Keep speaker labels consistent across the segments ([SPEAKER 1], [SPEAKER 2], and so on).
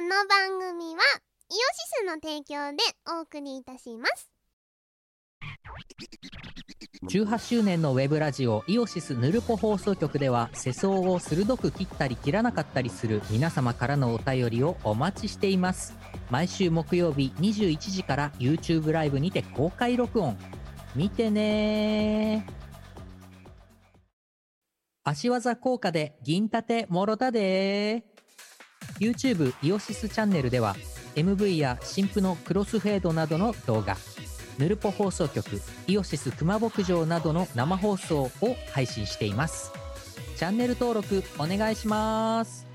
[SPEAKER 1] の番組はイオシスの提供でお送りいたします
[SPEAKER 2] 18周年のウェブラジオイオシスヌルポ放送局では世相を鋭く切ったり切らなかったりする皆様からのお便りをお待ちしています毎週木曜日21時から YouTube ライブにて公開録音見てねー足技効果で銀盾もろたでー YouTube イオシスチャンネルでは MV や新婦のクロスフェードなどの動画ヌルポ放送局イオシス熊牧場などの生放送を配信していますチャンネル登録お願いします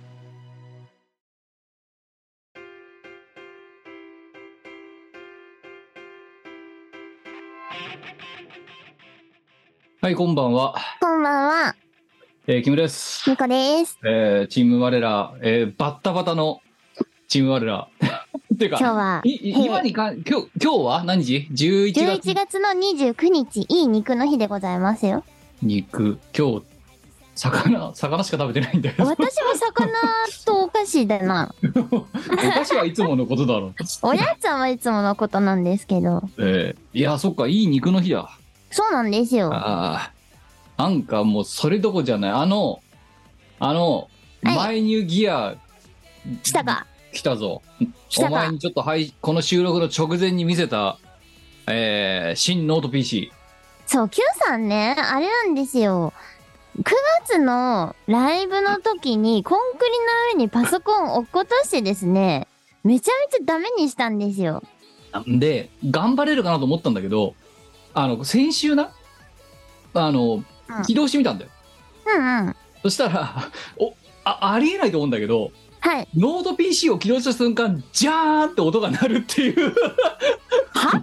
[SPEAKER 3] はい、こんばんは。
[SPEAKER 1] こんばんは
[SPEAKER 3] えー、キムです。
[SPEAKER 1] みこです
[SPEAKER 3] えー、チーム我ら、えー、バッタバタのチーム我ら。 っていう
[SPEAKER 1] 今日
[SPEAKER 3] か、
[SPEAKER 1] はい
[SPEAKER 3] い今にかん、今日、今日は何時 ?11 月
[SPEAKER 1] 11月の29日いい肉の日でございます よ
[SPEAKER 3] 肉。今日、魚、魚しか食べてないんだけど。
[SPEAKER 1] 私も魚とお菓子だな
[SPEAKER 3] お菓子はいつものことだろう。
[SPEAKER 1] おやつはいつものことなんですけど
[SPEAKER 3] えー、いや、そっか、いい肉の日だ。
[SPEAKER 1] そうなんですよ
[SPEAKER 3] ああ。なんかもう、それどこじゃない。あの、あの、
[SPEAKER 1] はい
[SPEAKER 3] マイニューギア、
[SPEAKER 1] したか
[SPEAKER 3] 来たぞ。
[SPEAKER 1] した
[SPEAKER 3] お
[SPEAKER 1] か
[SPEAKER 3] 前にちょっとはいこの収録の直前に見せた、えー、新ノート PC。
[SPEAKER 1] そう Q さんねあれなんですよ9月のライブの時にコンクリの上にパソコンを落っことしてですねめちゃめちゃダメにしたんですよ
[SPEAKER 3] で、頑張れるかなと思ったんだけど、あの、先週な、あの
[SPEAKER 1] うん、
[SPEAKER 3] 起動してみたんだよ。
[SPEAKER 1] うんうん
[SPEAKER 3] そしたら、おあ、ありえないと思うんだけど、
[SPEAKER 1] はい
[SPEAKER 3] ノート PC を起動した瞬間、ジャーンって音が鳴るっていう。
[SPEAKER 1] は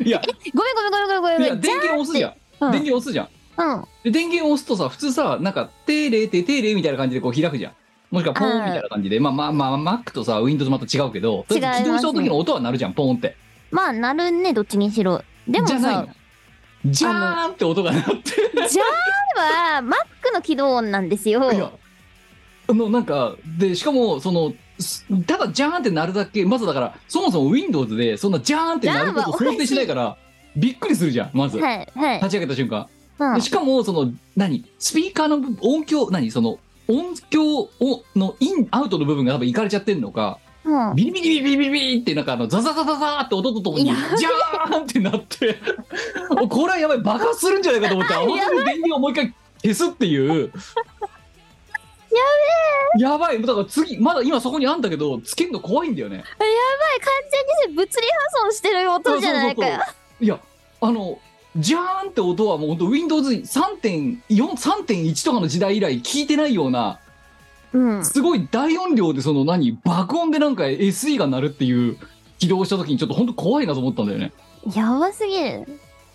[SPEAKER 3] いや、
[SPEAKER 1] ごめんごめんごめんごめんご
[SPEAKER 3] い
[SPEAKER 1] めん
[SPEAKER 3] や、電源押すじゃん。
[SPEAKER 1] うん
[SPEAKER 3] 電源押すじゃん。
[SPEAKER 1] うん
[SPEAKER 3] で電源を押すとさ普通さなんか「定例て定例」みたいな感じでこう開くじゃんもしくはポーンみたいな感じでまあまあまあ Mac とさ Windows また違うけどとりあ
[SPEAKER 1] 違
[SPEAKER 3] えず
[SPEAKER 1] い
[SPEAKER 3] 起
[SPEAKER 1] ま
[SPEAKER 3] 動
[SPEAKER 1] すね
[SPEAKER 3] した時の音は鳴るじゃんポーンって
[SPEAKER 1] まあなるねどっちにしろでも
[SPEAKER 3] じ
[SPEAKER 1] さ
[SPEAKER 3] ゃないのジャーンって音が鳴って
[SPEAKER 1] じゃあは Mac の起動音なんですよ
[SPEAKER 3] いやあのなんかでしかもそのすただジャーンって鳴るだけまずだからそもそも Windows でそんなジャーンって鳴ること
[SPEAKER 1] ジャ
[SPEAKER 3] を
[SPEAKER 1] ーンはおかしい
[SPEAKER 3] 想定しないからびっくりするじゃんまず
[SPEAKER 1] はいはい、
[SPEAKER 3] 立ち上げた瞬間
[SPEAKER 1] うん
[SPEAKER 3] で、しかもその何スピーカーの部音響何その音響をのインアウトの部分が多分いかれちゃってんのか
[SPEAKER 1] うん
[SPEAKER 3] ビリビリビリビリビリってなんかあのザザザザザーって音とともに
[SPEAKER 1] い
[SPEAKER 3] ジ
[SPEAKER 1] や
[SPEAKER 3] ャーンってなって これはやばい爆発するんじゃないかと思って慌てて電源をもう一回消すっていうやべえやばいだから次まだ今そこにあんだけどつけるの怖いんだよね
[SPEAKER 1] はい完全に物理破損してる音じゃないかよ
[SPEAKER 3] そうそうそういやあのジャーンって音はもう本当 Windows3.43.1 とかの時代以来聞いてないような
[SPEAKER 1] うん
[SPEAKER 3] すごい大音量でその何爆音でなんか SE が鳴るっていう起動した時にちょっと本当怖いなと思ったんだよね
[SPEAKER 1] やばすぎる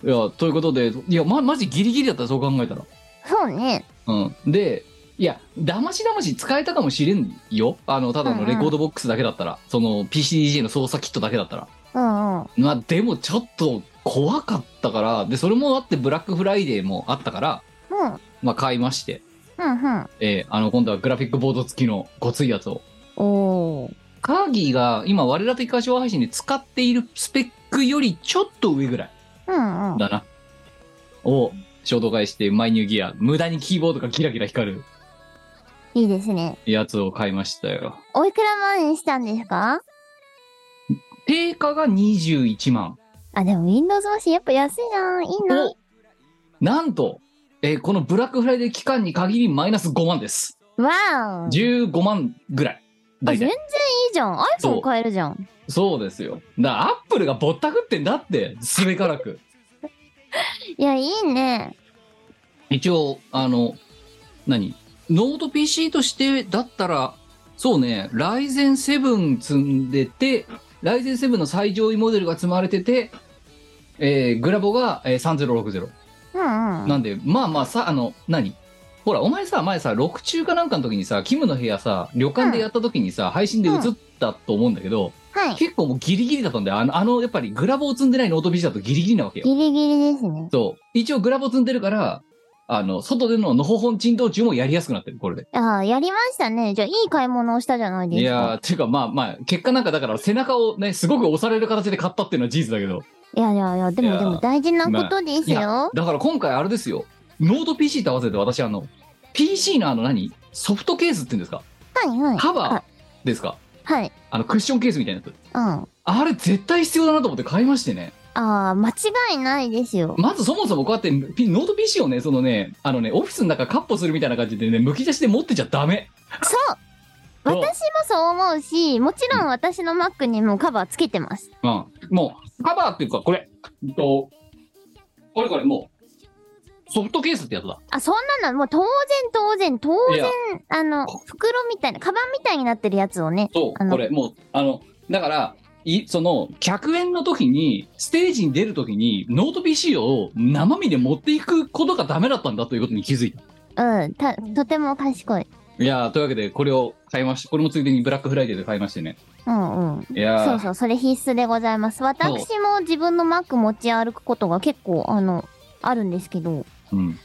[SPEAKER 3] いやということでいやまマジギリギリだったそう考えたら
[SPEAKER 1] そうね
[SPEAKER 3] うんでいやだましだまし使えたかもしれんよあのただのレコードボックスだけだったら、その PCDJ の操作キットだけだったら
[SPEAKER 1] うんうん
[SPEAKER 3] まあでもちょっと怖かったからでそれもあってブラックフライデーもあったから、
[SPEAKER 1] うん
[SPEAKER 3] まあ、買いまして、
[SPEAKER 1] うんうん
[SPEAKER 3] えーあの今度はグラフィックボード付きのごついやつを
[SPEAKER 1] おー
[SPEAKER 3] カーギーが今我らと一箇所配信で使っているスペックよりちょっと上ぐらい
[SPEAKER 1] うんうん
[SPEAKER 3] だな、を衝動買いしてマイニューギア無駄にキーボードがキラキラ光る
[SPEAKER 1] いいですね
[SPEAKER 3] やつを買いましたよ
[SPEAKER 1] おいくら万円したんですか
[SPEAKER 3] 定価が21万
[SPEAKER 1] あでも Windows マシンやっぱ安いないいな
[SPEAKER 3] おなんと、えーこのブラックフライデー期間に限りマイナス5万です
[SPEAKER 1] わおいい
[SPEAKER 3] 15万ぐらい大体
[SPEAKER 1] じゃん
[SPEAKER 3] そ
[SPEAKER 1] iPhone
[SPEAKER 3] う
[SPEAKER 1] 買えるじゃん
[SPEAKER 3] そうですよ。だからアップルがぼったくってんだって、すべからく。
[SPEAKER 1] いやいいね
[SPEAKER 3] 一応、あの、何ノート PC としてだったら、そうね、ライゼン7積んでて、ライゼン7の最上位モデルが積まれてて、えーグラボが、えー3060。
[SPEAKER 1] うんうん
[SPEAKER 3] なんで、まあまあさ、あの、何ほら、お前さ、前さ、6中かなんかの時にさ、キムの部屋さ、旅館でやった時にさ、配信で映ったと思うんだけど、
[SPEAKER 1] はい
[SPEAKER 3] 結構もうギリギリだったんだよ。あの、あのやっぱりグラボを積んでないノート PC だとギリギリなわけよ。
[SPEAKER 1] ギリギリですね
[SPEAKER 3] そう。一応グラボ積んでるから、あの、外でののほほん沈道中もやりやすくなってる、これで。
[SPEAKER 1] ああ、やりましたね。じゃあ、いい買い物をしたじゃないです
[SPEAKER 3] い
[SPEAKER 1] か。
[SPEAKER 3] やー、ていうかまあまあ、結果なんかだから背中をね、すごく押される形で買ったっていうのは事実だけど、
[SPEAKER 1] いやいやいや、でも
[SPEAKER 3] いや
[SPEAKER 1] でも大事なことですよ。
[SPEAKER 3] だから今回あれですよ、ノート PC と合わせて私あの、PC のあの何ソフトケースっていうんですか
[SPEAKER 1] はいはい。
[SPEAKER 3] カバーですか
[SPEAKER 1] はい。
[SPEAKER 3] あの、クッションケースみたいなやつ。
[SPEAKER 1] うん。あ
[SPEAKER 3] あれ絶対必要だなと思って買いましてね。
[SPEAKER 1] あ、間違いないですよ。
[SPEAKER 3] まずそもそもこうやってピノート PC をね、そのね、あのね、オフィスの中カッポするみたいな感じでね、むき出しで持ってちゃダメ。
[SPEAKER 1] そう私
[SPEAKER 3] そう
[SPEAKER 1] もそう思うし、もちろん私の Mac にもカバーつけてます。
[SPEAKER 3] うん。もう、カバーっていうか、これ、うんと、これこれもう、ソフトケースってやつだ。
[SPEAKER 1] あ、そんなの、もう当然当然当
[SPEAKER 3] いや
[SPEAKER 1] 然、あの、袋みたいな、カバンみたいになってるやつをね。
[SPEAKER 3] そ
[SPEAKER 1] あ
[SPEAKER 3] う、
[SPEAKER 1] の
[SPEAKER 3] これ、もう、あの、だから、いその、客演の時に、ステージに出る時に、ノート PC を生身で持っていくことがダメだったんだということに気づいた。
[SPEAKER 1] うん、た、とても賢い。
[SPEAKER 3] いやー、というわけで、これを買いました。これもついでにブラックフライデーで買いましてね。
[SPEAKER 1] うんうん。
[SPEAKER 3] いやー、
[SPEAKER 1] そうそう、それ必須でございます。私も自分の Mac 持ち歩くことが結構、あの、あるんですけど、
[SPEAKER 3] うん。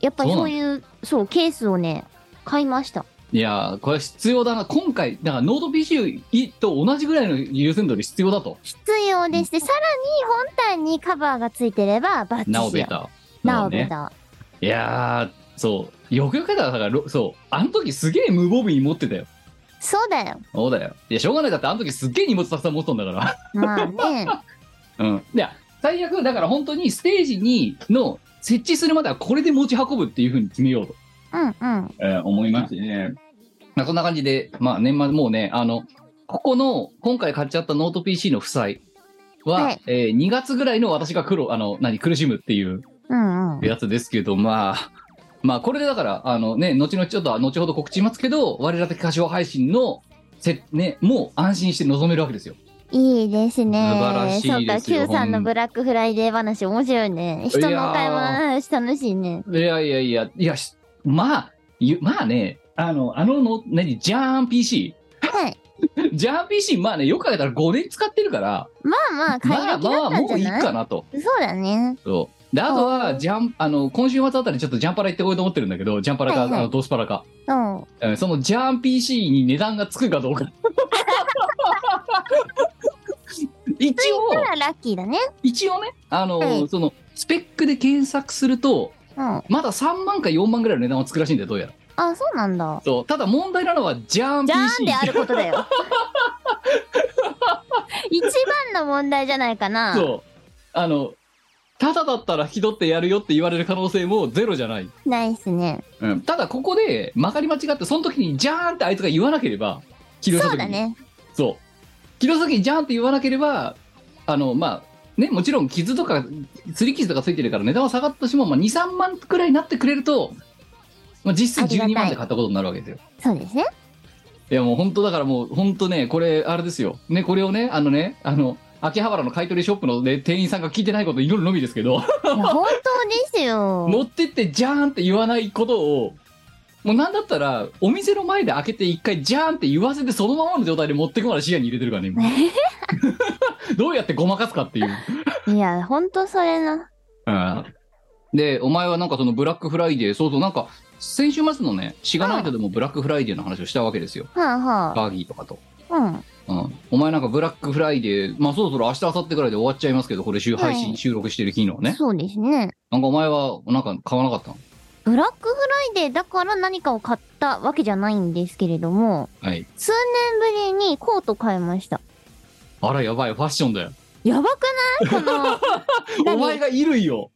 [SPEAKER 1] やっぱり
[SPEAKER 3] そ
[SPEAKER 1] そ
[SPEAKER 3] うなん
[SPEAKER 1] う
[SPEAKER 3] だ
[SPEAKER 1] いう、そう、ケースをね、買いました。
[SPEAKER 3] いやー、これは必要だな。今回、だからノート PC と同じぐらいの優先度で必要だと。
[SPEAKER 1] 必要でして、さらに本体にカバーがついてればバッチリ
[SPEAKER 3] なおベ
[SPEAKER 1] よ。
[SPEAKER 3] タ。
[SPEAKER 1] なお
[SPEAKER 3] ね
[SPEAKER 1] ベタ。
[SPEAKER 3] いやー、そう。よくよく考えたら、だからろ、そう。あの時すげえ無防備に持ってたよ。
[SPEAKER 1] そうだよ。
[SPEAKER 3] そうだよ。いや、しょうがない。だってあの時すっげえ荷物たくさん持ってたんだか
[SPEAKER 1] まあ ね。
[SPEAKER 3] ら。うん。いや、最悪、だから本当にステージに、の、設置するまではこれで持ち運ぶっていうふうに決めようと、
[SPEAKER 1] うんうん。
[SPEAKER 3] えー思いましてね。まあ、そんな感じで、まあ年末、もうね、あの、ここの、今回買っちゃったノート PC の負債は、
[SPEAKER 1] はい
[SPEAKER 3] え2月ぐらいの私が苦労、あの、何、苦しむっていう
[SPEAKER 1] うんうん。
[SPEAKER 3] やつですけど、まあ、まあ、これでだから、あのね、後々ちょっと、後ほど告知しますけど、我ら的歌唱配信の、せね、もう安心して臨めるわけですよ。
[SPEAKER 1] いいですね。
[SPEAKER 3] 素晴らしいですよ
[SPEAKER 1] そうか、Q さん
[SPEAKER 3] ほ
[SPEAKER 1] の
[SPEAKER 3] ん
[SPEAKER 1] ブラックフライデー話面白いね。人のお買い物の話楽しいね。
[SPEAKER 3] いやいやいや、いや、しまあ、ゆまあね、あの、あのの、何、ジャーン PC。
[SPEAKER 1] はい。
[SPEAKER 3] ジャーン PC、まあね、よく考えたら5年使ってるから、
[SPEAKER 1] まあまあ、買い
[SPEAKER 3] まあ
[SPEAKER 1] 時
[SPEAKER 3] ま
[SPEAKER 1] だ
[SPEAKER 3] あ、
[SPEAKER 1] ったん
[SPEAKER 3] も
[SPEAKER 1] じゃ
[SPEAKER 3] ういい
[SPEAKER 1] ない、
[SPEAKER 3] かなと。
[SPEAKER 1] そうだね。
[SPEAKER 3] そう。で、あと
[SPEAKER 1] う
[SPEAKER 3] は、
[SPEAKER 1] ん
[SPEAKER 3] ジャン、あの、今週末あたりちょっとジャンパラ行ってこようと思ってるんだけど、ジャンパラか、
[SPEAKER 1] はいはい
[SPEAKER 3] あの、ドスパラか。
[SPEAKER 1] うん。
[SPEAKER 3] うんそのジャーン PC に値段がつくかど うか。一
[SPEAKER 1] だ
[SPEAKER 3] 応、
[SPEAKER 1] からラッキーだね。
[SPEAKER 3] 一応ね、あの、
[SPEAKER 1] はい
[SPEAKER 3] その、スペックで検索すると、
[SPEAKER 1] うん。
[SPEAKER 3] まだ3万か4万ぐらいの値段をつくらしいんだよ、どうやら。
[SPEAKER 1] あ、そうなんだ。
[SPEAKER 3] そうただ問題なのは、ジャーン
[SPEAKER 1] じ
[SPEAKER 3] PC
[SPEAKER 1] ゃーんであることだよ。 一番の問題じゃないかな。
[SPEAKER 3] そう。あの、ただだったら引き取ってやるよって言われる可能性もゼロじゃない。
[SPEAKER 1] ないっすね。
[SPEAKER 3] うん、ただ、ここで曲がり間違って、その時にジャーンってあいつが言わなければ、起動した
[SPEAKER 1] そう
[SPEAKER 3] 時
[SPEAKER 1] だ
[SPEAKER 3] に
[SPEAKER 1] ね。
[SPEAKER 3] そう。城崎にジャーンって言わなければ、あの、まあ、ね、もちろん傷とか、すり傷とかついてるから値段は下がったとしても、まあ、2、3万くらいになってくれると、まあ、実質
[SPEAKER 1] あ
[SPEAKER 3] 12
[SPEAKER 1] りがた
[SPEAKER 3] 万
[SPEAKER 1] い
[SPEAKER 3] で買ったことになるわけですよ。
[SPEAKER 1] そうですね。
[SPEAKER 3] いや、もう本当だからもう、本当ね、これ、あれですよ。ね、これをね、あのね、あの、秋葉原の買い取りショップの、ね、店員さんが聞いてないこと祈るのみですけ
[SPEAKER 1] い
[SPEAKER 3] ど、
[SPEAKER 1] や、本当ですよ。
[SPEAKER 3] 持ってってジャーンって言わないことを、もうなんだったら、お店の前で開けて一回ジャーンって言わせて、そのままの状態で持ってくまで視野に入れてるからね、今どうやってごまかすかっていう。
[SPEAKER 1] いや、ほんとそれな。
[SPEAKER 3] で、お前はなんかそのブラックフライデー、そうそう、なんか先週末のね、しがないとでもブラックフライデーの話をしたわけですよ。
[SPEAKER 1] はあは
[SPEAKER 3] バギーとかと。
[SPEAKER 1] あ。うん。
[SPEAKER 3] うん、お前なんかブラックフライデー、まあそろそろ明日、明後日ぐらいで終わっちゃいますけど、これ週配
[SPEAKER 1] は
[SPEAKER 3] 信、
[SPEAKER 1] い
[SPEAKER 3] 収録してる日のね。
[SPEAKER 1] そうですね。
[SPEAKER 3] なんかお前はなんか買わなかったの
[SPEAKER 1] ブラックフライデーだから何かを買ったわけじゃないんですけれども、
[SPEAKER 3] はい。
[SPEAKER 1] 数年ぶりにコート買いました。
[SPEAKER 3] あら、やばい、ファッションだよ。
[SPEAKER 1] やばくないこの、
[SPEAKER 3] お
[SPEAKER 1] 何
[SPEAKER 3] 前が衣類を。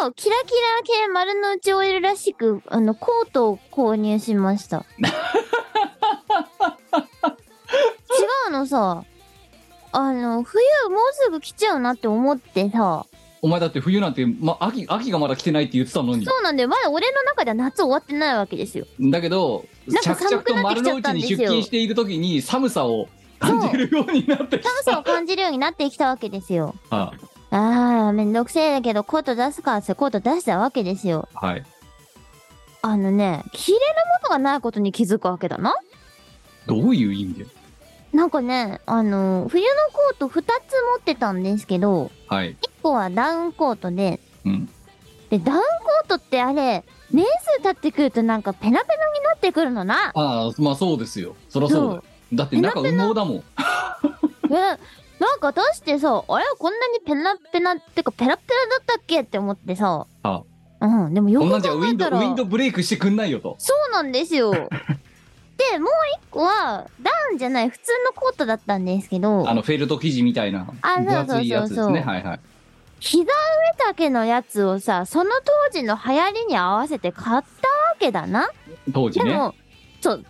[SPEAKER 1] そう、キラキラ系丸の内オイルらしく、あの、コートを購入しました。違うのさ、あの、冬もうすぐ来ちゃうなって思ってさ、
[SPEAKER 3] お前だって冬なんて、ま、秋、秋がまだ来てないって言ってたのに。
[SPEAKER 1] そうなんだよ。まだ俺の中では夏終わってないわけですよ。
[SPEAKER 3] だけど、
[SPEAKER 1] なんか
[SPEAKER 3] 着々
[SPEAKER 1] 寒
[SPEAKER 3] と
[SPEAKER 1] くなって
[SPEAKER 3] 丸
[SPEAKER 1] きち
[SPEAKER 3] の
[SPEAKER 1] ゃった
[SPEAKER 3] 内
[SPEAKER 1] ん
[SPEAKER 3] に
[SPEAKER 1] です
[SPEAKER 3] 出
[SPEAKER 1] よ
[SPEAKER 3] 勤しているときに寒さを感じるようになってき
[SPEAKER 1] 寒さを感じるようになってきたわけですよ。
[SPEAKER 3] た。
[SPEAKER 1] ああ、めんどくせえだけど、コート出すかってコート出したわけですよ。
[SPEAKER 3] はい。
[SPEAKER 1] あのね、着れるものがないことに気づくわけだな。
[SPEAKER 3] どういう意味で
[SPEAKER 1] なんかね、あの、冬のコート2つ持ってたんですけど、
[SPEAKER 3] はい。
[SPEAKER 1] 1個はダウンコートで、
[SPEAKER 3] うん。
[SPEAKER 1] で、ダウンコートってあれ、年数経ってくるとなんかペナペナになってくるのな。
[SPEAKER 3] ああ、まあそうですよ。そりゃそうだよ。だって中
[SPEAKER 1] ペ
[SPEAKER 3] 羽
[SPEAKER 1] ナ
[SPEAKER 3] 毛だもん。
[SPEAKER 1] え、なんかどうしてさ、あれこんなにペナペナってかペラペラだったっけって思ってさ。
[SPEAKER 3] あ
[SPEAKER 1] うん、でもよ
[SPEAKER 3] こん
[SPEAKER 1] く
[SPEAKER 3] なんじゃウ
[SPEAKER 1] 考
[SPEAKER 3] ィ
[SPEAKER 1] え
[SPEAKER 3] ンドウ
[SPEAKER 1] たら。
[SPEAKER 3] ィンドブレイクしてくんないよと。
[SPEAKER 1] そうなんです よ。で、もう一個は、ダウンじゃない普通のコートだったんですけど
[SPEAKER 3] あ、のフェルト生地みたいな
[SPEAKER 1] あそうそうそうそう
[SPEAKER 3] 分厚いやつですね。はいはい。
[SPEAKER 1] 膝上丈のやつをさ、その当時の流行りに合わせて買ったわけだな。
[SPEAKER 3] 当時
[SPEAKER 1] で
[SPEAKER 3] ね。
[SPEAKER 1] も、そう、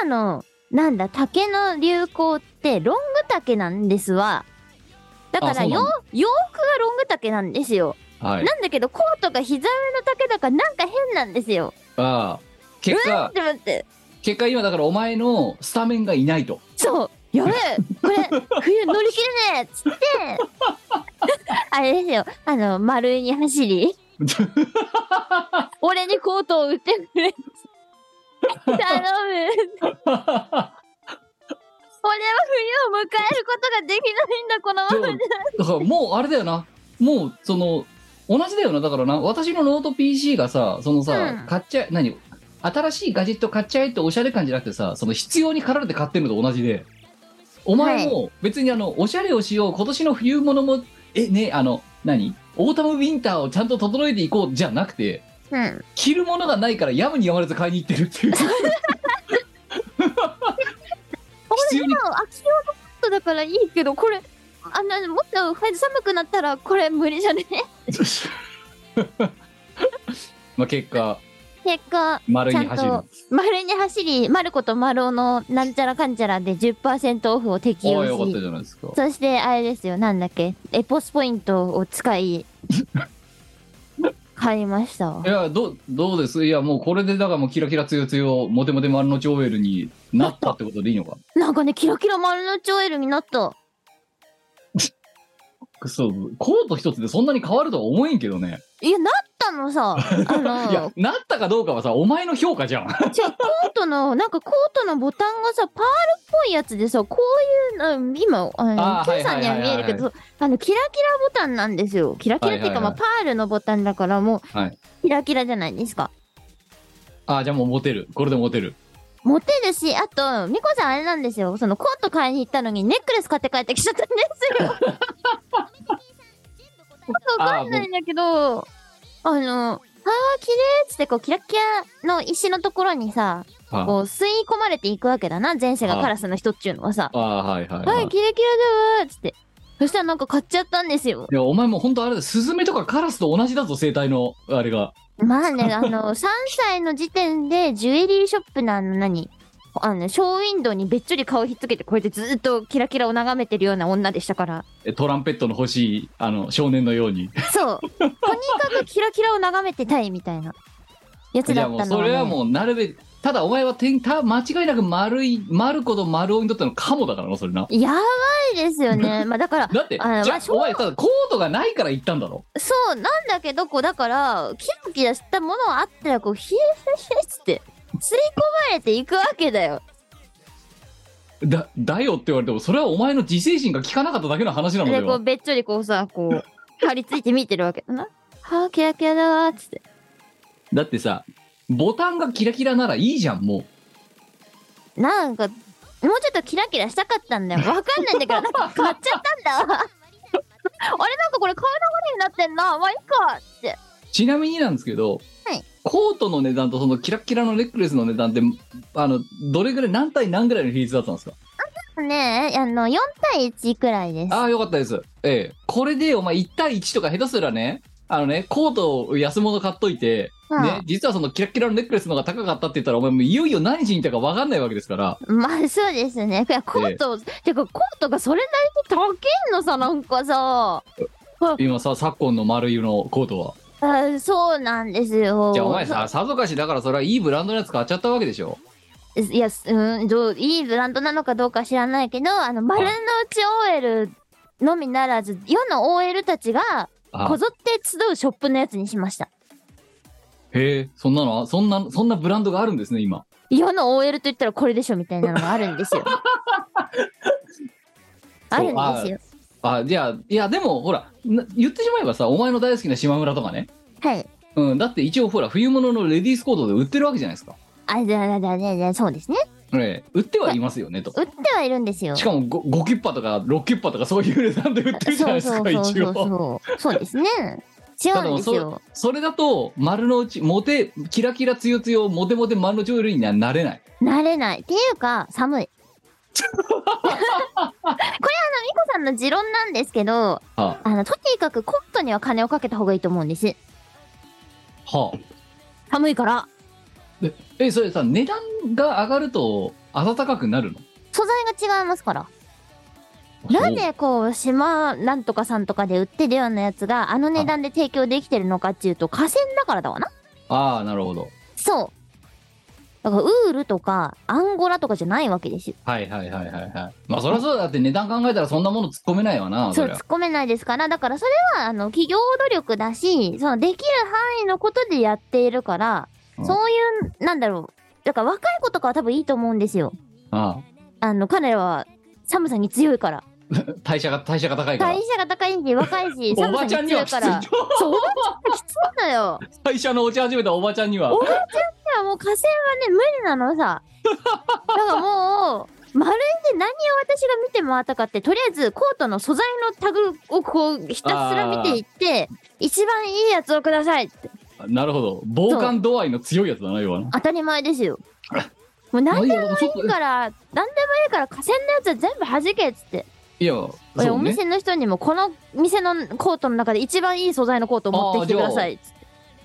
[SPEAKER 1] 今の、なんだ、竹の流行って、ロング竹なんですわ。だか
[SPEAKER 3] あ
[SPEAKER 1] ら
[SPEAKER 3] そうな
[SPEAKER 1] よ
[SPEAKER 3] んだ
[SPEAKER 1] 洋服がロング竹なんですよ。
[SPEAKER 3] はい。
[SPEAKER 1] なんだけど、コートが膝上の竹だからなんか変なんですよ。
[SPEAKER 3] ああ。結
[SPEAKER 1] うんっ
[SPEAKER 3] 果、
[SPEAKER 1] て待って。
[SPEAKER 3] 結果今だからお前のスタメンがいないと。
[SPEAKER 1] そう、やべえ、これ、冬乗り切れねえっつ って、あれですよ、あの、丸いに走 り、俺にコートを売ってくれっつって。頼む。俺は冬を迎えることができないんだ、このままじゃ。
[SPEAKER 3] だからもうあれだよな。もうその、同じだよな。だからな、私のノート PC がさ、そのさ、
[SPEAKER 1] うん
[SPEAKER 3] 買っちゃえ、何新しいガジェット買っちゃえっておしゃれ感じゃなくてさ、その必要に駆られて買ってるのと同じで、お前も別にあの、おしゃれをしよう、今年の冬物も、え、ね、あの、何オータムウィンターをちゃんと整えていこうじゃなくて、
[SPEAKER 1] うん。
[SPEAKER 3] 着るものがないからやむにやまれず買いに行って るっていう。必要に
[SPEAKER 1] 今、秋用のコートだからいいけど、これ、あの、もっと寒くなったら、これ無理じゃね
[SPEAKER 3] まあ結果、
[SPEAKER 1] 結果、
[SPEAKER 3] 丸
[SPEAKER 1] ちゃ
[SPEAKER 3] に
[SPEAKER 1] ん
[SPEAKER 3] 走る。
[SPEAKER 1] と丸に走り、マルコとマロのなんちゃらかんちゃらで10%オフを適
[SPEAKER 3] お
[SPEAKER 1] 用
[SPEAKER 3] およかった
[SPEAKER 1] し、
[SPEAKER 3] じゃないですか。
[SPEAKER 1] そしてあれですよ、なんだっけ、エポスポイントを使 い、買いましたわ
[SPEAKER 3] い。やどうどうですいやもうこれでだからもうキラキラつよつよモテモテ丸のチョーエルになったってことでいいのか
[SPEAKER 1] なんかね、キラキラ丸のチョエルになった。
[SPEAKER 3] くそコート一つでそんなに変わるとは思えんけどね
[SPEAKER 1] いや、なったのさ、あ
[SPEAKER 3] いや
[SPEAKER 1] の、
[SPEAKER 3] なったかどうかはさお前の評価じゃん
[SPEAKER 1] じゃあコートの、なんかコートのボタンがさ、パールっぽいやつでさ、こういうの、今、あの、
[SPEAKER 3] あー
[SPEAKER 1] Q さんには
[SPEAKER 3] はい
[SPEAKER 1] 見
[SPEAKER 3] はいはいはい
[SPEAKER 1] えるけど、あの、キラキラボタンなんですよ。キラキラっていうか、
[SPEAKER 3] はいはい
[SPEAKER 1] まあ、
[SPEAKER 3] はい
[SPEAKER 1] パールのボタンだから、もう、
[SPEAKER 3] はい
[SPEAKER 1] キラキラじゃないですか。
[SPEAKER 3] あじゃあもうモテるこれでモテる
[SPEAKER 1] モテるし、あと、ミコさんあれなんですよ。そのコート買いに行ったのにネックレス買って帰ってきちゃったんですよ。わかんないんだけど、あの、あー、綺麗っつってこう、キラキラの石のところにさ、
[SPEAKER 3] あ
[SPEAKER 1] こう、吸い込まれていくわけだな。前世がカラスの人っちゅうのはさ、
[SPEAKER 3] あはいはい
[SPEAKER 1] は、
[SPEAKER 3] はいい
[SPEAKER 1] キラキラだわーっつって。そしたらなんか買っちゃったんですよ。
[SPEAKER 3] いやお前もう本当あれだスズメとかカラスと同じだぞ生態のあれが
[SPEAKER 1] まあ ね、あの、3歳の時点で、ジュエリーショップのあの、何あの、ショーウィンドウにべっちょり顔ひっつけて、こうやってずっとキラキラを眺めてるような女でしたから。
[SPEAKER 3] えトランペットの欲しいあの少年のように
[SPEAKER 1] そう。とにかくキラキラを眺めてたいみたいなやつ
[SPEAKER 3] い
[SPEAKER 1] だ
[SPEAKER 3] や
[SPEAKER 1] っ
[SPEAKER 3] もう
[SPEAKER 1] たの
[SPEAKER 3] それは
[SPEAKER 1] ね。
[SPEAKER 3] もうなるべくただお前はてんた間違いなく丸い丸子と丸尾にとってのカモだからなそれな
[SPEAKER 1] やばいですよね。まあだから、
[SPEAKER 3] だって、
[SPEAKER 1] あ
[SPEAKER 3] じ
[SPEAKER 1] ま
[SPEAKER 3] ゃ
[SPEAKER 1] あ
[SPEAKER 3] あ
[SPEAKER 1] しょう
[SPEAKER 3] お前、ただコートがないから行ったんだろ
[SPEAKER 1] そう、なんだけど、こう、だから、キラキラしたものあったら、こう、ひえひえつって、吸い込まれていくわけだよ。
[SPEAKER 3] だ、だよって言われても、それはお前の自制心が効かなかっただけの話なの
[SPEAKER 1] で、
[SPEAKER 3] で
[SPEAKER 1] こ
[SPEAKER 3] は
[SPEAKER 1] う、。べっちょりこうさ、こう、張り付いて見てるわけだな。はあ、キラキラだわ、つって。
[SPEAKER 3] だってさ、ボタンがキラキラならいいじゃん、も
[SPEAKER 1] なんか、もうちょっとキラキラしたかったんだよ。わかんないんだけど、なんか買っちゃったんだわ。 あれ、なんかこれ買えながらになってんな。まあ、いいか、って。
[SPEAKER 3] う。ちなみになんですけど、
[SPEAKER 1] はい
[SPEAKER 3] コートの値段とそのキラキラのネックレスの値段って、あの、どれぐらい、何対何ぐらいの比率だったんですか
[SPEAKER 1] ねえ、あの、4対1くらいです。
[SPEAKER 3] ああ、よかったです。ええ。これで、お前1対1とか下手すらね、あのね、コートを安物買っといて、
[SPEAKER 1] うん
[SPEAKER 3] ね、実はそのキラキラのネックレスの方が高かったって言ったら、お前もういよいよ何しに行ったか分かんないわけですから、
[SPEAKER 1] まあそうですね。いやコート、てかコートがそれなりに高いのさ、なんかさ。
[SPEAKER 3] 今さ、昨今の丸湯のコートは。
[SPEAKER 1] あそうなんですよ。
[SPEAKER 3] じゃあお前ささぞかしだからそれはいいブランドのやつ買っちゃったわけでしょ
[SPEAKER 1] そ。いや、すうん、どう、いいブランドなのかどうか知らないけど、あの、丸の内 OL のみならず、世の OL たちが、
[SPEAKER 3] あ
[SPEAKER 1] こぞって集うショップのやつにしました。
[SPEAKER 3] へえそんなのあそんなそんなブランドがあるんですね今
[SPEAKER 1] 世の OL と言ったらこれでしょ、みたいなのがあるん ですよ。あるんですよ。
[SPEAKER 3] あじゃあいやでもほらな言ってしまえばさお前の大好きな島村とかね
[SPEAKER 1] はい。
[SPEAKER 3] うん、だって一応ほら冬物のレディースコードで売ってるわけじゃないですか、
[SPEAKER 1] あ、じゃあ、じゃあ、じゃあじゃあそうですね。
[SPEAKER 3] ええ、売ってはいますよねと
[SPEAKER 1] 売ってはいるんですよ。
[SPEAKER 3] しかも 5, キュッパとか6キュッパとかそういう値段で売ってるじゃない
[SPEAKER 1] そう
[SPEAKER 3] です
[SPEAKER 1] そう
[SPEAKER 3] か
[SPEAKER 1] そう
[SPEAKER 3] 一
[SPEAKER 1] そう
[SPEAKER 3] 応
[SPEAKER 1] そう。そうですね。違
[SPEAKER 3] ただ
[SPEAKER 1] うんですよ。
[SPEAKER 3] それだと丸の内モテキラキラつよつよモテモテ丸の内オイルにはなれない
[SPEAKER 1] 慣れない。っていうか、寒い。これ、あの、ミコさんの持論なんですけど、
[SPEAKER 3] は
[SPEAKER 1] あの、とにかくコットンには金をかけた方がいいと思うんです。
[SPEAKER 3] あ、はあ、
[SPEAKER 1] 寒いから。
[SPEAKER 3] えそれさ値段が上がると暖かくなるの
[SPEAKER 1] 素材が違いますから。なんでこう、島なんとかさんとかで売ってるようなやつが、あの値段で提供できてるのかっていうと、河川だからだわな。
[SPEAKER 3] ああなるほど
[SPEAKER 1] そう。だから、ウールとか、アンゴラとかじゃないわけですよ。
[SPEAKER 3] はいはいはいはいはいまあそりゃそうだだって値段考えたらそんなもの突っ込めないわな
[SPEAKER 1] そ、
[SPEAKER 3] そうり
[SPEAKER 1] 突
[SPEAKER 3] ゃ
[SPEAKER 1] っ込めないですから、だからそれは、あの、企業努力だし、その、できる範囲のことでやっているから、
[SPEAKER 3] うん
[SPEAKER 1] そういう、なんだろう。だから、若い子とかは多分いいと思うんですよ。
[SPEAKER 3] あ
[SPEAKER 1] あの、彼らは、寒さに強いから。
[SPEAKER 3] あ代謝が代謝が高いから
[SPEAKER 1] 代謝が高いし、若いし、
[SPEAKER 3] お
[SPEAKER 1] 寒
[SPEAKER 3] ばちゃ
[SPEAKER 1] さ
[SPEAKER 3] ん
[SPEAKER 1] に強
[SPEAKER 3] にはいきつ
[SPEAKER 1] か
[SPEAKER 3] い
[SPEAKER 1] ら。 そう、おばちゃんきついのよ。
[SPEAKER 3] 代謝の落ち始めたおばちゃんには
[SPEAKER 1] おばちゃんにはもう火星はね、無理なのさ。だからもう、まるで何を私が見て回ったかって、とりあえずコートの素材のタグをこう、ひたすら見ていって、一番いいやつをくださいって。
[SPEAKER 3] なるほど防寒度合いの強いやつだな要はな
[SPEAKER 1] 当たり前ですよ。もう何
[SPEAKER 3] い
[SPEAKER 1] で
[SPEAKER 3] やでもそっ
[SPEAKER 1] もいいから、何でもいいから河川のやつは全部弾けっつって。
[SPEAKER 3] いや
[SPEAKER 1] 俺
[SPEAKER 3] そう
[SPEAKER 1] お
[SPEAKER 3] ね
[SPEAKER 1] 店の人にも、この店のコートの中で一番いい素材のコートを持ってきてくださいっつって。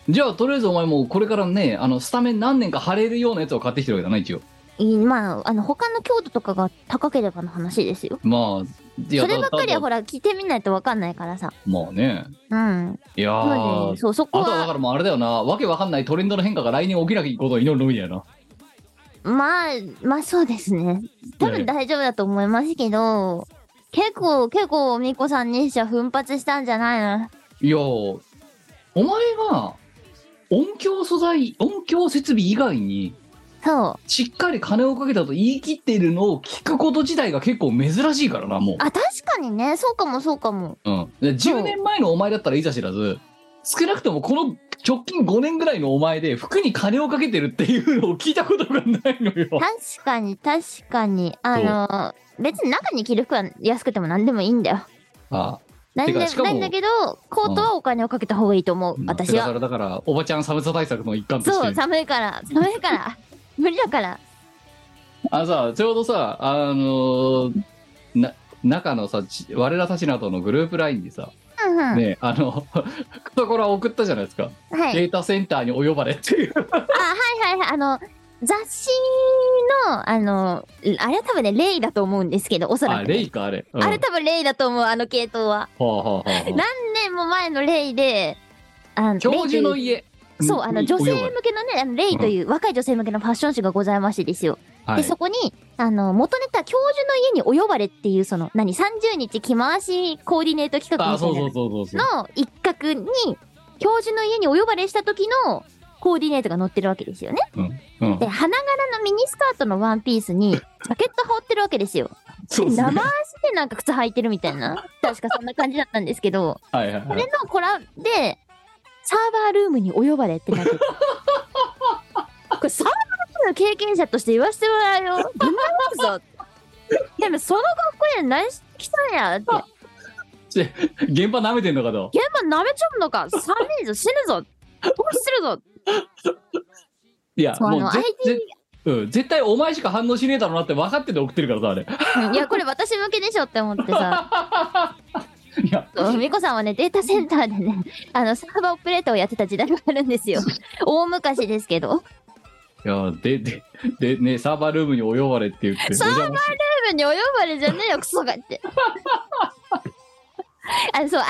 [SPEAKER 3] じゃあとりあえずお前もうこれからねあのスタメン何年か張れるようなやつを買ってきてるわけだな一応
[SPEAKER 1] いいまあ、あの、他の京都とかが高ければの話ですよ。
[SPEAKER 3] まあいや
[SPEAKER 1] そればっかりは
[SPEAKER 3] だ
[SPEAKER 1] ほら、着てみないとわかんないからさ。
[SPEAKER 3] だまあね
[SPEAKER 1] うん。
[SPEAKER 3] いや
[SPEAKER 1] な
[SPEAKER 3] ー
[SPEAKER 1] ので、そう、そこ
[SPEAKER 3] あとはだか
[SPEAKER 1] は、
[SPEAKER 3] らもうあれだよなわけわかんないトレンドの変化が来年起きなきゃことを祈るのみだよな
[SPEAKER 1] まあ、まあそうですね。多分大丈夫だと思いますけど、結構、結構、みこさんにしちゃ奮発したんじゃないの
[SPEAKER 3] いやーお前が音響素材音響設備以外に
[SPEAKER 1] そう。
[SPEAKER 3] しっかり金をかけたと言い切っているのを聞くこと自体が結構珍しいからなもう
[SPEAKER 1] あ、確かにね、そうかもそうかも。
[SPEAKER 3] うん、で10年前のお前だったらいざ知らず少なくともこの直近5年ぐらいのお前で服に金をかけてるっていうのを聞いたことがないのよ。
[SPEAKER 1] 確かに、確かに。あの、別に中に着る服は安くても何でもいいんだよ。
[SPEAKER 3] あ
[SPEAKER 1] 何で
[SPEAKER 3] てかしかも
[SPEAKER 1] なんだけど、コートはお金をかけた方がいいと思う
[SPEAKER 3] あ、
[SPEAKER 1] 私
[SPEAKER 3] だか
[SPEAKER 1] は。
[SPEAKER 3] らだからおばちゃん寒さ対策の一環とし
[SPEAKER 1] そう、
[SPEAKER 3] て
[SPEAKER 1] 寒いから、寒い から。無理だから。
[SPEAKER 3] あのさちょうどさあのーな中のさち我らたちなどのグループラインにさ、
[SPEAKER 1] うんうん。
[SPEAKER 3] ねあの ところ送ったじゃないですか、
[SPEAKER 1] はい。
[SPEAKER 3] データセンターにお呼ばれっていう
[SPEAKER 1] はいはい、あの、雑誌の、あの、あれは多分ね、レイだと思うんですけど、おそら
[SPEAKER 3] あ
[SPEAKER 1] くね、
[SPEAKER 3] レイかあれ、うん
[SPEAKER 1] あれ多分レイだと思う、あの系統は。
[SPEAKER 3] はあはあはあはあ
[SPEAKER 1] 何年も前のレイで、あの
[SPEAKER 3] 教授の
[SPEAKER 1] レイ
[SPEAKER 3] 家
[SPEAKER 1] というそう、あの、
[SPEAKER 3] に
[SPEAKER 1] 女性
[SPEAKER 3] お呼ばれ
[SPEAKER 1] 向けのね、あのレイという若い女性向けのファッション誌がございましてですよ。
[SPEAKER 3] はい
[SPEAKER 1] で、そこに、あの、元ネタ、教授の家にお呼ばれっていう、その、何、30日着回しコーディネート企画
[SPEAKER 3] あ
[SPEAKER 1] みたい
[SPEAKER 3] そ
[SPEAKER 1] うな
[SPEAKER 3] そうそうそうそう
[SPEAKER 1] の一角に、教授の家にお呼ばれした時のコーディネートが載ってるわけですよね。
[SPEAKER 3] うん
[SPEAKER 1] で、花柄のミニスカートのワンピースに、ジャケット羽織ってるわけですよ。
[SPEAKER 3] そうです
[SPEAKER 1] 生足
[SPEAKER 3] ね。
[SPEAKER 1] でなんか靴履いてるみたいな。確かそんな感じだったんですけど、
[SPEAKER 3] はいはい
[SPEAKER 1] そ
[SPEAKER 3] は
[SPEAKER 1] れ
[SPEAKER 3] い。
[SPEAKER 1] のコラで、サーバールームにお呼ばれってなっててこれサーバールームの経験者として言わせてもらうよ。ぶん殴るぞ。でもその格好で何し来たんやって。
[SPEAKER 3] 現場舐めてんのかと。
[SPEAKER 1] 現場舐めちゃうのか。寒いぞ、死ぬぞ。どうしてるぞ。
[SPEAKER 3] いや、
[SPEAKER 1] そうあ
[SPEAKER 3] も
[SPEAKER 1] の
[SPEAKER 3] うぜぜうん、絶対お前しか反応しねえだろうなって分かってて送ってるからさ、あれ。
[SPEAKER 1] いや、これ私向けでしょって思ってさ。
[SPEAKER 3] いや、
[SPEAKER 1] そう美子さんはね、データセンターで ね、あの、サーバーオペレーターをやってた時代があるんです よ。大昔ですけど。
[SPEAKER 3] いやで、で、で、ね、サーバールームにお呼ばれって言って。
[SPEAKER 1] サーバ
[SPEAKER 3] ール
[SPEAKER 1] 多分に及ばれじゃねえよ、クソがって。 あの、そう、IT 関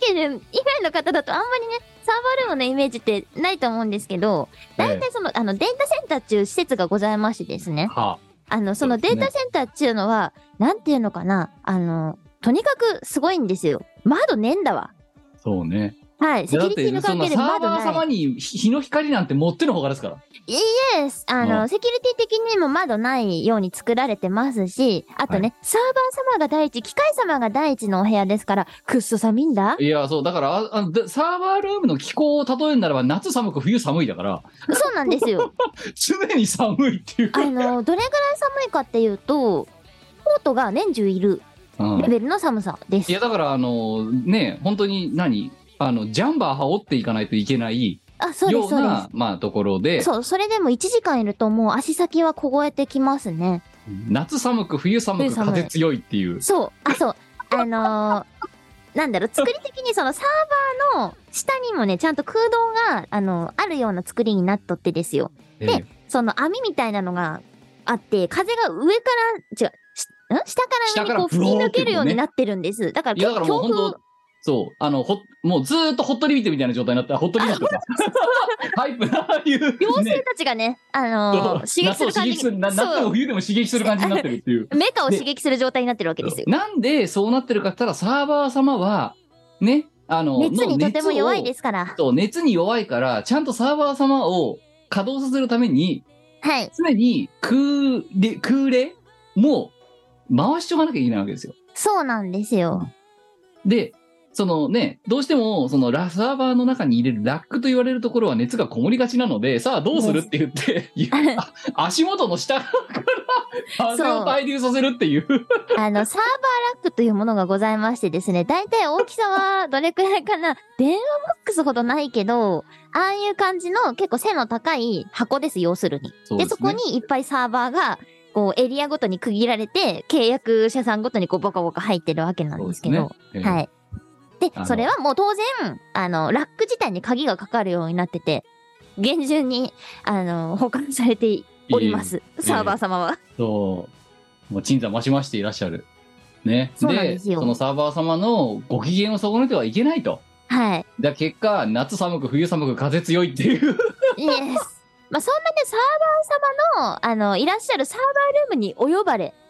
[SPEAKER 1] 係で以外の方だとあんまりね、サーバールームのイメージってないと思うんですけど、大体その、あの、データセンターっていう施設がございましてですね、
[SPEAKER 3] は
[SPEAKER 1] あの、そのデータセンターっていうのは、なんていうのかな、あの、とにかくすごいんですよ。窓ねえんだわ。
[SPEAKER 3] あ、そうね。
[SPEAKER 1] 多はい、セキュ
[SPEAKER 3] だっ
[SPEAKER 1] リティの
[SPEAKER 3] て、そ
[SPEAKER 1] 関
[SPEAKER 3] んな
[SPEAKER 1] 係で
[SPEAKER 3] サ
[SPEAKER 1] バ
[SPEAKER 3] ー
[SPEAKER 1] ード
[SPEAKER 3] バー
[SPEAKER 1] な
[SPEAKER 3] 様
[SPEAKER 1] い。
[SPEAKER 3] に日の光なんて持ってのほかですから。
[SPEAKER 1] いいえ、あ
[SPEAKER 3] う
[SPEAKER 1] の、
[SPEAKER 3] ん
[SPEAKER 1] セキュリティ的にも窓ないように作られてますし、あとね、サーバー様が第一、機械様が第一のお部屋ですから、くっそ寒いんだ。
[SPEAKER 3] いや、そう、だから、ああのでサーバールームの気候を例えるならば、夏寒く冬寒いだから、
[SPEAKER 1] そうなんです よ。
[SPEAKER 3] 常に寒いっていう
[SPEAKER 1] あ
[SPEAKER 3] か、
[SPEAKER 1] の、どれぐらい寒いかっていうと、コートが年中いる
[SPEAKER 3] うん
[SPEAKER 1] レベルの寒さです。
[SPEAKER 3] いや、だから、あの、ね、本当に何、あの、ジャンバー羽織っていかないといけない
[SPEAKER 1] あ、そうで
[SPEAKER 3] よ
[SPEAKER 1] す、
[SPEAKER 3] う
[SPEAKER 1] そうで。、
[SPEAKER 3] な、まあ、ところです
[SPEAKER 1] そう、それでも1時間いるともう足先は凍えてきますね。
[SPEAKER 3] 夏寒く、冬寒
[SPEAKER 1] 冬
[SPEAKER 3] く、
[SPEAKER 1] 寒い
[SPEAKER 3] 風強いっていう。
[SPEAKER 1] そう、あ、そう、あのーなんだろう、作り的にそのサーバーの下にもね、ちゃんと空洞が、あのあるような作りになっとってですよ。
[SPEAKER 3] え
[SPEAKER 1] ねその網みたいなのがあって、風が上から、違う、しん下から上にこう
[SPEAKER 3] 下か
[SPEAKER 1] 吹
[SPEAKER 3] らブ
[SPEAKER 1] き
[SPEAKER 3] ロー
[SPEAKER 1] 抜
[SPEAKER 3] って
[SPEAKER 1] けるように
[SPEAKER 3] ね
[SPEAKER 1] なってるんです。だから
[SPEAKER 3] いや、
[SPEAKER 1] 結
[SPEAKER 3] だか
[SPEAKER 1] 構
[SPEAKER 3] らもう
[SPEAKER 1] 強
[SPEAKER 3] 本
[SPEAKER 1] 風
[SPEAKER 3] 当、そう、あの、ほもうずーっとホットリミットみたいな状態になった、ホットリミットか。タイプ な、ああいう、ね。
[SPEAKER 1] 妖精たちがね、あのー刺激する感
[SPEAKER 3] 夏を刺激す
[SPEAKER 1] じ
[SPEAKER 3] る
[SPEAKER 1] に
[SPEAKER 3] な夏
[SPEAKER 1] そ
[SPEAKER 3] も
[SPEAKER 1] う、
[SPEAKER 3] 冬でも刺激する感じになってるっていう。
[SPEAKER 1] メカを刺激する状態になってるわけですよ。
[SPEAKER 3] なんでそうなってるかって言ったらサーバー様はねあの
[SPEAKER 1] 熱にとても弱い
[SPEAKER 3] す
[SPEAKER 1] ですから。
[SPEAKER 3] そう熱に弱いからちゃんとサーバー様を稼働させるために
[SPEAKER 1] はい。
[SPEAKER 3] 常に空冷空冷も回しておかなきゃいけないわけですよ。
[SPEAKER 1] そうなんですよ。
[SPEAKER 3] でそのねどうしてもそのラサーバーの中に入れるラックと言われるところは熱がこもりがちなのでさあどうするって言って、いやあ足元の下から風
[SPEAKER 1] そ
[SPEAKER 3] を
[SPEAKER 1] う
[SPEAKER 3] 対流させるっていう
[SPEAKER 1] あの、サーバーラックというものがございましてですね、大体大きさはどれくらいかな、電話ボックスほどないけど、ああいう感じの結構背の高い箱です、要するに。
[SPEAKER 3] そ、
[SPEAKER 1] でそこにいっぱいサーバーが、こう、エリアごとに区切られて、契約者さんごとにこう、ボカボカ入ってるわけなんですけど。はいい。で
[SPEAKER 3] あ、の
[SPEAKER 1] それはもう当然、あの、ラック自体に鍵がかかるようになってて、厳重に、あの、保管されております。サーバー様は。
[SPEAKER 3] そう。もう鎮座増しましていらっしゃる。ね。
[SPEAKER 1] そうなんですよ
[SPEAKER 3] そのサーバー様のご機嫌を損ねてはいけないと。
[SPEAKER 1] はい。
[SPEAKER 3] だから結果、夏寒く、冬寒く、風強いっていう。
[SPEAKER 1] イエス。まあ、そんなね、サーバー様の、あの、いらっしゃるサーバールームにお呼ばれ、
[SPEAKER 3] うん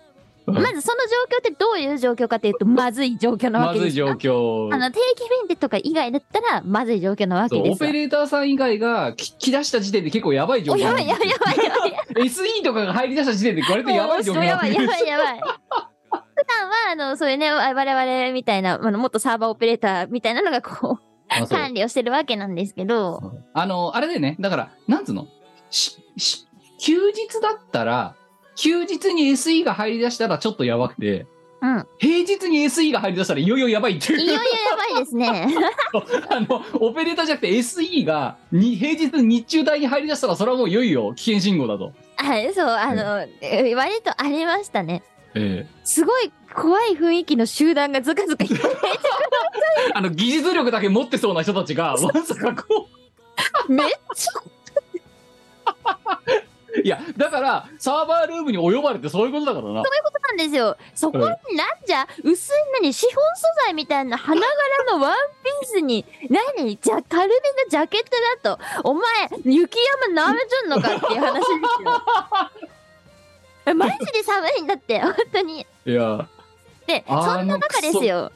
[SPEAKER 1] まずその状況ってどういう状況かっていうと、まずい状況なわ
[SPEAKER 3] ま
[SPEAKER 1] け
[SPEAKER 3] ず
[SPEAKER 1] で
[SPEAKER 3] い
[SPEAKER 1] すよ
[SPEAKER 3] 状況
[SPEAKER 1] あ。の、定期メンテとか以外だったら、まずい状況なわ
[SPEAKER 3] そ
[SPEAKER 1] け
[SPEAKER 3] う
[SPEAKER 1] で
[SPEAKER 3] オ
[SPEAKER 1] すよ
[SPEAKER 3] ペ。レーターさん以外が聞き出した時点で結構やばい状
[SPEAKER 1] お、
[SPEAKER 3] 況
[SPEAKER 1] やばいやばいやばいやばい。
[SPEAKER 3] SE とかが入り出した時点で割とやばい状況に
[SPEAKER 1] や
[SPEAKER 3] なっ
[SPEAKER 1] ば
[SPEAKER 3] て
[SPEAKER 1] い
[SPEAKER 3] る
[SPEAKER 1] やばいやばい。普段は、あの、そういうね、我々みたいな、あの、元サーバーオペレーターみたいなのがこ
[SPEAKER 3] あ
[SPEAKER 1] う、
[SPEAKER 3] そう
[SPEAKER 1] 管理をしてるわけなんですけど、
[SPEAKER 3] あの、あれだよね。だから、なんつうのしし休日だったら、休日に SE が入り出したらちょっとやばくて、
[SPEAKER 1] うん。
[SPEAKER 3] 平日に SE が入り出したらいよいよやばいっていう。
[SPEAKER 1] いよいよやばいですね。
[SPEAKER 3] あの、オペレーターじゃなくて SE がに平日日中帯に入り出したらそれはもういよいよ危険信号だと。
[SPEAKER 1] はい、そう、あの、え割とありましたね。
[SPEAKER 3] え
[SPEAKER 1] すごい怖い雰囲気の集団がずかずかいて、
[SPEAKER 3] え、 あの技術力だけ持ってそうな人たちが わんさかこ
[SPEAKER 1] めっち
[SPEAKER 3] ういやだからサーバールームに及ばれてそういうことだからな
[SPEAKER 1] ゃなんですよ。そこになんじゃ、薄い何、シフォン素材みたいな花柄のワンピースに、何、じゃ、軽めのジャケットだと、お前、雪山舐めちゃんのかっていう話ですよ。えマジで寒いんだって、本当に。
[SPEAKER 3] いや
[SPEAKER 1] で、
[SPEAKER 3] あー
[SPEAKER 1] そんな中ですよ。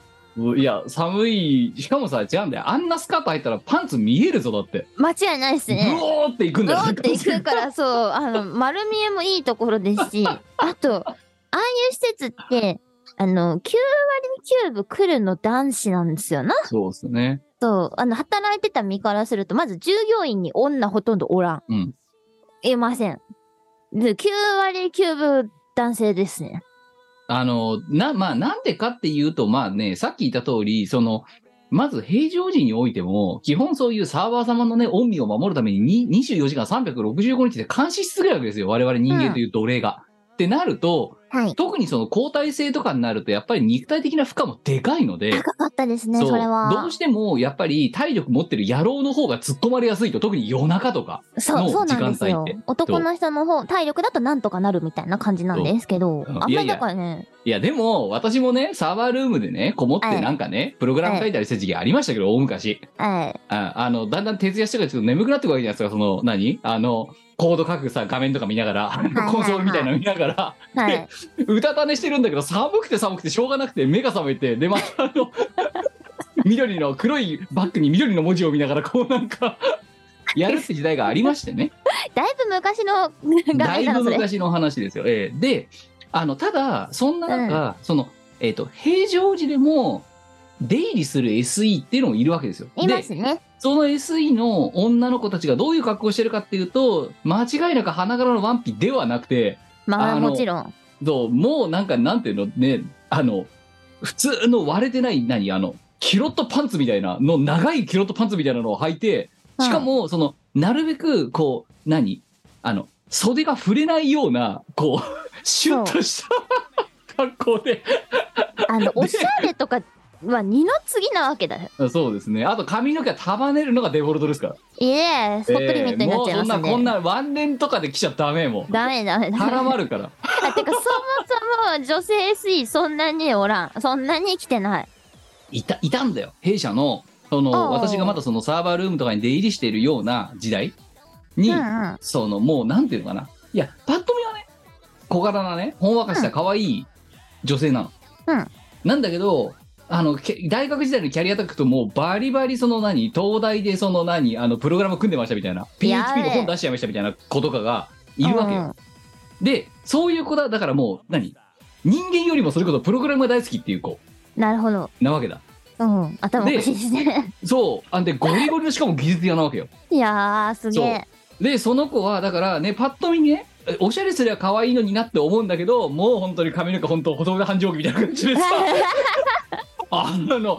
[SPEAKER 3] いや寒いしかもさ違うんだよあんなスカート入ったらパンツ見えるぞだって
[SPEAKER 1] 間違いないです
[SPEAKER 3] ブ
[SPEAKER 1] ね。
[SPEAKER 3] オーっていくん
[SPEAKER 1] ブ
[SPEAKER 3] だ
[SPEAKER 1] ロー
[SPEAKER 3] よ
[SPEAKER 1] っていくから、そう、あの、丸見えもいいところですし、あと、ああいう施設って、あの、9割9分来るの男子なんですよな。
[SPEAKER 3] そうっすね
[SPEAKER 1] そう、あの、働いてた身からすると、まず従業員に女ほとんどおらん。
[SPEAKER 3] うん
[SPEAKER 1] いません。で、9割9分男性ですね。
[SPEAKER 3] あのなまあなんでかっていうとまあねさっき言った通りそのまず平常時においても基本そういうサーバー様のね恩義を守るためにに24時間365日で監視し続けるわけですよ我々人間という奴隷が。ってなると
[SPEAKER 1] はい。
[SPEAKER 3] 特にその交代制とかになるとやっぱり肉体的な負荷もでかいので。
[SPEAKER 1] 高かったですね、
[SPEAKER 3] そ
[SPEAKER 1] そうれは。
[SPEAKER 3] どうしてもやっぱり体力持ってる野郎の方が突っ込まれやすいと特に夜中とか、
[SPEAKER 1] そう、
[SPEAKER 3] の
[SPEAKER 1] そうなんです
[SPEAKER 3] 時間
[SPEAKER 1] よ
[SPEAKER 3] 帯って。
[SPEAKER 1] 男の人の方、体力だとなんとかなるみたいな感じなんですけど、
[SPEAKER 3] そううん
[SPEAKER 1] あん
[SPEAKER 3] い
[SPEAKER 1] ま
[SPEAKER 3] や
[SPEAKER 1] り
[SPEAKER 3] いや
[SPEAKER 1] だからね、
[SPEAKER 3] いやでも私もねサーバールームでねこもってなんかね、プログラム書いたりした時期ありましたけど大昔、
[SPEAKER 1] はい。
[SPEAKER 3] ああの、だんだん徹夜してからちょっと眠くなってくるわけじゃないですか、その、何あの、コード書くさ、画面とか見ながら、
[SPEAKER 1] はい
[SPEAKER 3] コンソールみたいなの見ながら、
[SPEAKER 1] はい。
[SPEAKER 3] うたた寝してるんだけど、寒くて寒くてしょうがなくて、目が覚めて、で、また、あの、緑の黒いバッグに緑の文字を見ながらこうなんかやるって時代がありましてね
[SPEAKER 1] だいぶ昔の 画
[SPEAKER 3] だ
[SPEAKER 1] 面
[SPEAKER 3] い
[SPEAKER 1] だな、
[SPEAKER 3] ぶ
[SPEAKER 1] それ。
[SPEAKER 3] 昔の話ですよ。ええであのただそんな中、その、えっと平常時でも出入りする SE っていうのもいるわけですよ。
[SPEAKER 1] いま
[SPEAKER 3] です
[SPEAKER 1] ね。
[SPEAKER 3] その SE の女の子たちがどういう格好をしてるかっていうと間違いなく花柄のワンピではなくて
[SPEAKER 1] まあ、
[SPEAKER 3] あの
[SPEAKER 1] もちろん。
[SPEAKER 3] どうもうなんかなんていうのねあの普通の割れてない何あのキロットパンツみたいなの長いキロットパンツみたいなのを履いてしかも、その、なるべく、こう、何あの、袖が触れないような、こう、シュッとした格好で。
[SPEAKER 1] あの、おしゃれとかは二の次なわけだよ。
[SPEAKER 3] そうですね。あと髪の毛は束ねるのがデフォルトですから。
[SPEAKER 1] いえ、サプリメントになっちゃいます
[SPEAKER 3] えーもうそんな、こん
[SPEAKER 1] ね。
[SPEAKER 3] な、ワンレンとかで来ちゃダメ、も
[SPEAKER 1] ダメダメ
[SPEAKER 3] う。
[SPEAKER 1] ダメ。
[SPEAKER 3] 絡まるから。
[SPEAKER 1] あてか、そもそも女性 SE そんなにおらん。そんなに来てない。
[SPEAKER 3] いた、いたんだよ。弊社の、そ
[SPEAKER 1] おうお
[SPEAKER 3] の、
[SPEAKER 1] う
[SPEAKER 3] 私がまだそのサーバールームとかに出入りしているような時代に、
[SPEAKER 1] うんうん
[SPEAKER 3] その、もう、なんていうのかな。いや、パッと見はね、小柄なね、ほんわかした可愛い女性なの。
[SPEAKER 1] うん
[SPEAKER 3] なんだけど、あの、け大学時代のキャリアタックともうバリバリその何、東大でその何、あの、プログラム組んでましたみたいな、
[SPEAKER 1] やべえ
[SPEAKER 3] PHP の本出しちゃいましたみたいな子とかがいるわけよ。
[SPEAKER 1] うん
[SPEAKER 3] で、そういう子だ、だからもう、何人間よりもそれこそプログラムが大好きっていう子
[SPEAKER 1] なるほど。
[SPEAKER 3] なわけだ。
[SPEAKER 1] うん。頭おかしいですね。
[SPEAKER 3] そう。あんで、ゴリゴリのしかも技術屋なわけよ。
[SPEAKER 1] いやー、すげえ。
[SPEAKER 3] で、その子は、だからね、パッと見ね、えおしゃれすりゃ可愛いのになって思うんだけど、もう本当に髪の毛本当、ほとんど繁盛期みたいな感じ でさ、あんなの、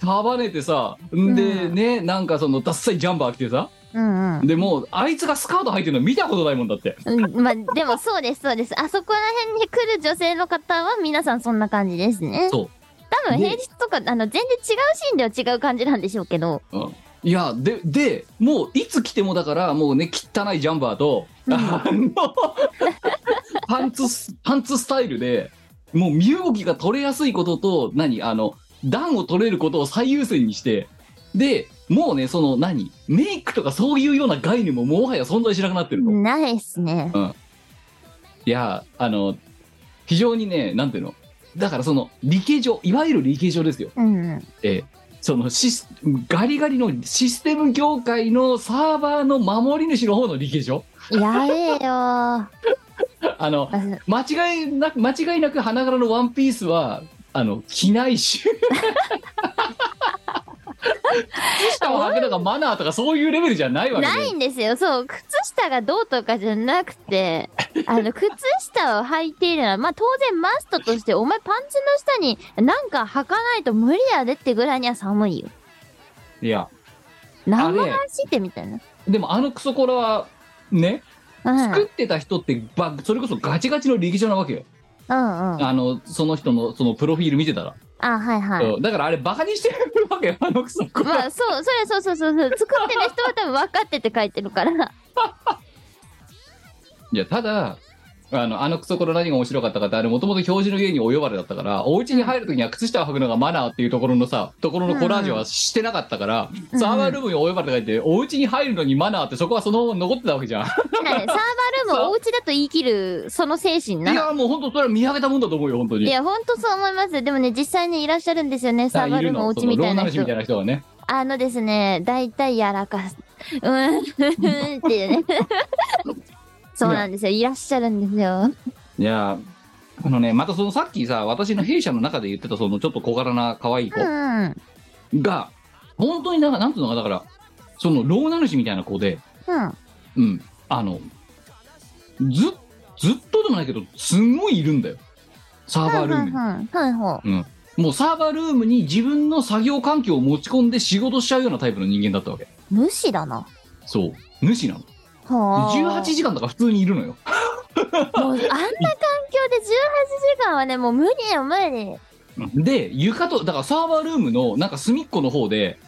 [SPEAKER 3] 束ねてさ、んで
[SPEAKER 1] うん
[SPEAKER 3] ね、なんかその、ダッサいジャンバー着てさ、
[SPEAKER 1] うんうん。
[SPEAKER 3] でもう、あいつがスカート履いてるの見たことないもんだって。
[SPEAKER 1] うん、まあでもそうですそうですあそこら辺に来る女性の方は皆さんそんな感じですね
[SPEAKER 3] そう
[SPEAKER 1] 多分
[SPEAKER 3] で
[SPEAKER 1] 平日とかあの全然違うシーンでは違う感じなんでしょうけど
[SPEAKER 3] うんいやででもういつ着てもだからもうね汚いジャンバーと、
[SPEAKER 1] うん
[SPEAKER 3] あのパンツスパンツスタイルでもう身動きが取れやすいことと何あの段を取れることを最優先にしてでもうねその何メイクとかそういうような概念ももはや存在しなくなってるの、い
[SPEAKER 1] ないっすね
[SPEAKER 3] やあの非常にねなんていうのだからその理系上いわゆる理系上ですよ
[SPEAKER 1] うんうん
[SPEAKER 3] ええそのシスガリガリのシステム業界のサーバーの守り主の方の理系でしょ
[SPEAKER 1] やべえよー
[SPEAKER 3] あの
[SPEAKER 1] あ
[SPEAKER 3] 間違いなく間違いなく花柄のワンピースはあの着ないし靴下を履くのがマナーとかそういうレベルじゃないわけで
[SPEAKER 1] ないんですよそう靴下がどうとかじゃなくてあ の靴下を履いているのはまあ当然マストとしてお前パンツの下になんか履かないと無理やでってぐらいには寒いよ
[SPEAKER 3] いや
[SPEAKER 1] 何もなしってみたいな
[SPEAKER 3] でもあのクソコラはね
[SPEAKER 1] うん
[SPEAKER 3] 作ってた人ってばそれこそガチガチの力場なわけよ
[SPEAKER 1] うんうんあ
[SPEAKER 3] あのその人のそのプロフィール見てたら、
[SPEAKER 1] はいはい
[SPEAKER 3] うんだからあれバカにしてるわけよあのクソコラ
[SPEAKER 1] まあそうそれそうそうそうそう作ってる人は多分分かってて書いてる から
[SPEAKER 3] いや、ただ、あの、あのクソコロ何が面白かったかって、あれ、もともと表示の家にお呼ばれだったから、お家に入るときには靴下を履くのがマナーっていうところのさ、ところのコラージュはしてなかったから、
[SPEAKER 1] うん
[SPEAKER 3] サーバールームにお呼ばれとか言って、お家に入るのにマナーってそこはそのまま残ってたわけじゃん。
[SPEAKER 1] なんかねサーバールームをお家だと言い切るその精神
[SPEAKER 3] い
[SPEAKER 1] な
[SPEAKER 3] や、もう本当それは見上げたもんだと思うよ、本当
[SPEAKER 1] い
[SPEAKER 3] に。
[SPEAKER 1] やほんとそう思いますでもね実際にいらっしゃるんですよねサ
[SPEAKER 3] さあ
[SPEAKER 1] ーバールームお
[SPEAKER 3] いる
[SPEAKER 1] 家
[SPEAKER 3] の
[SPEAKER 1] み
[SPEAKER 3] そ
[SPEAKER 1] たい
[SPEAKER 3] のロー
[SPEAKER 1] な
[SPEAKER 3] ナルシ
[SPEAKER 1] 人
[SPEAKER 3] みたいな人はね。
[SPEAKER 1] あのですね大体やらかすうーんうーんって いうねそうなんですよいらっしゃるんですよ
[SPEAKER 3] いや、あのね、またそのさっきさ、私の弊社の中で言ってた、そのちょっと小柄な可愛い子
[SPEAKER 1] うんうん
[SPEAKER 3] が、本当になんか、なんつうのか、だから、そのローナルシみたいな子で、
[SPEAKER 1] うん
[SPEAKER 3] うん、あのずずっとでもないけどすんごいいるんだよサーバールームに、
[SPEAKER 1] はいはいは
[SPEAKER 3] もうサーバールームに自分の作業環境を持ち込んで仕事しちゃうようなタイプの人間だったわけ
[SPEAKER 1] い無視だな
[SPEAKER 3] そう主なので
[SPEAKER 1] はあ
[SPEAKER 3] 18時間とか普通にいるのよ
[SPEAKER 1] もうあんな環境で18時間はねもう無理よ無理
[SPEAKER 3] で床とだからサーバールームのなんか隅っこの方で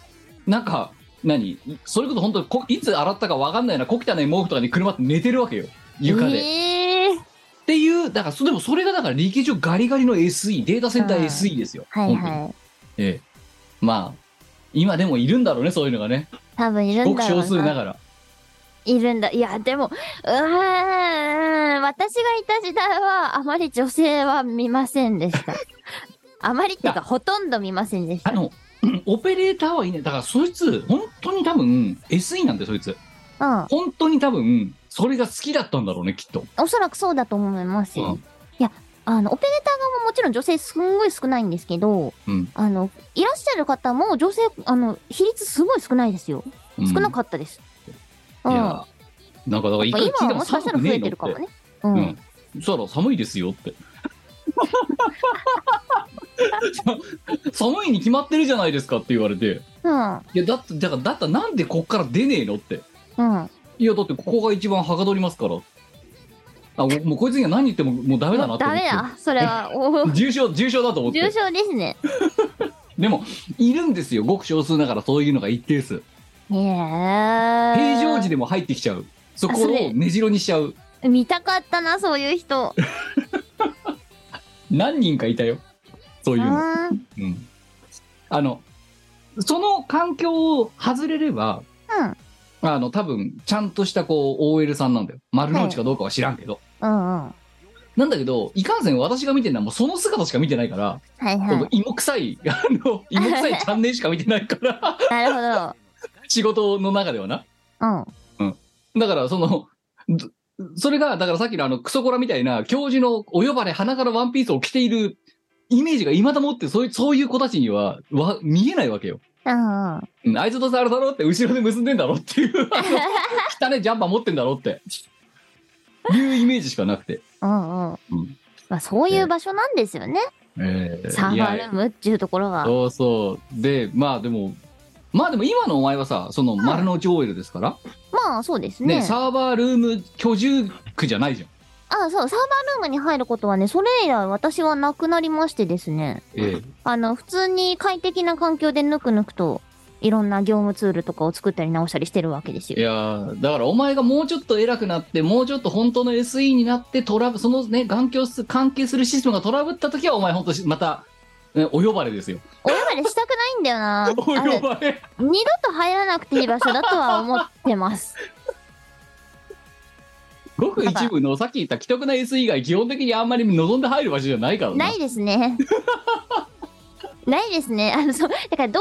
[SPEAKER 3] なんか何それこそ本当にこいつ洗ったかわかんないような小汚い毛布とかに車って寝てるわけよ床で、
[SPEAKER 1] えー
[SPEAKER 3] っていうだからそでもそれがだから力上ガリガリの SE データセンター SE ですよ、
[SPEAKER 1] はい
[SPEAKER 3] 本当に
[SPEAKER 1] はい
[SPEAKER 3] ええ、まあ今でもいるんだろうねそういうのがね
[SPEAKER 1] 多分いるん
[SPEAKER 3] 僕
[SPEAKER 1] だろ
[SPEAKER 3] 少
[SPEAKER 1] う
[SPEAKER 3] 数な
[SPEAKER 1] な
[SPEAKER 3] がら
[SPEAKER 1] いるんだいやでもうわーん私がいた時代はあまり 女性は見ませんでしたあまりっていうかほとんど見ませんでし
[SPEAKER 3] あ
[SPEAKER 1] た
[SPEAKER 3] の うん、オペレーターはいいね。だからそいつ、本当に多分、SE なんでそいつ。
[SPEAKER 1] うん。
[SPEAKER 3] 本当に多分、それが好きだったんだろうね、きっと。
[SPEAKER 1] おそらくそうだと思いますよ。
[SPEAKER 3] うん
[SPEAKER 1] いや、あの、オペレーター側ももちろん女性すんごい少ないんですけど、
[SPEAKER 3] うん
[SPEAKER 1] あの、いらっしゃる方も女性、あの、比率すごい少ないですよ。
[SPEAKER 3] うん
[SPEAKER 1] 少なかったです。う
[SPEAKER 3] い
[SPEAKER 1] ん。
[SPEAKER 3] や、なんかだから、一
[SPEAKER 1] まあ
[SPEAKER 3] 回聞い
[SPEAKER 1] 今
[SPEAKER 3] た
[SPEAKER 1] は
[SPEAKER 3] ら
[SPEAKER 1] もしか
[SPEAKER 3] 寒
[SPEAKER 1] したら
[SPEAKER 3] く
[SPEAKER 1] 増
[SPEAKER 3] ねえ
[SPEAKER 1] え
[SPEAKER 3] の
[SPEAKER 1] て
[SPEAKER 3] っ
[SPEAKER 1] るかも
[SPEAKER 3] て。
[SPEAKER 1] ね。うん。
[SPEAKER 3] うんそしたら寒いですよって。 寒いに決まってるじゃないですかって言われて。
[SPEAKER 1] うん。
[SPEAKER 3] いや、だって、だから、だったらなんでこっから出ねえのって。
[SPEAKER 1] うん。
[SPEAKER 3] いや、だってここが一番はかどりますから。あ、もうもうこいつには何言ってももうダメだ
[SPEAKER 1] もう
[SPEAKER 3] なって
[SPEAKER 1] ダ
[SPEAKER 3] 思っ
[SPEAKER 1] メだ。
[SPEAKER 3] て。
[SPEAKER 1] それは、お
[SPEAKER 3] 重症、重症だと思っ
[SPEAKER 1] 重
[SPEAKER 3] て。
[SPEAKER 1] 症です ね。
[SPEAKER 3] でも、いるんですよ。ごく少数だからそういうのが一定数。
[SPEAKER 1] へえ。
[SPEAKER 3] 平常時でも入ってきちゃう。そこ
[SPEAKER 1] あそれ
[SPEAKER 3] を根城にしちゃう。
[SPEAKER 1] 見たかったな、そういう人。
[SPEAKER 3] 何人かいたよ。そう
[SPEAKER 1] う
[SPEAKER 3] いうの。
[SPEAKER 1] ん。うん。
[SPEAKER 3] うん。あの、その環境を外れれば、あの、多分、ちゃんとしたこう、OL さんなんだよ。丸の内かどうかは知らんけど。
[SPEAKER 1] うんうん。
[SPEAKER 3] なんだけど、いかんせん私が見てるのはもうその姿しか見てないから、
[SPEAKER 1] はい
[SPEAKER 3] こ
[SPEAKER 1] は
[SPEAKER 3] の芋臭い、 あの、芋臭いチャンネルしか見てないから、
[SPEAKER 1] い。なる
[SPEAKER 3] 仕事の中ではな。
[SPEAKER 1] ほど。
[SPEAKER 3] だから、その、どそれが、だからさっきのあの、クソコラみたいな、教授のお呼ばれ、鼻からワンピースを着ているイメージが未だ持って、そういう、そういう子たちには、わ、見えないわけよ。
[SPEAKER 1] うん。うんうん。
[SPEAKER 3] うん、あいつとさ、あれだろって、後ろで結んでんだろっていう、 あの汚いジャンパー持ってんだろって、いうイメージしかなくて。
[SPEAKER 1] うんうん
[SPEAKER 3] うん。
[SPEAKER 1] まあ、そういう場所なんですよね。
[SPEAKER 3] えー
[SPEAKER 1] サー
[SPEAKER 3] い
[SPEAKER 1] ファ
[SPEAKER 3] や
[SPEAKER 1] ールームっていうところは。
[SPEAKER 3] そうそう。で、まあでも、まあでも今のお前はさ、その丸の内オイルですから、
[SPEAKER 1] まあ、そうです
[SPEAKER 3] ね
[SPEAKER 1] ね。
[SPEAKER 3] サーバールーム居住区じゃないじゃん。
[SPEAKER 1] あ、そう、サーバールームに入ることはね、それ以来私はなくなりましてですね。
[SPEAKER 3] え
[SPEAKER 1] あの、普通に快適な環境でぬくぬくと、いろんな業務ツールとかを作ったり直したりしてるわけです
[SPEAKER 3] い
[SPEAKER 1] よ。
[SPEAKER 3] やーだからお前がもうちょっと偉くなって、もうちょっと本当の SE になって、トラブそのね、環境す関係するシステムがトラブった時は、お前本当しまた、ね、お呼ばれですよ。
[SPEAKER 1] お呼ばれしたくないんだよな。
[SPEAKER 3] お呼
[SPEAKER 1] あれ
[SPEAKER 3] ばれ。
[SPEAKER 1] 二度と入らなくていい場所だとは思って ます。
[SPEAKER 3] ごく一部のさっき言った既得な SE 以外、基本的にあんまり望んで入る場所じゃないから
[SPEAKER 1] ないですね。ないですね。あの、そう、だから同業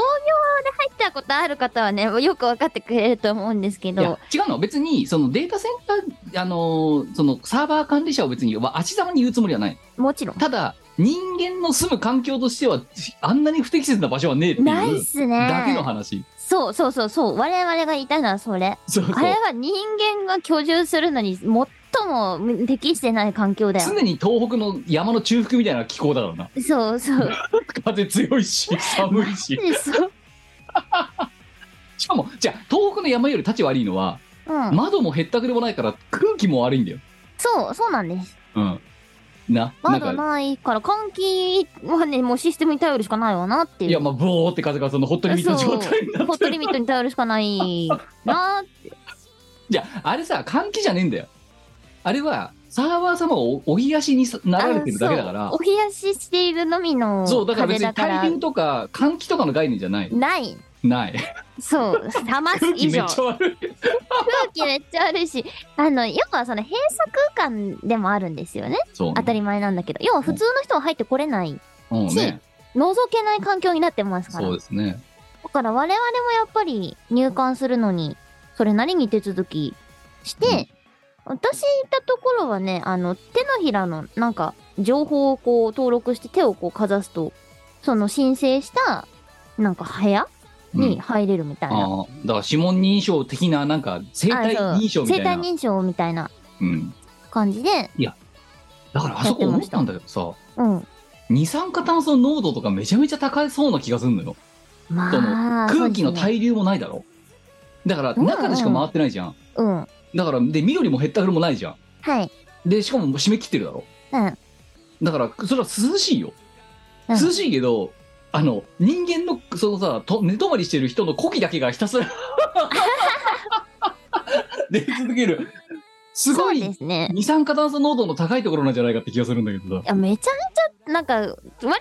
[SPEAKER 1] で入ったことある方はね、よく分かってくれると思うんですけ
[SPEAKER 3] いや
[SPEAKER 1] ど。
[SPEAKER 3] 違うの別にそのデータセンター、あのーそのサーバー管理者を別にわあしざまに言うつもりはない
[SPEAKER 1] もちろん。
[SPEAKER 3] ただ人間の住む環境としてはあんなに不適切な場所はねえってい
[SPEAKER 1] ないっ
[SPEAKER 3] う
[SPEAKER 1] すね。
[SPEAKER 3] だけの話
[SPEAKER 1] そうそうそうそう。我々が言いたいのはそれ。
[SPEAKER 3] そうそう
[SPEAKER 1] あれは人間が居住するのに最も適してない環境だよ。
[SPEAKER 3] 常に東北の山の中腹みたいな気候だからな
[SPEAKER 1] そうそう。
[SPEAKER 3] 風強 いし寒いし
[SPEAKER 1] でそう。
[SPEAKER 3] しかもじゃあ東北の山より立ち悪いのは
[SPEAKER 1] うん。
[SPEAKER 3] 窓もへったくれもないから空気も悪いんだよ
[SPEAKER 1] そう、そうなんです。
[SPEAKER 3] うんななん
[SPEAKER 1] 窓
[SPEAKER 3] か
[SPEAKER 1] ないから、換気はね、もうシステムに頼るしかないわなっていう。
[SPEAKER 3] いやまあボーって風がそのほっとりみたいな状態にな
[SPEAKER 1] ホ
[SPEAKER 3] っ
[SPEAKER 1] ット
[SPEAKER 3] て
[SPEAKER 1] リ
[SPEAKER 3] る
[SPEAKER 1] ミットに頼るしかないな
[SPEAKER 3] じゃあ、あれさ、換気じゃねえんだよ。あれは、サーバー様をお冷やしにさなられてるだけだから
[SPEAKER 1] そう、お冷やししているのみの
[SPEAKER 3] そう、だから
[SPEAKER 1] 風
[SPEAKER 3] 別に
[SPEAKER 1] だか
[SPEAKER 3] 大
[SPEAKER 1] ら
[SPEAKER 3] 輪とか換気とかの概念じゃない。
[SPEAKER 1] ない
[SPEAKER 3] ない。
[SPEAKER 1] そう冷ます
[SPEAKER 3] 空気
[SPEAKER 1] 以
[SPEAKER 3] めっ
[SPEAKER 1] 上
[SPEAKER 3] ちゃ悪い。
[SPEAKER 1] 空気めっちゃあるしあの要はその閉鎖空間でもあるんですよね
[SPEAKER 3] そう。
[SPEAKER 1] 当たり前なんだけど要は普通の人は入ってこれない
[SPEAKER 3] うんね。
[SPEAKER 1] 覗けない環境になってますから
[SPEAKER 3] そう
[SPEAKER 1] だ
[SPEAKER 3] ですね。
[SPEAKER 1] から我々もやっぱり入館するのにそれなりに手続きして、私行ったところはねあの手のひらのなんか情報をこう登録して手をこうかざすとその申請したなんか部屋
[SPEAKER 3] うん
[SPEAKER 1] に入れるみたいな、
[SPEAKER 3] ああ、だから指紋認証的な、なんか、生体
[SPEAKER 1] あ
[SPEAKER 3] 認
[SPEAKER 1] そ
[SPEAKER 3] 証
[SPEAKER 1] う
[SPEAKER 3] みた
[SPEAKER 1] 生
[SPEAKER 3] い
[SPEAKER 1] 体
[SPEAKER 3] な。
[SPEAKER 1] 認証みたいな
[SPEAKER 3] うん。
[SPEAKER 1] 感じで
[SPEAKER 3] だから、あそこ思ったんだけどさ、
[SPEAKER 1] うん
[SPEAKER 3] 二酸化炭素濃度とかめちゃめちゃ高そうな気がするのよ。そ
[SPEAKER 1] ま
[SPEAKER 3] の
[SPEAKER 1] あ
[SPEAKER 3] 空気の
[SPEAKER 1] そうですね
[SPEAKER 3] 対流もないだろ。だから、
[SPEAKER 1] うんうん
[SPEAKER 3] 中でしか回ってないじゃん。
[SPEAKER 1] うんは
[SPEAKER 3] だから、で、緑もヘッダフルもないじゃん。
[SPEAKER 1] い
[SPEAKER 3] でしかももう締め切ってるだろ
[SPEAKER 1] うん
[SPEAKER 3] だからそれは涼しいよ
[SPEAKER 1] うん
[SPEAKER 3] 涼しいけど、あの人間のそのさと寝泊まりしてる人の呼気だけがひ たすら 出続けるすご
[SPEAKER 1] そうで
[SPEAKER 3] い
[SPEAKER 1] すね
[SPEAKER 3] 二酸化炭素濃度の高いところなんじゃないかって気がするんだけどさだ
[SPEAKER 1] い
[SPEAKER 3] か
[SPEAKER 1] やめちゃめちゃなんか割ととんでも環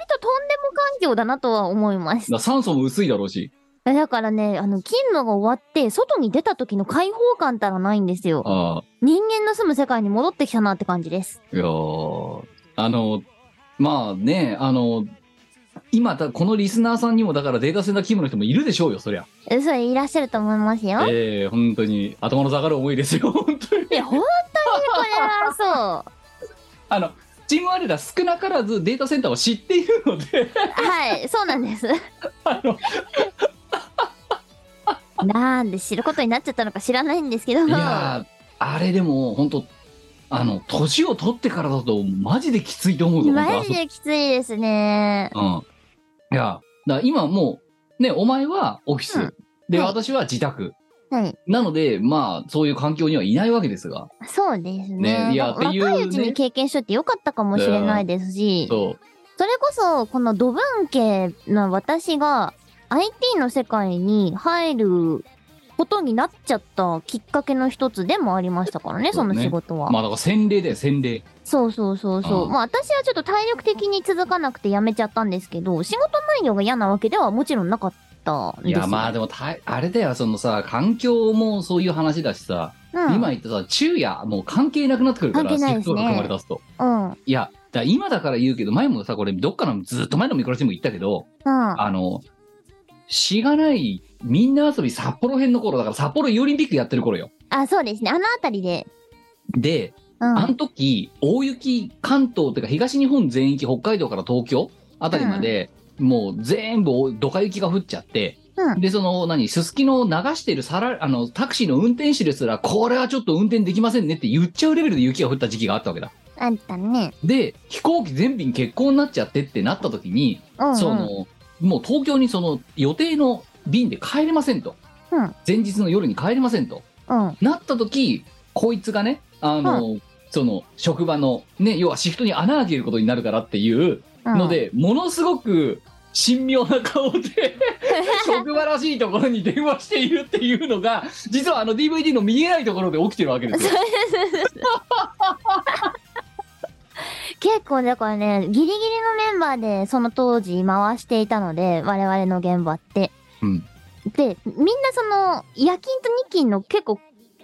[SPEAKER 1] 境だなとは思います
[SPEAKER 3] ら酸素も薄いだろうし
[SPEAKER 1] だからねあの勤務が終わって外に出た時の開放感たらないんですよ
[SPEAKER 3] あ
[SPEAKER 1] 人間の住む世界に戻ってきたなって感じです
[SPEAKER 3] あいやーあのまあねあの今だ、このリスナーさんにも、だからデータセンター勤務の人もいるでしょうよ、そりゃ。
[SPEAKER 1] 嘘いらっしゃると思いますよ。
[SPEAKER 3] ええ本当に、頭の下がる思いですよ、 本当に。
[SPEAKER 1] いや、本当にこれはそう。
[SPEAKER 3] あの、チーム我ら少なからずデータセンターを知っているので、
[SPEAKER 1] はい、そうなんです。
[SPEAKER 3] あの、
[SPEAKER 1] なんで知ることになっちゃったのか知らないんですけど
[SPEAKER 3] いやーあれでも本当あの年を取ってからだとマジできついと思うぞ本当
[SPEAKER 1] マジできついですね。
[SPEAKER 3] あそうんいやだから今もうねお前はオフィス、
[SPEAKER 1] うん
[SPEAKER 3] で、
[SPEAKER 1] はい
[SPEAKER 3] 私は自宅
[SPEAKER 1] はい、
[SPEAKER 3] なのでまあそういう環境にはいないわけですが
[SPEAKER 1] そうですね。
[SPEAKER 3] ねいや
[SPEAKER 1] なんか
[SPEAKER 3] っていうね
[SPEAKER 1] 若いうちに経験しといてよかったかもしれないですし、そ
[SPEAKER 3] そう
[SPEAKER 1] れこそ、この土文系の私が IT の世界に入ることになっちゃったきっかけの一つでもありましたからね、
[SPEAKER 3] そ
[SPEAKER 1] そう
[SPEAKER 3] ね
[SPEAKER 1] の仕事は。
[SPEAKER 3] まあだから洗礼だよ洗礼
[SPEAKER 1] そうそうそうそう。
[SPEAKER 3] うん
[SPEAKER 1] まあ私はちょっと体力的に続かなくて辞めちゃったんですけど、仕事内容が嫌なわけではもちろんなかったんです
[SPEAKER 3] いやまあ
[SPEAKER 1] あ、
[SPEAKER 3] でもたあれだよそのさ環境もそういう話だしさ、
[SPEAKER 1] うん、
[SPEAKER 3] 今言ったさ昼夜もう関係なくなってくるから
[SPEAKER 1] 関係ないですね
[SPEAKER 3] シフトが組まれ出すと
[SPEAKER 1] うん。うん。
[SPEAKER 3] いやだから今だから言うけど前もさこれどっかのずっと前の見殺しでも言ったけど、あの、しがない、みんな遊び札幌編の頃、だから札幌ユーリンピックやってる頃よ。
[SPEAKER 1] あ、そうですね。あのあたりで。
[SPEAKER 3] で、
[SPEAKER 1] うん。
[SPEAKER 3] あの時、大雪、関東っていうか東日本全域、北海道から東京あたりまで、もう全部おドカ雪が降っちゃって、
[SPEAKER 1] うん
[SPEAKER 3] で、その、何、すすきのを流してるサラ、あの、タクシーの運転手ですら、これはちょっと運転できませんねって言っちゃうレベルで雪が降った時期があったわけだ。
[SPEAKER 1] あったね。
[SPEAKER 3] で、飛行機全便欠航になっちゃってってなった時に、
[SPEAKER 1] うん、うん。
[SPEAKER 3] そのもう東京にその予定の便で帰れませんと、
[SPEAKER 1] うん
[SPEAKER 3] 前日の夜に帰れませんと
[SPEAKER 1] うん。
[SPEAKER 3] なった時こいつがねあの、その職場のね要はシフトに穴開けることになるからっていう
[SPEAKER 1] うん。
[SPEAKER 3] ので、ものすごく神妙な顔 で職場らしいところに電話しているっていうのが実はあの DVD の見えないところで起きてるわけですよ。
[SPEAKER 1] 結構だからね、ギリギリのメンバーでその当時回していたので、我々の現場って。
[SPEAKER 3] うん
[SPEAKER 1] で、みんなその、夜勤と日勤の結構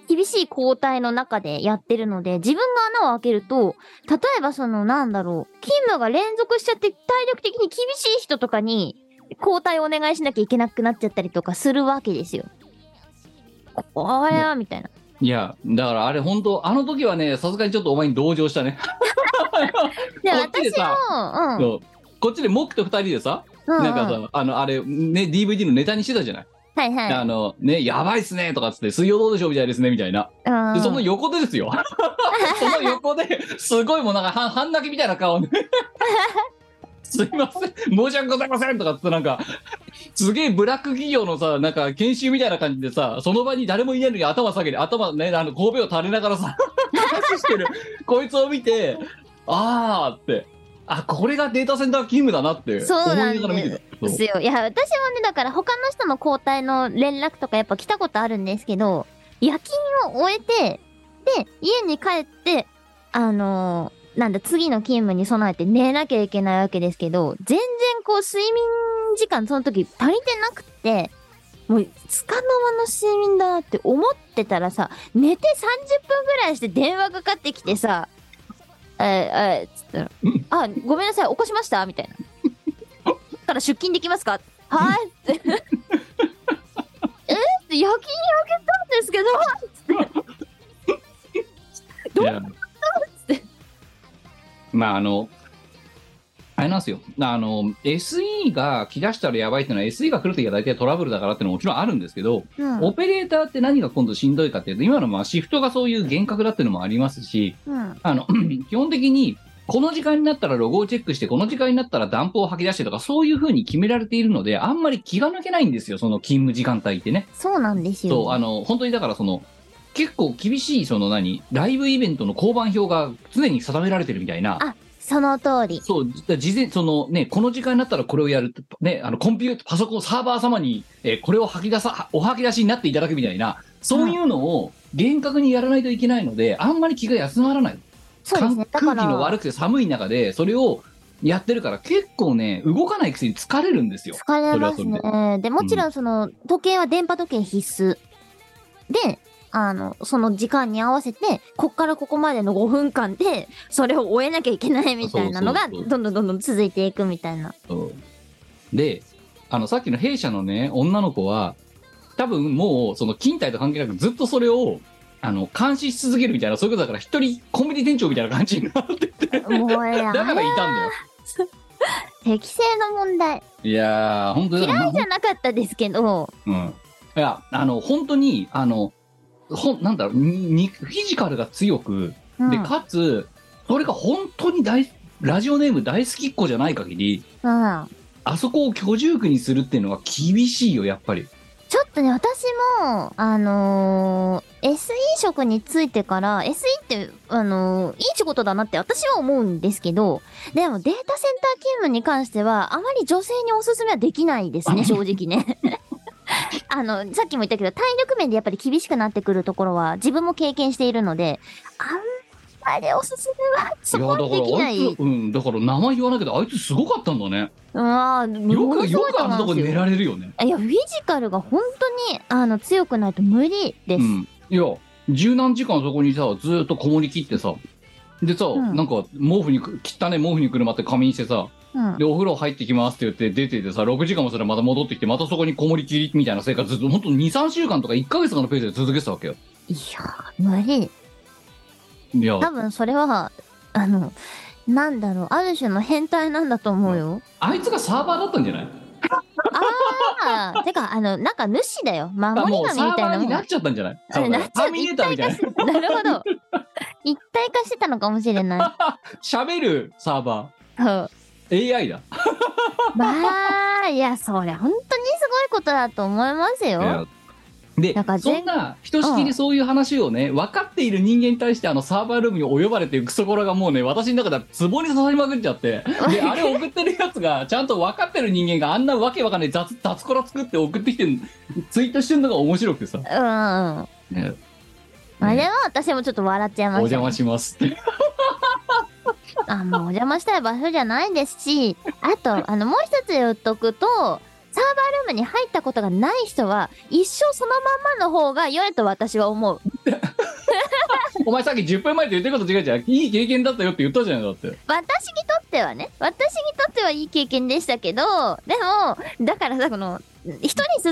[SPEAKER 1] 厳しい交代の中でやってるので、自分が穴を開けると、例えばその、なんだろう、勤務が連続しちゃって体力的に厳しい人とかに、交代お願いしなきゃいけなくなっちゃったりとかするわけですよ。これは、みたいな。
[SPEAKER 3] いやだからあれ本当あの時はねさすがにちょっとお前に同情したね。
[SPEAKER 1] で、
[SPEAKER 3] こっちで
[SPEAKER 1] 私も、う
[SPEAKER 3] さ
[SPEAKER 1] ん。
[SPEAKER 3] そうこっちでモックと二人でさ
[SPEAKER 1] うん
[SPEAKER 3] なんか
[SPEAKER 1] うん
[SPEAKER 3] さ、あの、あれ、ね、DVD のネタにしてたじゃない。
[SPEAKER 1] はいはい。
[SPEAKER 3] あの、ね、やばいっすね、とかっつって、水曜どうでしょうみたいですね、みたいな。
[SPEAKER 1] うん
[SPEAKER 3] で、その横でですよ。 その横で、すごいもうなんか半、半泣きみたいな顔ね。 すいません、申し訳ございませんとかっつって、なんか、すげえブラック企業のさ、なんか研修みたいな感じでさ、その場に誰もいないのに頭下げて、頭ね、あの、神戸を垂れながらさ、話してる、こいつを見て、あーって、あ、これがデータセンター勤務だなって、
[SPEAKER 1] そう
[SPEAKER 3] 思い
[SPEAKER 1] なん
[SPEAKER 3] な
[SPEAKER 1] です
[SPEAKER 3] がら見てた。そう
[SPEAKER 1] ですよ。いや、私もね、だから他の人の交代の連絡とかやっぱ来たことあるんですけど、夜勤を終えて、で、家に帰って、あのーなんだ、次の勤務に備えて寝なきゃいけないわけですけど、全然こう睡眠時間その時足りてなくて、もう、つかの間の睡眠だなって思ってたらさ、寝て30分ぐらいして電話かかってきてさ、えー、えー、つったら、あ、ごめんなさい、起こしましたみたいな。から出勤できますかはい って。えって夜勤焼けたんですけどどう
[SPEAKER 3] いや
[SPEAKER 1] て
[SPEAKER 3] まああのあれなんですよあの SE が来だしたらやばいっていうのは SE が来るときは大体トラブルだからっていうのももちろんあるんですけど、
[SPEAKER 1] うん
[SPEAKER 3] オペレーターって何が今度しんどいかっていうと今のまあシフトがそういう幻覚だっていうのもありますし
[SPEAKER 1] うん
[SPEAKER 3] あの基本的にこの時間になったらロゴをチェックしてこの時間になったらダンプを吐き出してとかそういうふうに決められているのであんまり気が抜けないんですよその勤務時間帯ってね。
[SPEAKER 1] そうなんですよ。
[SPEAKER 3] そうあの本当にだからその結構厳しいその何ライブイベントの交番表が常に定められてるみたいな
[SPEAKER 1] あその通り。
[SPEAKER 3] そうじ事前そのねこの時間になったらこれをやるねあのコンピュータパソコンサーバー様に、えーこれを吐き出さお吐き出しになっていただくみたいなそういうのを厳格にやらないといけないのであんまり気が休まらない、
[SPEAKER 1] そうですね。だか
[SPEAKER 3] 空気の
[SPEAKER 1] ら、
[SPEAKER 3] 悪くて寒い中でそれをやってるから結構ね動かないくせに疲れるんですよ。
[SPEAKER 1] 疲れます
[SPEAKER 3] それはそ
[SPEAKER 1] ね。で、もちろんその、時計は電波時計必須。で、あの、その時間に合わせて、こっからここまでの5分間で、それを終えなきゃいけないみたいなのが、
[SPEAKER 3] そうそうそう
[SPEAKER 1] どんどんどんどん続いていくみたいな。
[SPEAKER 3] そうで、あの、さっきの弊社のね、女の子は、多分もう、その、勤怠と関係なくずっとそれを、あの、監視し続けるみたいな、そういうことだから、一人、コンビニ店長みたいな感じになってて、だ
[SPEAKER 1] もうや、
[SPEAKER 3] からいたんだよ。
[SPEAKER 1] 適性の問題。
[SPEAKER 3] いやー、本当にだから、
[SPEAKER 1] じゃなかったですけど、
[SPEAKER 3] うん。いや、あの、本当に、あの、ほん、なんだろう、ににフィジカルが強く、
[SPEAKER 1] うん、
[SPEAKER 3] で、かつ、それが本当に大、ラジオネーム大好きっ子じゃない限り、
[SPEAKER 1] うん、
[SPEAKER 3] あそこを居住区にするっていうのは厳しいよ、やっぱり。
[SPEAKER 1] ちょっとね、私も、あのー SE 職についてから、SE って、あのーいい仕事だなって私は思うんですけど、でもデータセンター勤務に関しては、あまり女性におすすめはできないです ね、正直ね。 あの、さっきも言ったけど、体力面でやっぱり厳しくなってくるところは、自分も経験しているので、あんまりおすすめは、そこはできな
[SPEAKER 3] あ
[SPEAKER 1] い。
[SPEAKER 3] いつ、うん、だから名前言わないけど、あいつすごかったんだね。
[SPEAKER 1] うわー
[SPEAKER 3] よ
[SPEAKER 1] もの
[SPEAKER 3] く、
[SPEAKER 1] す
[SPEAKER 3] よ
[SPEAKER 1] ごい
[SPEAKER 3] く
[SPEAKER 1] と
[SPEAKER 3] あ
[SPEAKER 1] 思
[SPEAKER 3] のとこ
[SPEAKER 1] うんです
[SPEAKER 3] 寝られるよね。
[SPEAKER 1] いや、フィジカルが本当に、あの、強くないと無理です。
[SPEAKER 3] うん。いや、十何時間そこにさ、ずーっとこもりきってさ、でさ、
[SPEAKER 1] ん
[SPEAKER 3] なんか、毛布にく、汚ね毛布にくるまって仮眠してさ、
[SPEAKER 1] うん。
[SPEAKER 3] で、お風呂入ってきますって言って出ててさ、6時間もそれまた戻ってきて、またそこにこもりきりみたいな生活ずっと、ほんと2、3週間とか1ヶ月とかのペースで続けてたわけよ。
[SPEAKER 1] いやー、無理。
[SPEAKER 3] いや、
[SPEAKER 1] 多分それは、あの、なんだろう、ある種の変態なんだと思うよ。
[SPEAKER 3] あいつがサーバーだったんじゃない
[SPEAKER 1] ああ、てか、あの、なんか主だよ。
[SPEAKER 3] あ
[SPEAKER 1] 守
[SPEAKER 3] も
[SPEAKER 1] り
[SPEAKER 3] うサ
[SPEAKER 1] 神み
[SPEAKER 3] ー
[SPEAKER 1] た
[SPEAKER 3] バ
[SPEAKER 1] いな
[SPEAKER 3] ーに
[SPEAKER 1] もん。
[SPEAKER 3] な
[SPEAKER 1] あ
[SPEAKER 3] っちゃったんじゃない
[SPEAKER 1] なっちゃっ
[SPEAKER 3] ターミネーターみたいな。
[SPEAKER 1] なるほど。一体化してたのかもしれない。
[SPEAKER 3] 喋るサーバ
[SPEAKER 1] そう
[SPEAKER 3] ー。AI だ。
[SPEAKER 1] まあ、いや、そりゃ本当にすごいことだと思います
[SPEAKER 3] い
[SPEAKER 1] よ。
[SPEAKER 3] やで
[SPEAKER 1] なんか、
[SPEAKER 3] そ
[SPEAKER 1] 全
[SPEAKER 3] んな、ひとしきりそういう話をね、分かっている人間に対して、あの、サーバールームに及ばれてるクソコラがもうね、私の中ではツボに刺さりまくっちゃって、 で、あれ送ってるやつが、ちゃんと分かってる人間があんなわけわかんない雑、雑コラ作って送ってきてる、ツイートしてるのが面白くてさ、
[SPEAKER 1] うん。あ
[SPEAKER 3] ね
[SPEAKER 1] れは私もちょっと笑っちゃい
[SPEAKER 3] お
[SPEAKER 1] まし
[SPEAKER 3] 邪
[SPEAKER 1] たね
[SPEAKER 3] 魔。しますって。
[SPEAKER 1] あ、もうお邪魔したい場所じゃないですし、あと、あの、もう一つ言っとくと、サーバールームに入ったことがない人は、一生そのまんまの方が良いと私は思う。
[SPEAKER 3] お前さっき10分前と言ってること違うじゃん。いい経験だったよって言ったじゃないだって。
[SPEAKER 1] 私にとってはね、私にとってはいい経験でしたけど、でも、だからさ、この、人に勧め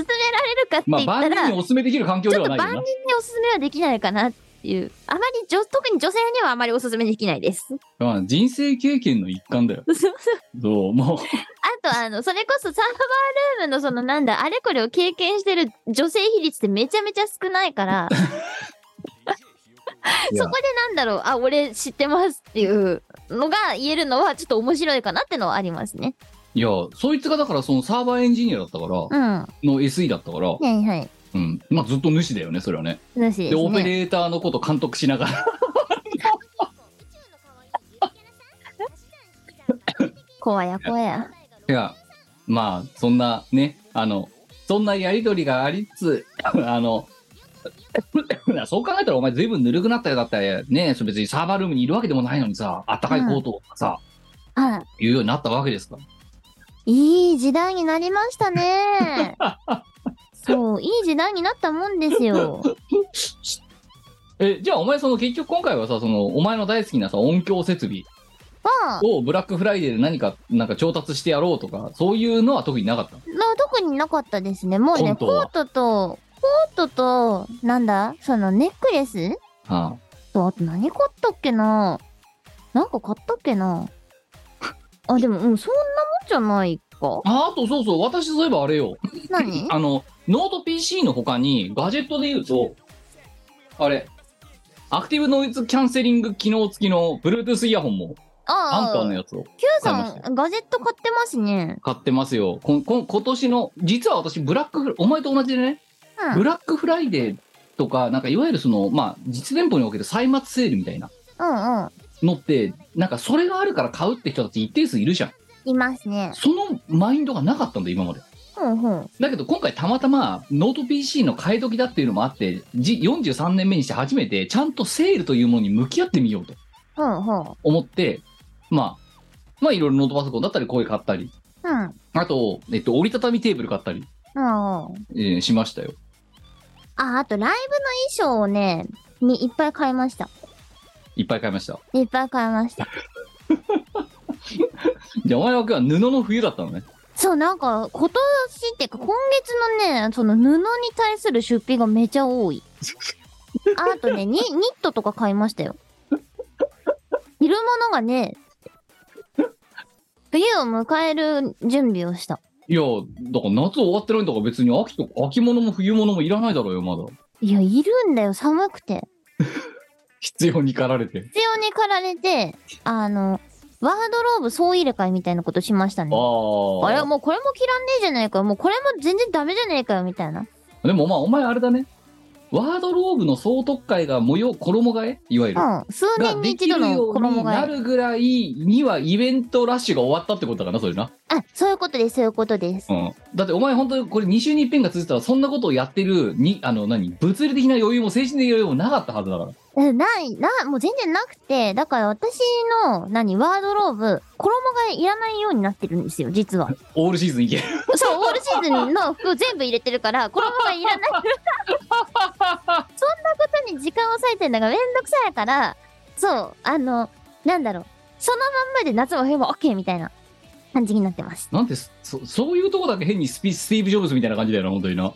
[SPEAKER 1] られるかって
[SPEAKER 3] ま
[SPEAKER 1] 言
[SPEAKER 3] あ、
[SPEAKER 1] った
[SPEAKER 3] 万人
[SPEAKER 1] ら、
[SPEAKER 3] にお勧めできる環境
[SPEAKER 1] ち
[SPEAKER 3] で
[SPEAKER 1] ょっ
[SPEAKER 3] は
[SPEAKER 1] と
[SPEAKER 3] ない
[SPEAKER 1] 万
[SPEAKER 3] よ
[SPEAKER 1] 人
[SPEAKER 3] な
[SPEAKER 1] に。お勧めはできないかなっていう。あまり女、特に女性にはあまりお勧めできないです。
[SPEAKER 3] まあ、人生経験の一環だよ。そう、もう。
[SPEAKER 1] あと、あの、それこそサーバールームのそのなんだ、あれこれを経験してる女性比率ってめちゃめちゃ少ないから、
[SPEAKER 3] いや
[SPEAKER 1] そこでなんだろう、あ、俺知ってますっていうのが言えるのはちょっと面白いかなってのはありますね。
[SPEAKER 3] いや、そいつがだからそのサーバーエンジニアだったから、の
[SPEAKER 1] うん。は
[SPEAKER 3] SE だったから、
[SPEAKER 1] いはい。
[SPEAKER 3] うん。まあずっと主だよね、それはね。
[SPEAKER 1] なしで
[SPEAKER 3] で、
[SPEAKER 1] す
[SPEAKER 3] オペ
[SPEAKER 1] ね。
[SPEAKER 3] レーターのこと監督しながら、
[SPEAKER 1] 怖や怖や。
[SPEAKER 3] いや、まあそんなね、あの、そんなやりとりがありつつ、 あの、そう考えたらお前随分ぬるくなったよだってね、そう別にサーバールームにいるわけでもないのにさ、あったかいコートをさ、
[SPEAKER 1] あ、
[SPEAKER 3] 言うようになったわけですから。
[SPEAKER 1] いい時代になりました ね。そう、いい時代になったもんですよ。
[SPEAKER 3] え、じゃあお前その結局今回はさ、そのお前の大好きなさ、音響設備
[SPEAKER 1] まあ、
[SPEAKER 3] をブラックフライデーで何か、なんか調達してやろうとか、そういうのは特になかったの
[SPEAKER 1] まあ、特になかったですね。もうね、
[SPEAKER 3] コント
[SPEAKER 1] コ
[SPEAKER 3] は
[SPEAKER 1] ートと、コートと、なんだそのネックレス
[SPEAKER 3] ああ
[SPEAKER 1] と、あと何買ったっけななんか買ったっけ なあ、でも、うん、そんなもんじゃないか
[SPEAKER 3] ああとそうそう、私そういえばあれよ。
[SPEAKER 1] 何
[SPEAKER 3] あの、ノート PC の他に、ガジェットで言うと、あれ、アクティブノイズキャンセリング機能付きの Bluetooth イヤホンも、アンカー
[SPEAKER 1] あ
[SPEAKER 3] の
[SPEAKER 1] あ、
[SPEAKER 3] やつを
[SPEAKER 1] Q
[SPEAKER 3] 買いまし
[SPEAKER 1] さん、ガジェット買ってますね。
[SPEAKER 3] 買ってますよ。こんこん今年の、実は私、ブラックフラお前と同じでね、
[SPEAKER 1] う
[SPEAKER 3] ブ
[SPEAKER 1] ん。
[SPEAKER 3] ラックフライデーとか、なんかいわゆるその、まあ、実店舗における歳末セールみたいな
[SPEAKER 1] うんうん。
[SPEAKER 3] のって、なんかそれがあるから買うって人たち一定数いるじゃん。
[SPEAKER 1] いますね。
[SPEAKER 3] そのマインドがなかったんだ、今まで。
[SPEAKER 1] ほうほう。
[SPEAKER 3] だけど今回たまたまノート PC の買い時だっていうのもあってじ43年目にして初めてちゃんとセールというものに向き合ってみようと
[SPEAKER 1] ほうほう。
[SPEAKER 3] 思ってまあまあいろいろノートパソコンだったり声買ったり
[SPEAKER 1] うん。うん
[SPEAKER 3] あと、えっと、折りたたみテーブル買ったり、
[SPEAKER 1] うん。
[SPEAKER 3] えーしましたよ
[SPEAKER 1] あ、あと、ライブの衣装をね、にいっぱい買いました。
[SPEAKER 3] いっぱい買いました
[SPEAKER 1] いっぱい買いました。
[SPEAKER 3] じゃあお前は今日は布の冬だったのね
[SPEAKER 1] そそう、なんか、今年ってか、今月のね、その布に対する出費がめちゃ多い。あとね、にニットとか買いましたよ。着るものがね、冬を迎える準備をした。
[SPEAKER 3] いや、だから夏終わってないんだから別に秋と秋物も冬物もいらないだろうよ、まだ。
[SPEAKER 1] いや、いるんだよ、寒くて。
[SPEAKER 3] 必要に駆られて。
[SPEAKER 1] 必要に駆られて、あの、ワードローブ総入れ替えみたいなことしましたね。
[SPEAKER 3] あ
[SPEAKER 1] あれ
[SPEAKER 3] あ。
[SPEAKER 1] もうこれも着らんねえじゃねえかよ。もうこれも全然ダメじゃねえかよ、みたいな。
[SPEAKER 3] でもまあ、お前あれだね。ワードローブの総特会が模様、衣替えいわゆる。
[SPEAKER 1] うん。数
[SPEAKER 3] が
[SPEAKER 1] 年
[SPEAKER 3] で
[SPEAKER 1] に
[SPEAKER 3] き
[SPEAKER 1] 一度
[SPEAKER 3] る
[SPEAKER 1] の
[SPEAKER 3] よう
[SPEAKER 1] 衣
[SPEAKER 3] に
[SPEAKER 1] 替
[SPEAKER 3] な
[SPEAKER 1] え。
[SPEAKER 3] るぐらいにはイベントラッシュが終わったってことだからな、それな。
[SPEAKER 1] あ、そういうことです、そういうことです。
[SPEAKER 3] うん。だってお前本当にこれ2週に一遍が続いてたら、そんなことをやってる、に、あの、何、物理的な余裕も精神的な余裕もなかったはずだから。
[SPEAKER 1] えない、な、もう全然なくて、だから私の、何、ワードローブ、衣替えいらないようになってるんですよ、実 は。
[SPEAKER 3] オールシーズンいけ。
[SPEAKER 1] そう、オールシーズンの服全部入れてるから、衣替えいらない。そんなことに時間を割いてるのがめんどくさいから、そう、あの、なんだろう、そのまんまで夏も冬も OK みたいな感じになってます。
[SPEAKER 3] なんてそ、そういうとこだけ変にスピスティーブ・ジョブズみたいな感じだよな、本当にな。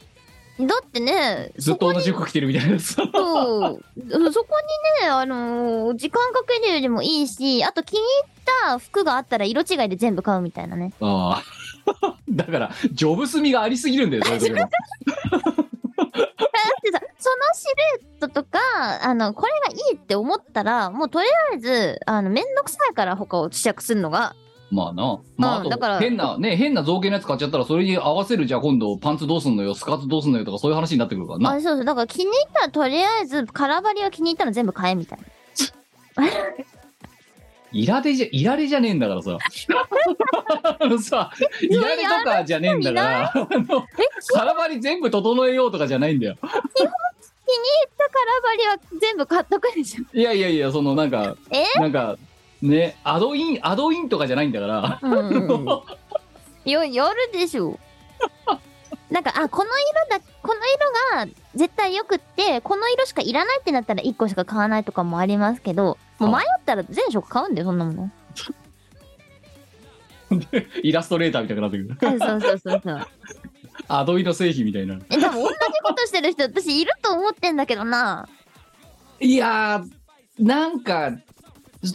[SPEAKER 1] だってね、
[SPEAKER 3] ずっと同じ服着てるみたいなや つ。
[SPEAKER 1] そうそこにね、あのー時間かけるよりもいいし、あと気に入った服があったら色違いで全部買うみたいなね。
[SPEAKER 3] あ あ。だから、ジョブスみがありすぎるんだよ、そういうと ころ
[SPEAKER 1] だってさ、そのシルエットとか、あの、これがいいって思ったら、もうとりあえず、あの、めんどくさいから他を試着するのが。
[SPEAKER 3] まあな。まあ、
[SPEAKER 1] うんだか
[SPEAKER 3] あと、
[SPEAKER 1] ら
[SPEAKER 3] 変な、ね、変な造形のやつ買っちゃったら、それに合わせる、じゃあ今度、パンツどうすんのよ、スカートどうすんのよとか、そういう話になってくるから
[SPEAKER 1] あ、
[SPEAKER 3] な。
[SPEAKER 1] そうそう。だから気に入ったらとりあえず、カラバリは気に入ったの全部買えみたいな。
[SPEAKER 3] いられじゃ、いられじゃねえんだからさ。 あのさ、いられとかじゃねえんだから、あの、
[SPEAKER 1] え、
[SPEAKER 3] サラバリ全部整えようとかじゃないんだよ。
[SPEAKER 1] 気に入ったカラバリは全部買っとくでしょ。
[SPEAKER 3] いやいやいや、その、なんか、
[SPEAKER 1] え
[SPEAKER 3] なんか、ね、アドイン、アドインとかじゃないんだから。
[SPEAKER 1] うん。よ、やるでしょ。 なんか、あ、この色だ、この色が絶対良くって、この色しかいらないってなったら1個しか買わないとかもありますけど、もう迷ったら全色買うんだよ、そんなもの。
[SPEAKER 3] イラストレーターみたいになってくる。
[SPEAKER 1] あそうそうそうそう。
[SPEAKER 3] アドイの製品みたいな。
[SPEAKER 1] え、でも同じことしてる人、私いると思ってんだけどな。
[SPEAKER 3] いやー、なんか、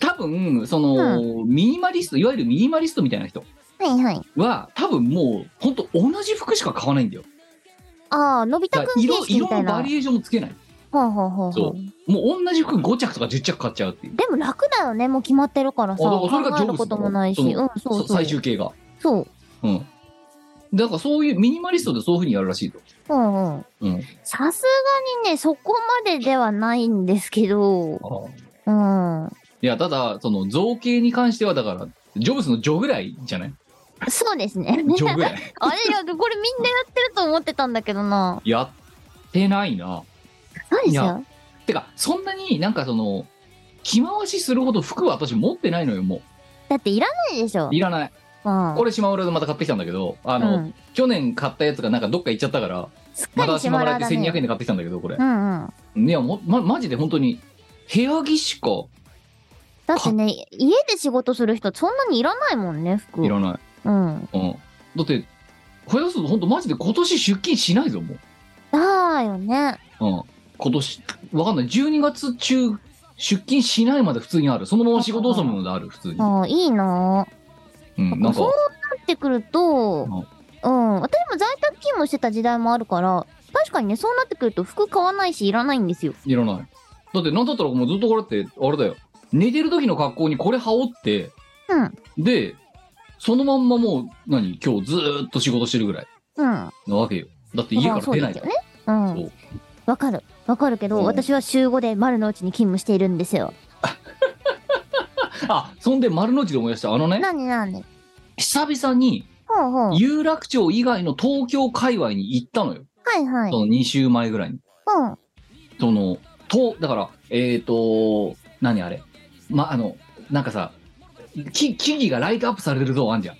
[SPEAKER 3] 多分、その、ミニマリスト、いわゆるミニマリストみたいな人
[SPEAKER 1] はいはい。
[SPEAKER 3] は、多分もう、ほんと同じ服しか買わないんだよ。
[SPEAKER 1] ああ、のび太
[SPEAKER 3] だ
[SPEAKER 1] く
[SPEAKER 3] か
[SPEAKER 1] ん
[SPEAKER 3] ら
[SPEAKER 1] 形
[SPEAKER 3] 色、
[SPEAKER 1] 式み
[SPEAKER 3] 色
[SPEAKER 1] たい
[SPEAKER 3] の
[SPEAKER 1] な。
[SPEAKER 3] バ
[SPEAKER 1] ほ
[SPEAKER 3] リエーションもつけない。
[SPEAKER 1] うほうほうほ
[SPEAKER 3] そうう。もう同じ服5着とか10着買っちゃうっていう。
[SPEAKER 1] でも楽だよね、もう決まってるからさ。
[SPEAKER 3] あだからそれが
[SPEAKER 1] 考えることもないし。
[SPEAKER 3] ジ
[SPEAKER 1] うん
[SPEAKER 3] ョブズの、
[SPEAKER 1] そうそう。
[SPEAKER 3] さ最終形が。
[SPEAKER 1] そう。
[SPEAKER 3] うん。だからそういう、ミニマリストでそういうふうにやるらしいと。
[SPEAKER 1] うんうん。
[SPEAKER 3] うん。
[SPEAKER 1] さすがにね、そこまでではないんですけど、うん。
[SPEAKER 3] いや、ただ、その造形に関しては、だから、ジョブズのジョぐらい じゃない
[SPEAKER 1] そうですね。
[SPEAKER 3] ジョぐらい。
[SPEAKER 1] あれ、いやこれみんなやってると思ってたんだけどな。
[SPEAKER 3] やってないな。
[SPEAKER 1] 何
[SPEAKER 3] い
[SPEAKER 1] し
[SPEAKER 3] や
[SPEAKER 1] よ
[SPEAKER 3] てか、そんなになんかその、着回しするほど服は私持ってないのよ、も
[SPEAKER 1] だっていらないでしょ
[SPEAKER 3] う。。いらない。
[SPEAKER 1] うん。
[SPEAKER 3] これ島村でまた買ってきたんだけど、あの、
[SPEAKER 1] うん、
[SPEAKER 3] 去年買ったやつがなんかどっか行っちゃったから、
[SPEAKER 1] すっか
[SPEAKER 3] ま
[SPEAKER 1] り
[SPEAKER 3] た
[SPEAKER 1] 島村
[SPEAKER 3] 島村で
[SPEAKER 1] だね。
[SPEAKER 3] 1200円で買ってきたんだけど、これ
[SPEAKER 1] う。んうん。
[SPEAKER 3] いや、もうま、マジで本当に、部屋着しか
[SPEAKER 1] だってね、家で仕事する人そんなにいらないもんね、服。
[SPEAKER 3] いらない。
[SPEAKER 1] うん。
[SPEAKER 3] うん。だって、増やすと本当マジで今年出勤しないぞ、も
[SPEAKER 1] だよね。
[SPEAKER 3] う。うん。今年、わかんない。12月中、出勤しないまで普通にある。そのまま仕事をするものである、普通に。
[SPEAKER 1] ああ、いいな
[SPEAKER 3] うん、なんか
[SPEAKER 1] そう、なってくると、うん。私も在宅勤務してた時代もあるから、確かにね、そうなってくると服買わないし、いらないんですよ。
[SPEAKER 3] いらない。だって、なんだったらもうずっとこれって、あれだよ。寝てる時の格好にこれ羽織って、
[SPEAKER 1] うん。
[SPEAKER 3] で、そのまんまもう、何、今日ずーっと仕事してるぐらい
[SPEAKER 1] うん。
[SPEAKER 3] なわけよ。だって家から出ない
[SPEAKER 1] まあそうです
[SPEAKER 3] か
[SPEAKER 1] よ
[SPEAKER 3] ら
[SPEAKER 1] ね。うん
[SPEAKER 3] そう。
[SPEAKER 1] わかる。わかるけど、
[SPEAKER 3] うん
[SPEAKER 1] 私は週5で丸の内に勤務しているんですよ。
[SPEAKER 3] あ、そんで丸の内で思い出した。あのね、
[SPEAKER 1] なになに
[SPEAKER 3] 久々に
[SPEAKER 1] ほうほう。は
[SPEAKER 3] 有楽町以外の東京界隈に行ったのよ。
[SPEAKER 1] いはい。
[SPEAKER 3] その2週前ぐらいに。
[SPEAKER 1] うん。
[SPEAKER 3] その、と、だから、えっ、と、何あれ。ま、あの、なんかさ、木木々がライトアップされてる像あんじゃん。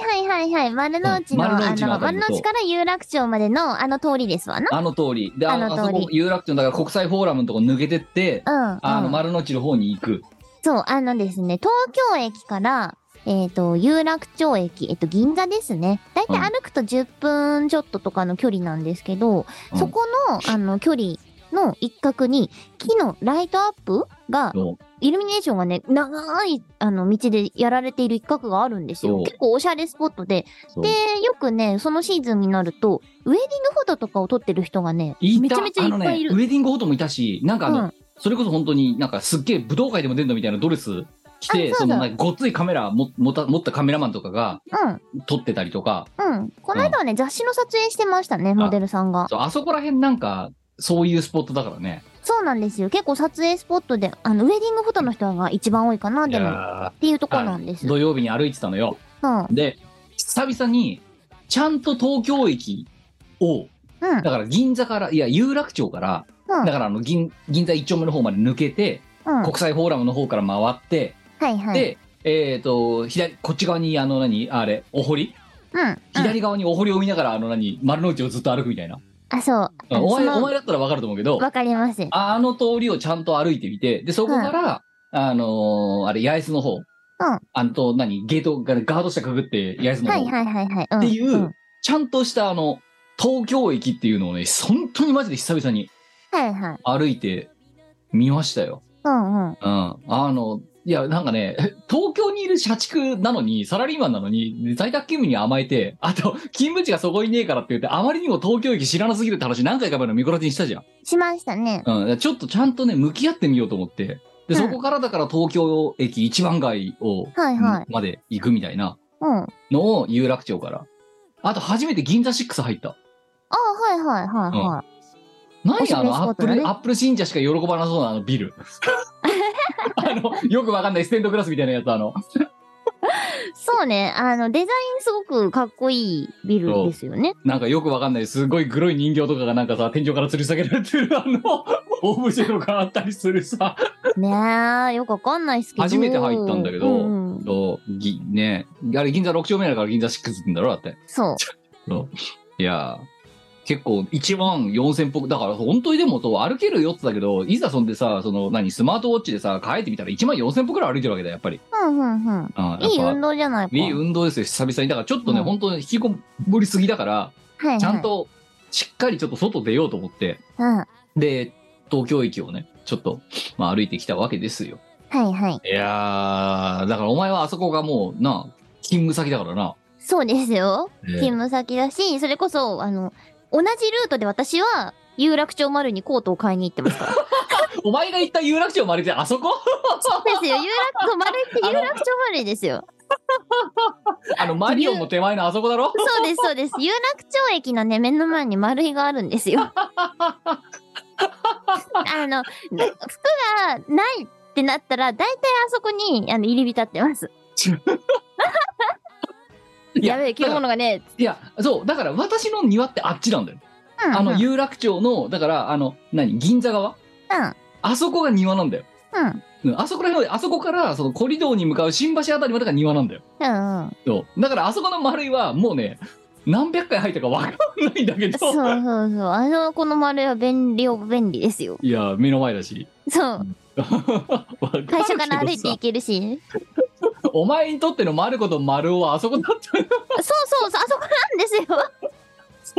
[SPEAKER 1] はいはいはいはい。丸の内の、
[SPEAKER 3] うん丸の
[SPEAKER 1] あ
[SPEAKER 3] 内の
[SPEAKER 1] の、
[SPEAKER 3] 辺
[SPEAKER 1] 丸
[SPEAKER 3] り
[SPEAKER 1] の
[SPEAKER 3] の
[SPEAKER 1] 内から有楽町までのあの通りですわな。
[SPEAKER 3] あの通り。で、あ
[SPEAKER 1] あの
[SPEAKER 3] あ
[SPEAKER 1] 通り
[SPEAKER 3] そこ、有楽町だから国際フォーラムのとこ抜けてって、
[SPEAKER 1] うん。
[SPEAKER 3] あの、
[SPEAKER 1] うん
[SPEAKER 3] 丸の内の方に行く。
[SPEAKER 1] そう、あのですね、東京駅から、えっ、と、有楽町駅、えっ、と、銀座ですね。だいたい歩くと10分ちょっととかの距離なんですけど、
[SPEAKER 3] うん
[SPEAKER 1] そこの、あの、距離の一角に、木のライトアップが、
[SPEAKER 3] の
[SPEAKER 1] イルミネーションがね、長い、あの、道でやられている一角があるんです
[SPEAKER 3] そ
[SPEAKER 1] よ。
[SPEAKER 3] う
[SPEAKER 1] 結構おしゃれスポットで、
[SPEAKER 3] そう
[SPEAKER 1] で、よくね、そのシーズンになると、ウェディングフォトとかを撮ってる人がね、
[SPEAKER 3] いた
[SPEAKER 1] めちゃめちゃいっぱいい
[SPEAKER 3] あの、
[SPEAKER 1] る。
[SPEAKER 3] ね、ウェディングフォトもいたしなんかあの、
[SPEAKER 1] うん
[SPEAKER 3] それこそ本当になんかすっげえ武道会でも出るのみたいなドレス着て
[SPEAKER 1] あそうだ
[SPEAKER 3] そのなんかごっついカメラも持った持ったカメラマンとかが
[SPEAKER 1] うん、
[SPEAKER 3] 撮ってたりとか
[SPEAKER 1] うん。この間はね、雑誌の撮影してましたね、モデルさんが。
[SPEAKER 3] そうあそこら辺なんかそういうスポットだからね
[SPEAKER 1] そうなんですよ。結構撮影スポットで、あの、ウェディングフォトの人が一番多いかな、
[SPEAKER 3] い
[SPEAKER 1] でも、っ
[SPEAKER 3] や
[SPEAKER 1] ていうとこなんです。
[SPEAKER 3] ー
[SPEAKER 1] うん。
[SPEAKER 3] 土曜日に歩いてたのよ
[SPEAKER 1] うん。
[SPEAKER 3] で久々にちゃんと東京駅を
[SPEAKER 1] うん
[SPEAKER 3] だ。から銀座からいや有楽町から
[SPEAKER 1] うん
[SPEAKER 3] だからあの銀銀座一丁目の方まで抜けて、
[SPEAKER 1] は
[SPEAKER 3] 国際フォーラムの方から回って、
[SPEAKER 1] いはい。
[SPEAKER 3] で、えっ、と、左、こっち側に、あの、何、あれ、お堀
[SPEAKER 1] うん。うん
[SPEAKER 3] 左側にお堀を見ながら、あの、何、丸の内をずっと歩くみたいな。
[SPEAKER 1] あ、そう。あの
[SPEAKER 3] お
[SPEAKER 1] そ
[SPEAKER 3] 前、
[SPEAKER 1] の
[SPEAKER 3] お前だったらわかると思うけど、
[SPEAKER 1] わかります。うん。
[SPEAKER 3] ああの通りをちゃんと歩いてみて、で、そこから、あのーあれ、八重洲の方。あのと、何、ゲートがガード下くぐって、八重洲の
[SPEAKER 1] は
[SPEAKER 3] 方。
[SPEAKER 1] いはいはいはい。
[SPEAKER 3] っていう、
[SPEAKER 1] んん
[SPEAKER 3] ちゃんとした、あの、東京駅っていうのをね、本当にマジで久々に
[SPEAKER 1] はいはい。
[SPEAKER 3] 歩いてみましたよ。
[SPEAKER 1] うんうん。
[SPEAKER 3] うん。あの、いや、なんかね、東京にいる社畜なのに、サラリーマンなのに、在宅勤務に甘えて、あと、勤務地がそこにねえからって言って、あまりにも東京駅知らなすぎるって話何回か前のミコラテにしたじゃん。
[SPEAKER 1] しましたね。
[SPEAKER 3] うん。ちょっとちゃんとね、向き合ってみようと思って。
[SPEAKER 1] う
[SPEAKER 3] で、
[SPEAKER 1] ん
[SPEAKER 3] そこからだから東京駅一番街を、
[SPEAKER 1] はいはい
[SPEAKER 3] まで行くみたいな
[SPEAKER 1] うん。あ
[SPEAKER 3] のを有楽町から。あと、初めて銀座6入った。
[SPEAKER 1] はいはいはいはおす
[SPEAKER 3] 何
[SPEAKER 1] す
[SPEAKER 3] あ
[SPEAKER 1] め
[SPEAKER 3] の、
[SPEAKER 1] スポ
[SPEAKER 3] ア
[SPEAKER 1] ッ
[SPEAKER 3] ッ
[SPEAKER 1] ト
[SPEAKER 3] プ
[SPEAKER 1] だね
[SPEAKER 3] ル、アップル信者しか喜ばなそうなあのビル。 あの、よくわかんないステンドグラスみたいなやつ、あの。
[SPEAKER 1] い。そうね。あの、デザインすごくかっこいいビルですよね。
[SPEAKER 3] なんかよくわかんない、すごい黒い人形とかがなんかさ、天井から吊り下げられてるあの、 オブジェとかあったりするさ。
[SPEAKER 1] ねえ、よくわかんないっすけど。
[SPEAKER 3] 初めて入ったんだけど
[SPEAKER 1] うんうん
[SPEAKER 3] そう、ぎ、ねあれ銀座6丁目だから銀座6って言うんだろだって。
[SPEAKER 1] そう。
[SPEAKER 3] いやー結構1万4000歩、だから本当にでもそう歩けるよってだけど、いざそんでさ、その何、スマートウォッチでさ、帰ってみたら1万4000歩くらい歩いてるわけだよ、やっぱり。
[SPEAKER 1] うんうんうん。
[SPEAKER 3] うん、やっぱ
[SPEAKER 1] いい運動じゃないか。
[SPEAKER 3] いい運動ですよ、久々に。だからちょっとね、
[SPEAKER 1] うん
[SPEAKER 3] 本当に引きこもりすぎだから、
[SPEAKER 1] はいはい。
[SPEAKER 3] ちゃん。としっかりちょっと外出ようと思って、
[SPEAKER 1] うん。は
[SPEAKER 3] で、東京駅をね、ちょっと、まあ、歩いてきたわけですよ。
[SPEAKER 1] いはい。
[SPEAKER 3] いやー、だからお前はあそこがもう、な、勤務先だからな。
[SPEAKER 1] そうですよ。
[SPEAKER 3] え
[SPEAKER 1] 勤務先だし、それこそ、あの、同じルートで私は、有楽町丸にコートを買いに行ってますから。
[SPEAKER 3] お前が行った有楽町までって あそこ
[SPEAKER 1] そう ですよ。有楽町丸って有楽町丸ですよ。
[SPEAKER 3] あの、マリオンの手前のあそこだろ
[SPEAKER 1] そうです、そうです。有楽町駅のね、目の前に丸いがあるんですよ。あの、服がないってなったら、大体あそこに、あの、入り浸ってます。
[SPEAKER 3] い
[SPEAKER 1] やべえ、着
[SPEAKER 3] だ
[SPEAKER 1] るも
[SPEAKER 3] から
[SPEAKER 1] のがね、
[SPEAKER 3] いや、そう、だから私の庭ってあっちなんだよ。
[SPEAKER 1] うん、
[SPEAKER 3] あ
[SPEAKER 1] う
[SPEAKER 3] の、
[SPEAKER 1] ん、
[SPEAKER 3] 有楽町の、だから、あの、何、銀座側あそこが庭なんだよ。
[SPEAKER 1] うん、
[SPEAKER 3] うんあそこら辺は、あそこから、その、コリドーに向かう新橋あたりまでが庭なんだよ。
[SPEAKER 1] うん、うん。
[SPEAKER 3] そう。だから、あそこの丸いは、もうね、何百回入ったかわかんないんだけど。
[SPEAKER 1] そうそうそう。あの、この丸は便利、便利ですよ。
[SPEAKER 3] いや、目の前だし。
[SPEAKER 1] そう。
[SPEAKER 3] 会
[SPEAKER 1] 会社から歩いていけるし。
[SPEAKER 3] お前にとっての丸子と丸尾はあそこだったよ
[SPEAKER 1] そうそうそう、あそこなんですよ。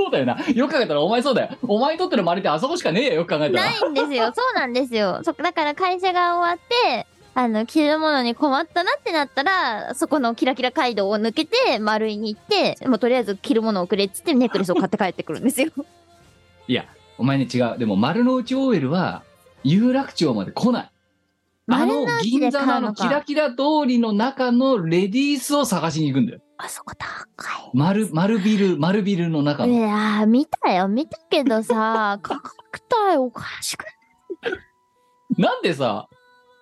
[SPEAKER 3] そうだよな。よく考えたらお前そうだよ。お前にとっての丸ってあそこしかねえよ。よく考えたら。
[SPEAKER 1] ないんです よ。そうなんですよ。そだから会社が終わって、あの、着るものに困ったなってなったら、そこのキラキラ街道を抜けて、丸いに行って、もうとりあえず着るものをくれっつってネックレスを買って帰ってくるんです よ。
[SPEAKER 3] お前ね、違う。でも丸の内 OL は有楽町まで来ない。あ
[SPEAKER 1] 丸
[SPEAKER 3] の
[SPEAKER 1] の内
[SPEAKER 3] 銀
[SPEAKER 1] で買
[SPEAKER 3] 座
[SPEAKER 1] う
[SPEAKER 3] のあの
[SPEAKER 1] のか
[SPEAKER 3] キラキラ通りの中のレディースを探しに行くんだよ。
[SPEAKER 1] あそこ高
[SPEAKER 3] 丸、丸ビル、丸ビルの中
[SPEAKER 1] い。い
[SPEAKER 3] の。
[SPEAKER 1] やー、見たよ、見たけどさ、価格帯おかしくない
[SPEAKER 3] なんでさ、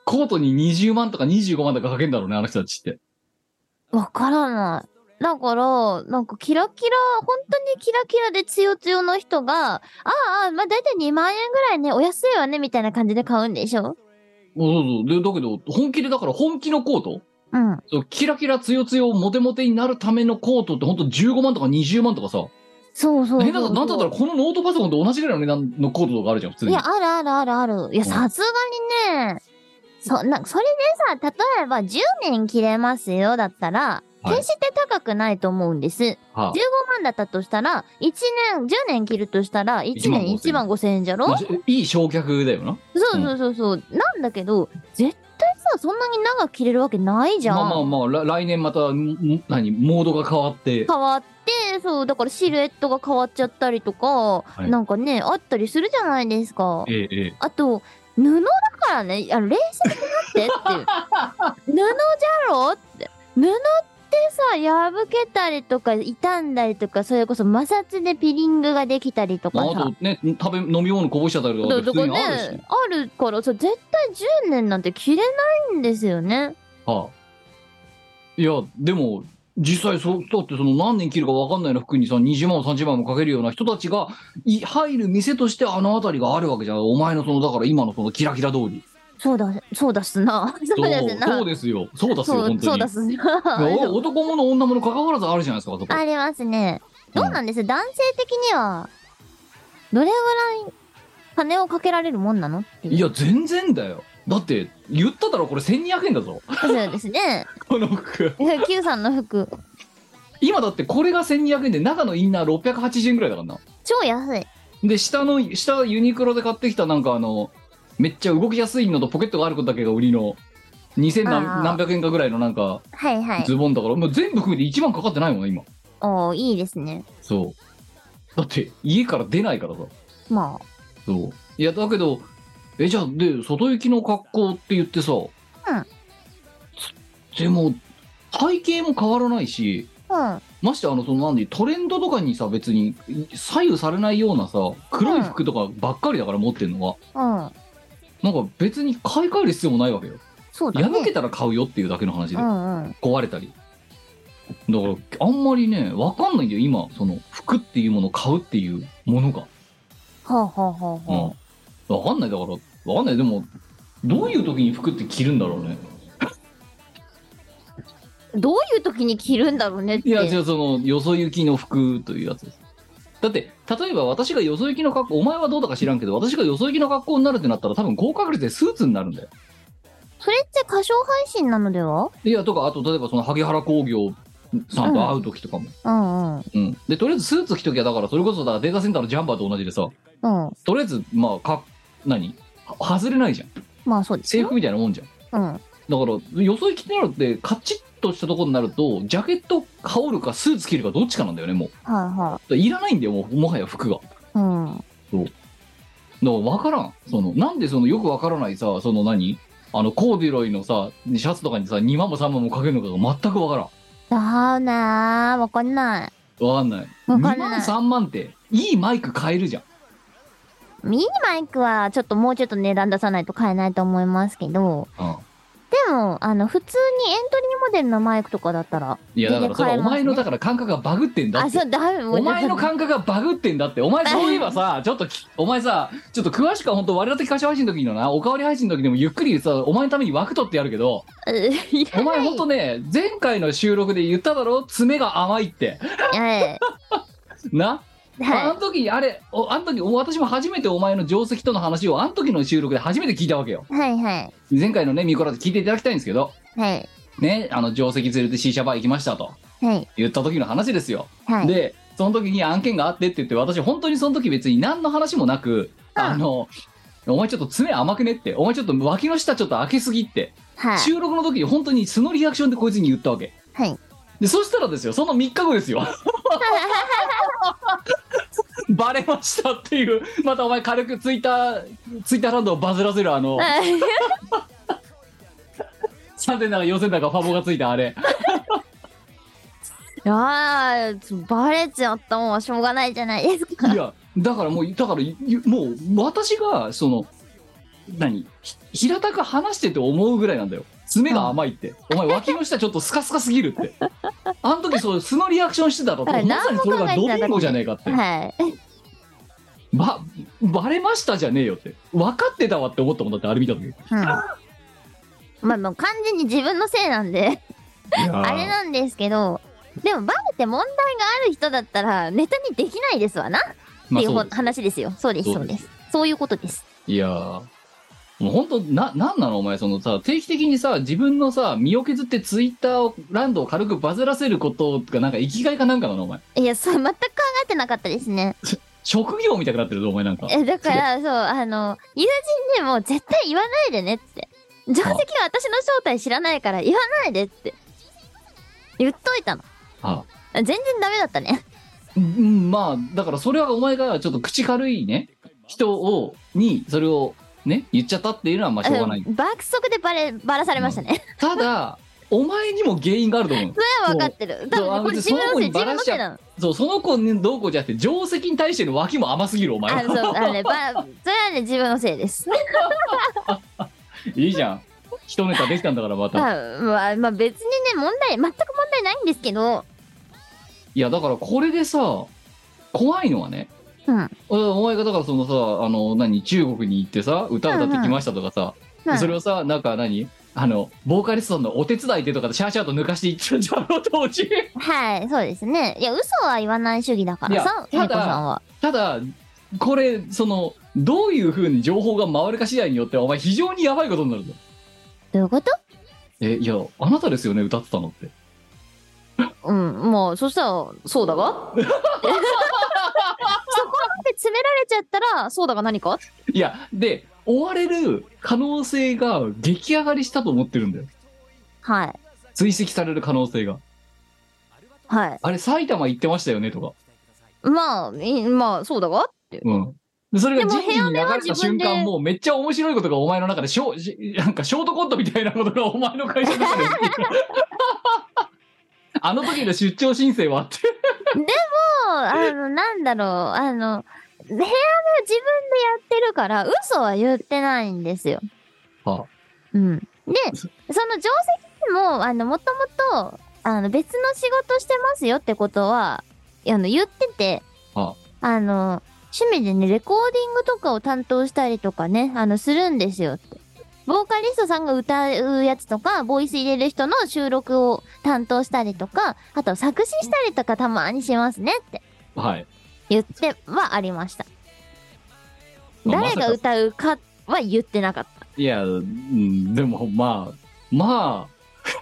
[SPEAKER 3] コートに20万とか25万とかかけんだろうね、あの人たちって。
[SPEAKER 1] わからない。だから、なんかキラキラ、本当にキラキラでつよつよの人が、ああ、ああまあ大体2万円ぐらいね、お安いわね、みたいな感じで買うんでしょ
[SPEAKER 3] そうそう。で、だけど、本気で、だから本気のコート
[SPEAKER 1] うん。
[SPEAKER 3] そうキラキラつよつよモテモテになるためのコートってほんと15万とか20万とかさ
[SPEAKER 1] そうそうそうそう。
[SPEAKER 3] 変なことなんだったらこのノートパソコンと同じぐらいの値段のコートとかあるじゃん普通
[SPEAKER 1] い
[SPEAKER 3] に
[SPEAKER 1] や、あるあるあるある。いや、
[SPEAKER 3] うん
[SPEAKER 1] さすがにね、そ、な、それでさ、例えば10年切れますよだったら、
[SPEAKER 3] はい
[SPEAKER 1] 決して高くないと思うんです。15
[SPEAKER 3] はあ
[SPEAKER 1] 万だったとしたら、1年、10年切るとしたら、1年1
[SPEAKER 3] 15,000
[SPEAKER 1] 万5千円じゃろ、
[SPEAKER 3] まあいい焼却だよな。
[SPEAKER 1] そうそうそうそう。なんだけど、絶対さ、そんなに長く切れるわけないじゃん。
[SPEAKER 3] まあまあまあ、ら来年また、んん何、モードが変わって。
[SPEAKER 1] 変わって、そう、だからシルエットが変わっちゃったりとか、
[SPEAKER 3] い
[SPEAKER 1] なんかね、あったりするじゃないですか。
[SPEAKER 3] ええ、ええ。
[SPEAKER 1] あと、布だからね、あの冷静になって っていう。布じゃろって。布ってさ、破けたりとか、傷んだりとか、それこそ摩擦でピリングができたりとか
[SPEAKER 3] まあ、あ
[SPEAKER 1] さ
[SPEAKER 3] と。ね、食べ、飲み物こぼしちゃったりとかって
[SPEAKER 1] と
[SPEAKER 3] 普
[SPEAKER 1] か
[SPEAKER 3] 通
[SPEAKER 1] ね
[SPEAKER 3] にあるし。、
[SPEAKER 1] あるからさ、絶対10年なんて着れないんですよね。
[SPEAKER 3] はあ、いや、でも、実際そう、だってその何年切るか分かんないような服にさ、20万、30万もかけるような人たちが、い入る店としてあの辺りがあるわけじゃん。お前のその、だから今のそのキラキラ通り。
[SPEAKER 1] そうだ、そうだっすな。そうだっすな。
[SPEAKER 3] そうですよ。そうです
[SPEAKER 1] そ
[SPEAKER 3] よ、本
[SPEAKER 1] うそう
[SPEAKER 3] 当に
[SPEAKER 1] だっ。す な。
[SPEAKER 3] いやお男物、女物、関わらずあるじゃないですか、あそこ。
[SPEAKER 1] ありますね。どうなんです、男性的には、どれぐらい金をかけられるもんなのっていう。
[SPEAKER 3] いや、全然だよ。だって、言っただろ、これ1200円だぞ。
[SPEAKER 1] そうですね。
[SPEAKER 3] この服。
[SPEAKER 1] Q さんの服、
[SPEAKER 3] 今だってこれが1200円で、中のインナー680円ぐらいだからな。
[SPEAKER 1] 超安い。
[SPEAKER 3] で、下の、下ユニクロで買ってきたなんかあの、めっちゃ動きやすいのとポケットがあることだけが売りの、2000
[SPEAKER 1] あー
[SPEAKER 3] 何何百円かぐらいのなんか
[SPEAKER 1] はいはい。
[SPEAKER 3] ズボンだから、もう全部含めて1万かかってないもんね、今。
[SPEAKER 1] おーいいですね。
[SPEAKER 3] そう。だって、家から出ないからさ。
[SPEAKER 1] ま
[SPEAKER 3] そう。いや、だけど、え、じゃあ、で、外行きの格好って言ってさ、
[SPEAKER 1] ん
[SPEAKER 3] つでも、背景も変わらないし、
[SPEAKER 1] あ、
[SPEAKER 3] ましてあの、その、なんで、トレンドとかにさ、別に左右されないようなさ、黒い服とかばっかりだから持ってんのは。
[SPEAKER 1] うん、うん。
[SPEAKER 3] なんか別に買い替える必要もないわけよ。
[SPEAKER 1] そうだ
[SPEAKER 3] 破
[SPEAKER 1] ね
[SPEAKER 3] け。たら買うよっていうだけの話で
[SPEAKER 1] う、んうん。
[SPEAKER 3] 壊れたり。だから、あんまりね、わかんないんだよ、今、その、服っていうものを買うっていうものが。
[SPEAKER 1] ほうほうほうほ
[SPEAKER 3] うん。わかんない、だから、わかんない、でも、どういう時に服って着るんだろうね。
[SPEAKER 1] う。どういう時に着るんだろうねって。
[SPEAKER 3] いや、じゃあその、よそ行きの服というやつです。だって、例えば私がよそ行きの格好、お前はどうだか知らんけど、私がよそ行きの格好になるってなったら、多分高確率でスーツになるんだよ。
[SPEAKER 1] それって歌唱配信なのではい
[SPEAKER 3] や、とか、あと、例えばその、萩原工業さんと会う時とかも。
[SPEAKER 1] うんうん。
[SPEAKER 3] うん、でとりあえずスーツ着ときゃだからそれこそだからデータセンターのジャンパーと同じでさ
[SPEAKER 1] うん。
[SPEAKER 3] とりあえずまあか何は外れないじゃん
[SPEAKER 1] まあそうです
[SPEAKER 3] 制
[SPEAKER 1] よ
[SPEAKER 3] 服。みたいなもんじゃん
[SPEAKER 1] うん。
[SPEAKER 3] だからよそ行きってなるってカチッとしたところになるとジャケット羽織るかスーツ着るかどっちかなんだよねもうだか
[SPEAKER 1] は
[SPEAKER 3] らいらないんだよもうもはや服がだ
[SPEAKER 1] い
[SPEAKER 3] か
[SPEAKER 1] はい。うん。
[SPEAKER 3] ら分からんそのなんでそのよく分からないさその何あのコーデュロイのさシャツとかにさ2万も3万もかけるのかが全く分からん
[SPEAKER 1] だうなー。わかんない。
[SPEAKER 3] 分かんない
[SPEAKER 1] わかん
[SPEAKER 3] 2
[SPEAKER 1] な
[SPEAKER 3] 万
[SPEAKER 1] い
[SPEAKER 3] 3万っていいマイク買えるじゃん
[SPEAKER 1] ミニマイクはちょっともうちょっと値段出さないと買えないと思いますけど、
[SPEAKER 3] うん
[SPEAKER 1] でも、あの、普通にエントリーモデルのマイクとかだったら、
[SPEAKER 3] いやだからそれはお前のだから感覚がバグってんだって
[SPEAKER 1] あ、そう、だめ、もう
[SPEAKER 3] お前の
[SPEAKER 1] だ
[SPEAKER 3] 感覚がバグってんだってお前そういえば さちょっときお前さちょっと詳しくは本当我ら的歌唱配信の時のなおかわり配信の時でもゆっくりさお前のために枠取ってやるけど
[SPEAKER 1] いら
[SPEAKER 3] お
[SPEAKER 1] な
[SPEAKER 3] 前
[SPEAKER 1] い
[SPEAKER 3] 本当ね前回の収録で言っただろ爪が甘いって
[SPEAKER 1] はい。
[SPEAKER 3] な、あ
[SPEAKER 1] は
[SPEAKER 3] の時あれおあの時お私も初めてお前の定石との話をあの時の収録で初めて聞いたわけよ
[SPEAKER 1] い。はいはい。
[SPEAKER 3] 前回のねミコラで聞いていただきたいんですけど
[SPEAKER 1] はい。
[SPEAKER 3] ねあの定石連れて C 社バー行きましたと
[SPEAKER 1] はい。
[SPEAKER 3] 言った時の話ですよ
[SPEAKER 1] はい。
[SPEAKER 3] でその時に案件があってって言って私本当にその時別に何の話もなく、
[SPEAKER 1] うん
[SPEAKER 3] あのお前ちょっと爪甘くねってお前ちょっと脇の下ちょっと開けすぎって、
[SPEAKER 1] はい。
[SPEAKER 3] 収録の時に本当に素のリアクションでこいつに言ったわけ
[SPEAKER 1] はい。
[SPEAKER 3] でそしたらですよその3日後です よバレましたっていうまたお前軽くツイッターツイッターランドをバズらせるあの3000だか4000だかファボがついたあれ
[SPEAKER 1] あー、バレちゃったもんはしょうがないじゃないですか。
[SPEAKER 3] いやだからもうだからゆもう私がその何ひ平たく話してて思うぐらいなんだよ爪が甘いって、お前脇の下ちょっとスカスカすぎるってあの時そう素のリアクションしてただと
[SPEAKER 1] はい
[SPEAKER 3] まさにそれが
[SPEAKER 1] 何も考えてなかった
[SPEAKER 3] ドビンゴじゃねえかって、
[SPEAKER 1] はい。
[SPEAKER 3] ばバレましたじゃねえよって分かってたわって思ったもんだってあれ見た時い
[SPEAKER 1] うん。まあもう完全に自分のせいなんで。
[SPEAKER 3] や
[SPEAKER 1] あれなんですけど、でもバレて問題がある人だったらネタにできないですわなって
[SPEAKER 3] まあ
[SPEAKER 1] いう
[SPEAKER 3] そ
[SPEAKER 1] ほ
[SPEAKER 3] うです
[SPEAKER 1] 話ですよ。そうです、
[SPEAKER 3] そ
[SPEAKER 1] そうう
[SPEAKER 3] で
[SPEAKER 1] ですす。そういうことです。
[SPEAKER 3] いやーもう本当な、なんなのお前、そのさ、定期的にさ、自分のさ、身を削ってツイッターを、ランドを軽くバズらせることが、なんか生きがいかなんかなのお前。
[SPEAKER 1] いや、そう、全く考えてなかったですね。
[SPEAKER 3] 職業みたくなってるぞ、お前なんか。
[SPEAKER 1] え、だから、そう、あの、友人にも絶対言わないでねって。定石は私の正体知らないから言わないでって。言っといたの。
[SPEAKER 3] あ
[SPEAKER 1] 全然ダメだったね。
[SPEAKER 3] うん、まあ、だからそれはお前がちょっと口軽いね、人を、に、それを、ね、言っちゃったっていうのはまあしょうがない。
[SPEAKER 1] うん爆速でバレ、バラされましたね。
[SPEAKER 3] ただ、お前にも原因があると思う。
[SPEAKER 1] それは分かってる。多
[SPEAKER 3] そうあ
[SPEAKER 1] 分
[SPEAKER 3] の
[SPEAKER 1] これ自分のせ
[SPEAKER 3] その子
[SPEAKER 1] い、
[SPEAKER 3] に
[SPEAKER 1] 自
[SPEAKER 3] バ
[SPEAKER 1] 分
[SPEAKER 3] ラ
[SPEAKER 1] の
[SPEAKER 3] しち
[SPEAKER 1] せ
[SPEAKER 3] ゃ
[SPEAKER 1] いなの。
[SPEAKER 3] そう、その子にどうこうじゃなくて、定石に対しての脇も甘すぎる、お前
[SPEAKER 1] あの、
[SPEAKER 3] は。
[SPEAKER 1] そう、あのね、ば、それはね、自分のせいです。
[SPEAKER 3] いいじゃん。一ネタできたんだから、また。
[SPEAKER 1] まあ、まあ、まあ、別にね、問題、全く問題ないんですけど、
[SPEAKER 3] いやだからこれでさ怖いのはね、
[SPEAKER 1] うん
[SPEAKER 3] おお前がだからそのさあの何中国に行ってさ歌歌ってきましたとかさ、
[SPEAKER 1] まあ、
[SPEAKER 3] それをさなんか何あのボーカリストのお手伝いでとかでシャーシャーと抜かしていったんじゃろう当時
[SPEAKER 1] はい、そうですね。いや、嘘は言わない主義だからさ、
[SPEAKER 3] いや
[SPEAKER 1] 猫
[SPEAKER 3] ただ
[SPEAKER 1] さんは。
[SPEAKER 3] ただこれそのどういうふうに情報が回るか次第によってはお前非常にやばいことになるぞ
[SPEAKER 1] どういうこと
[SPEAKER 3] えいやあなたですよね歌ってたのって
[SPEAKER 1] うん、まあ、そしたら、そうだが そこまで詰められちゃったら、そうだが何か
[SPEAKER 3] いやで追われる可能性が激上がりしたと思ってるんだよ
[SPEAKER 1] はい、
[SPEAKER 3] 追跡される可能性が
[SPEAKER 1] はい。
[SPEAKER 3] あれ埼玉行ってましたよねとか
[SPEAKER 1] まあ、いまあ、そうだがって。
[SPEAKER 3] うん。でそれが
[SPEAKER 1] でも
[SPEAKER 3] 人事に
[SPEAKER 1] 部
[SPEAKER 3] 流
[SPEAKER 1] 屋
[SPEAKER 3] れ
[SPEAKER 1] 根は
[SPEAKER 3] た
[SPEAKER 1] 自分
[SPEAKER 3] 瞬
[SPEAKER 1] で
[SPEAKER 3] 間、もうめっちゃ面白いことがお前の中でショーし、なんかショートコントみたいなことがお前の会社の中で起きてる。あの時の出張申請はって。
[SPEAKER 1] そう、あの、なんだろう、あの、部屋の自分でやってるから、嘘は言ってないんですよ。
[SPEAKER 3] は
[SPEAKER 1] うん。で、その定石も、あの、もともと、あの、別の仕事してますよってことは、あの、言ってて、
[SPEAKER 3] は
[SPEAKER 1] あの、趣味でね、レコーディングとかを担当したりとかね、あの、するんですよって。ボーカリストさんが歌うやつとか、ボイス入れる人の収録を担当したりとか、あと作詞したりとかたまにしますねって
[SPEAKER 3] はい。
[SPEAKER 1] 言ってはありました。
[SPEAKER 3] まあ
[SPEAKER 1] 誰が
[SPEAKER 3] まさか
[SPEAKER 1] 歌うかは言ってなかった。
[SPEAKER 3] いや、うん、でもまあ、まあ、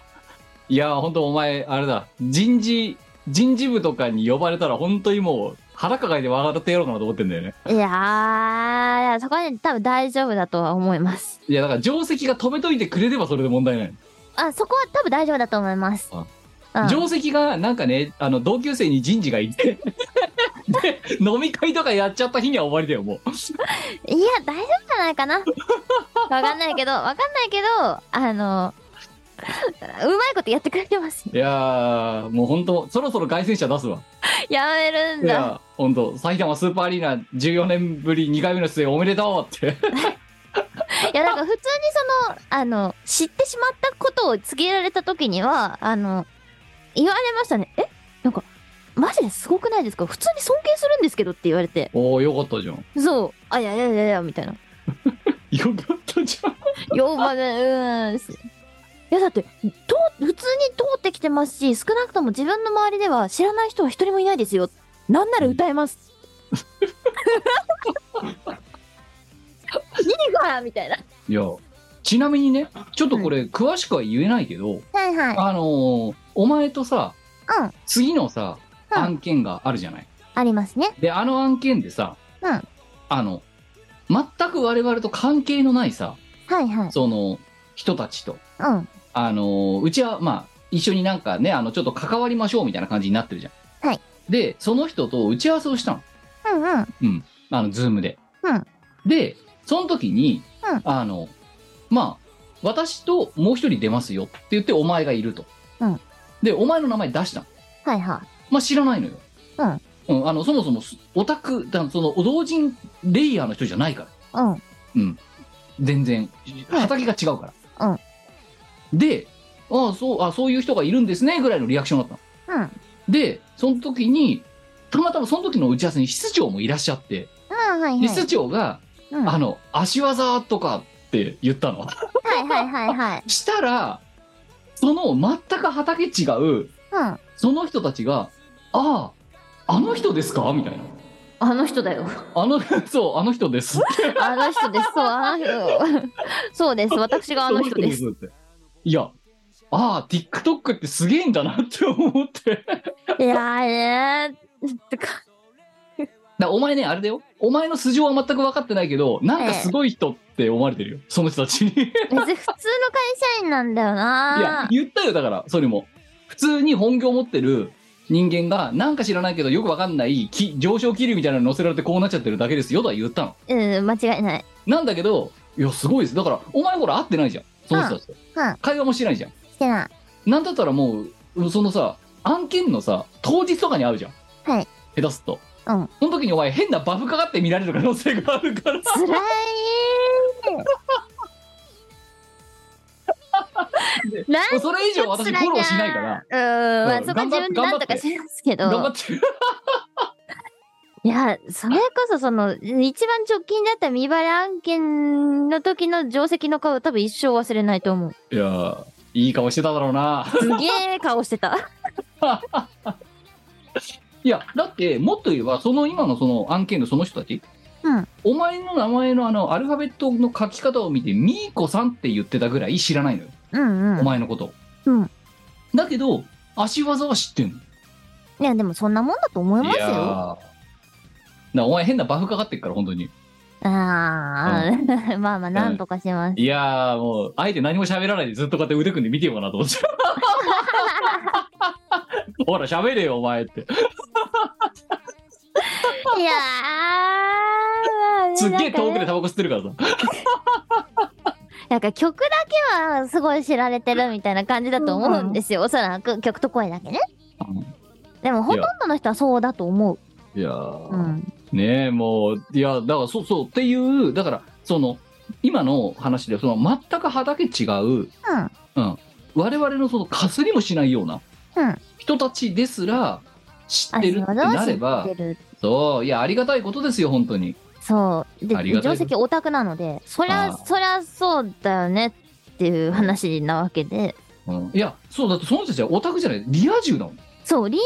[SPEAKER 3] いや、本当お前、あれだ、人事、人事部とかに呼ばれたら本当にもう腹抱えて笑ってやろうかなと思ってんだよね。
[SPEAKER 1] いやー、そこはね、多分大丈夫だとは思います。
[SPEAKER 3] いや、だから定石が止めといてくれればそれで問題ない。
[SPEAKER 1] あ、そこは多分大丈夫だと思います。
[SPEAKER 3] あ
[SPEAKER 1] うん
[SPEAKER 3] 定石がなんかねあの同級生に人事が いてで飲み会とかやっちゃった日には終わりだよもう
[SPEAKER 1] いや、大丈夫じゃないかな。わかんないけど、わかんないけど、あの、うまいことやってくれてます。
[SPEAKER 3] いやーもうほんとそろそろ凱旋者出すわ
[SPEAKER 1] やめるん
[SPEAKER 3] い
[SPEAKER 1] だ。
[SPEAKER 3] やほんと埼玉スーパーアリーナ14年ぶり2回目の出演おめでとうって
[SPEAKER 1] いや、なんか普通にその、あの、知ってしまったことを告げられた時には、あの、言われましたね。えなんか、マジですごくないですか普通に尊敬するんですけどって言われて。
[SPEAKER 3] おおよかったじゃん
[SPEAKER 1] そう。あ、いやいやいやいや、みた いな。
[SPEAKER 3] よかったじゃん
[SPEAKER 1] よ、まあね、うーん。すいや、だって、と、普通に通ってきてますし、少なくとも自分の周りでは知らない人は一人もいないですよ。なんなら歌えます。 いいからみたいな。
[SPEAKER 3] いやちなみにねちょっとこれ詳しくは言えないけど、
[SPEAKER 1] はいはい。
[SPEAKER 3] あのーお前とさ、
[SPEAKER 1] うん
[SPEAKER 3] 次のさ
[SPEAKER 1] うん
[SPEAKER 3] 案件があるじゃない
[SPEAKER 1] ありますね。
[SPEAKER 3] であの案件でさ、
[SPEAKER 1] うん
[SPEAKER 3] あの全く我々と関係のないさ
[SPEAKER 1] はいはい。
[SPEAKER 3] その人たちと
[SPEAKER 1] うん。
[SPEAKER 3] あのうちはまあ一緒になんかねあのちょっと関わりましょうみたいな感じになってるじゃん。
[SPEAKER 1] はい
[SPEAKER 3] でその人と打ち合わせをしたの
[SPEAKER 1] うんうん。
[SPEAKER 3] あのズームで。
[SPEAKER 1] うん
[SPEAKER 3] でその時に、
[SPEAKER 1] うん
[SPEAKER 3] あのまあ私ともう一人出ますよって言ってお前がいると。
[SPEAKER 1] うん
[SPEAKER 3] でお前の名前出したの
[SPEAKER 1] はいは
[SPEAKER 3] まあ、知らないのよ。
[SPEAKER 1] うん
[SPEAKER 3] うん。あの、そもそもす、オタク、だその、同人レイヤーの人じゃないから。
[SPEAKER 1] い。うん。
[SPEAKER 3] 全然。畑が違うから。
[SPEAKER 1] うん
[SPEAKER 3] で、ああ、そう、あそういう人がいるんですね、ぐらいのリアクションだったの。
[SPEAKER 1] うん。うん
[SPEAKER 3] で、その時に、たまたまその時の打ち合わせに室長もいらっしゃって、
[SPEAKER 1] はい
[SPEAKER 3] で
[SPEAKER 1] はい。
[SPEAKER 3] 室長が、
[SPEAKER 1] うん
[SPEAKER 3] あ
[SPEAKER 1] はい
[SPEAKER 3] の、足技とかって言っ たの。
[SPEAKER 1] はいはいはい。
[SPEAKER 3] したら、その全く畑違う、
[SPEAKER 1] うん。あ
[SPEAKER 3] その人たちが、ああ、あの人ですかみたいな。
[SPEAKER 1] あの人だよ。
[SPEAKER 3] あの、 そう、あの人です。
[SPEAKER 1] あの人です。そう、あの人。 そうです。私があの人です。
[SPEAKER 3] その人ですって。いや、ああ、TikTok ってすげえんだなって思って。
[SPEAKER 1] いやーねー。てか、
[SPEAKER 3] だお前ね、あれだよ。お前の素性は全く分かってないけど、なんかすごい人って思われてるよ。その人 たちに。い
[SPEAKER 1] 別に普通の会社員なんだよ
[SPEAKER 3] や
[SPEAKER 1] な、。
[SPEAKER 3] 言ったよ、だから、それも。普通に本業持ってる人間が、なんか知らないけど、よく分かんない、き上昇気流みたいなの乗せられてこうなっちゃってるだけですよとは言ったの。
[SPEAKER 1] うん、間違いない。
[SPEAKER 3] なんだけど、いや、すごいです。だから、お前ほら、会ってないじゃん。その人たちと。
[SPEAKER 1] うんうん
[SPEAKER 3] 会話もしてないじゃん。
[SPEAKER 1] してない。
[SPEAKER 3] なんだったらもう、そのさ、案件のさ、当日とかに会うじゃん。
[SPEAKER 1] はい。
[SPEAKER 3] 下手すっと。
[SPEAKER 1] うん。
[SPEAKER 3] その時にお前、変なバフかかって見られる可能性があるから。
[SPEAKER 1] つらい
[SPEAKER 3] で。
[SPEAKER 1] なん
[SPEAKER 3] もうそれ以上私フォローしないから。
[SPEAKER 1] うん、まあ
[SPEAKER 3] うん
[SPEAKER 1] そこは自分でなんとかしますけ
[SPEAKER 3] 頑張
[SPEAKER 1] ど。
[SPEAKER 3] ってる。
[SPEAKER 1] いや、それこそその、一番直近だった見バレ案件の時の定石の顔多分一生忘れないと思う。
[SPEAKER 3] いやー、いい顔してただろうな。
[SPEAKER 1] すげえ顔してた。
[SPEAKER 3] いや、だって、もっと言えば、その今のその案件のその人たち、
[SPEAKER 1] うん
[SPEAKER 3] お前の名前のあの、アルファベットの書き方を見て、ミーコさんって言ってたぐらい知らないのよ。
[SPEAKER 1] うんう
[SPEAKER 3] お
[SPEAKER 1] ん。
[SPEAKER 3] 前のこと。
[SPEAKER 1] うん
[SPEAKER 3] だけど、足技は知ってんの。
[SPEAKER 1] いや、でもそんなもんだと思います
[SPEAKER 3] ー
[SPEAKER 1] よ。
[SPEAKER 3] なお前変なバフかかってっから、本当に。
[SPEAKER 1] ああ、 まあまあ、なんとかします。
[SPEAKER 3] いやー、もう、あえて何も喋らないでずっとこうやって腕組んで見てようかなと思って。 ほら、喋れよ、お前って。
[SPEAKER 1] いやー、まあね
[SPEAKER 3] すっげえ
[SPEAKER 1] なん
[SPEAKER 3] 遠
[SPEAKER 1] か
[SPEAKER 3] く
[SPEAKER 1] ね
[SPEAKER 3] でタバコ吸ってるからさ。
[SPEAKER 1] なんか曲だけはすごい知られてるみたいな感じだと思うんですよ。おそらく曲と声だけね。でもほとんどの人はそうだと思う。
[SPEAKER 3] いや
[SPEAKER 1] う
[SPEAKER 3] ー、
[SPEAKER 1] ん。
[SPEAKER 3] ねえ、もう、いや、だから、そうそう、っていう、だから、その、今の話で、その、全く畑違う、うん、我々のその、かすりもしないような
[SPEAKER 1] うん、
[SPEAKER 3] 人たちですら、知ってるって
[SPEAKER 1] 足技は
[SPEAKER 3] な
[SPEAKER 1] 知
[SPEAKER 3] れば
[SPEAKER 1] っ、てる。
[SPEAKER 3] そう、いや、ありがたいことですよ、本当に。
[SPEAKER 1] そう。で、
[SPEAKER 3] ありが
[SPEAKER 1] 定
[SPEAKER 3] たいです
[SPEAKER 1] 石オタクなので、そり
[SPEAKER 3] あ
[SPEAKER 1] ゃ、
[SPEAKER 3] ー
[SPEAKER 1] そりゃそうだよねっていう話なわけで。
[SPEAKER 3] うん、いや、そう、だって、その人たちはオタクじゃない、リア充だもん。
[SPEAKER 1] そう、リ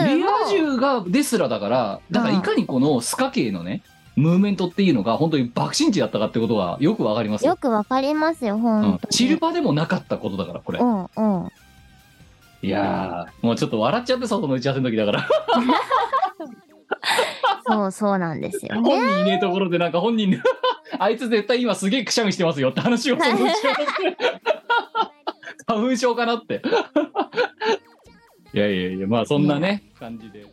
[SPEAKER 1] ア充
[SPEAKER 3] リ
[SPEAKER 1] も。
[SPEAKER 3] ア充がですらだから、だから
[SPEAKER 1] うん
[SPEAKER 3] いかにこのスカ系のね、ムーブメントっていうのが本当に爆心地だったかってことがよくわかりますよ
[SPEAKER 1] よくわかりますよ、
[SPEAKER 3] う
[SPEAKER 1] ほん
[SPEAKER 3] ん
[SPEAKER 1] とに。
[SPEAKER 3] シルバーでもなかったことだから、これ
[SPEAKER 1] う。んうん。
[SPEAKER 3] いやー、もうちょっと笑っちゃってさ、その打ち合わせの時だから。
[SPEAKER 1] そうそうなんですよ
[SPEAKER 3] 本
[SPEAKER 1] ね。
[SPEAKER 3] 人いねえところで、なんか本人、 あいつ絶対今すげえくしゃみしてますよって話をその打ち合わせで花粉症かなって。 いやいやいや、まあそんなね、感じで。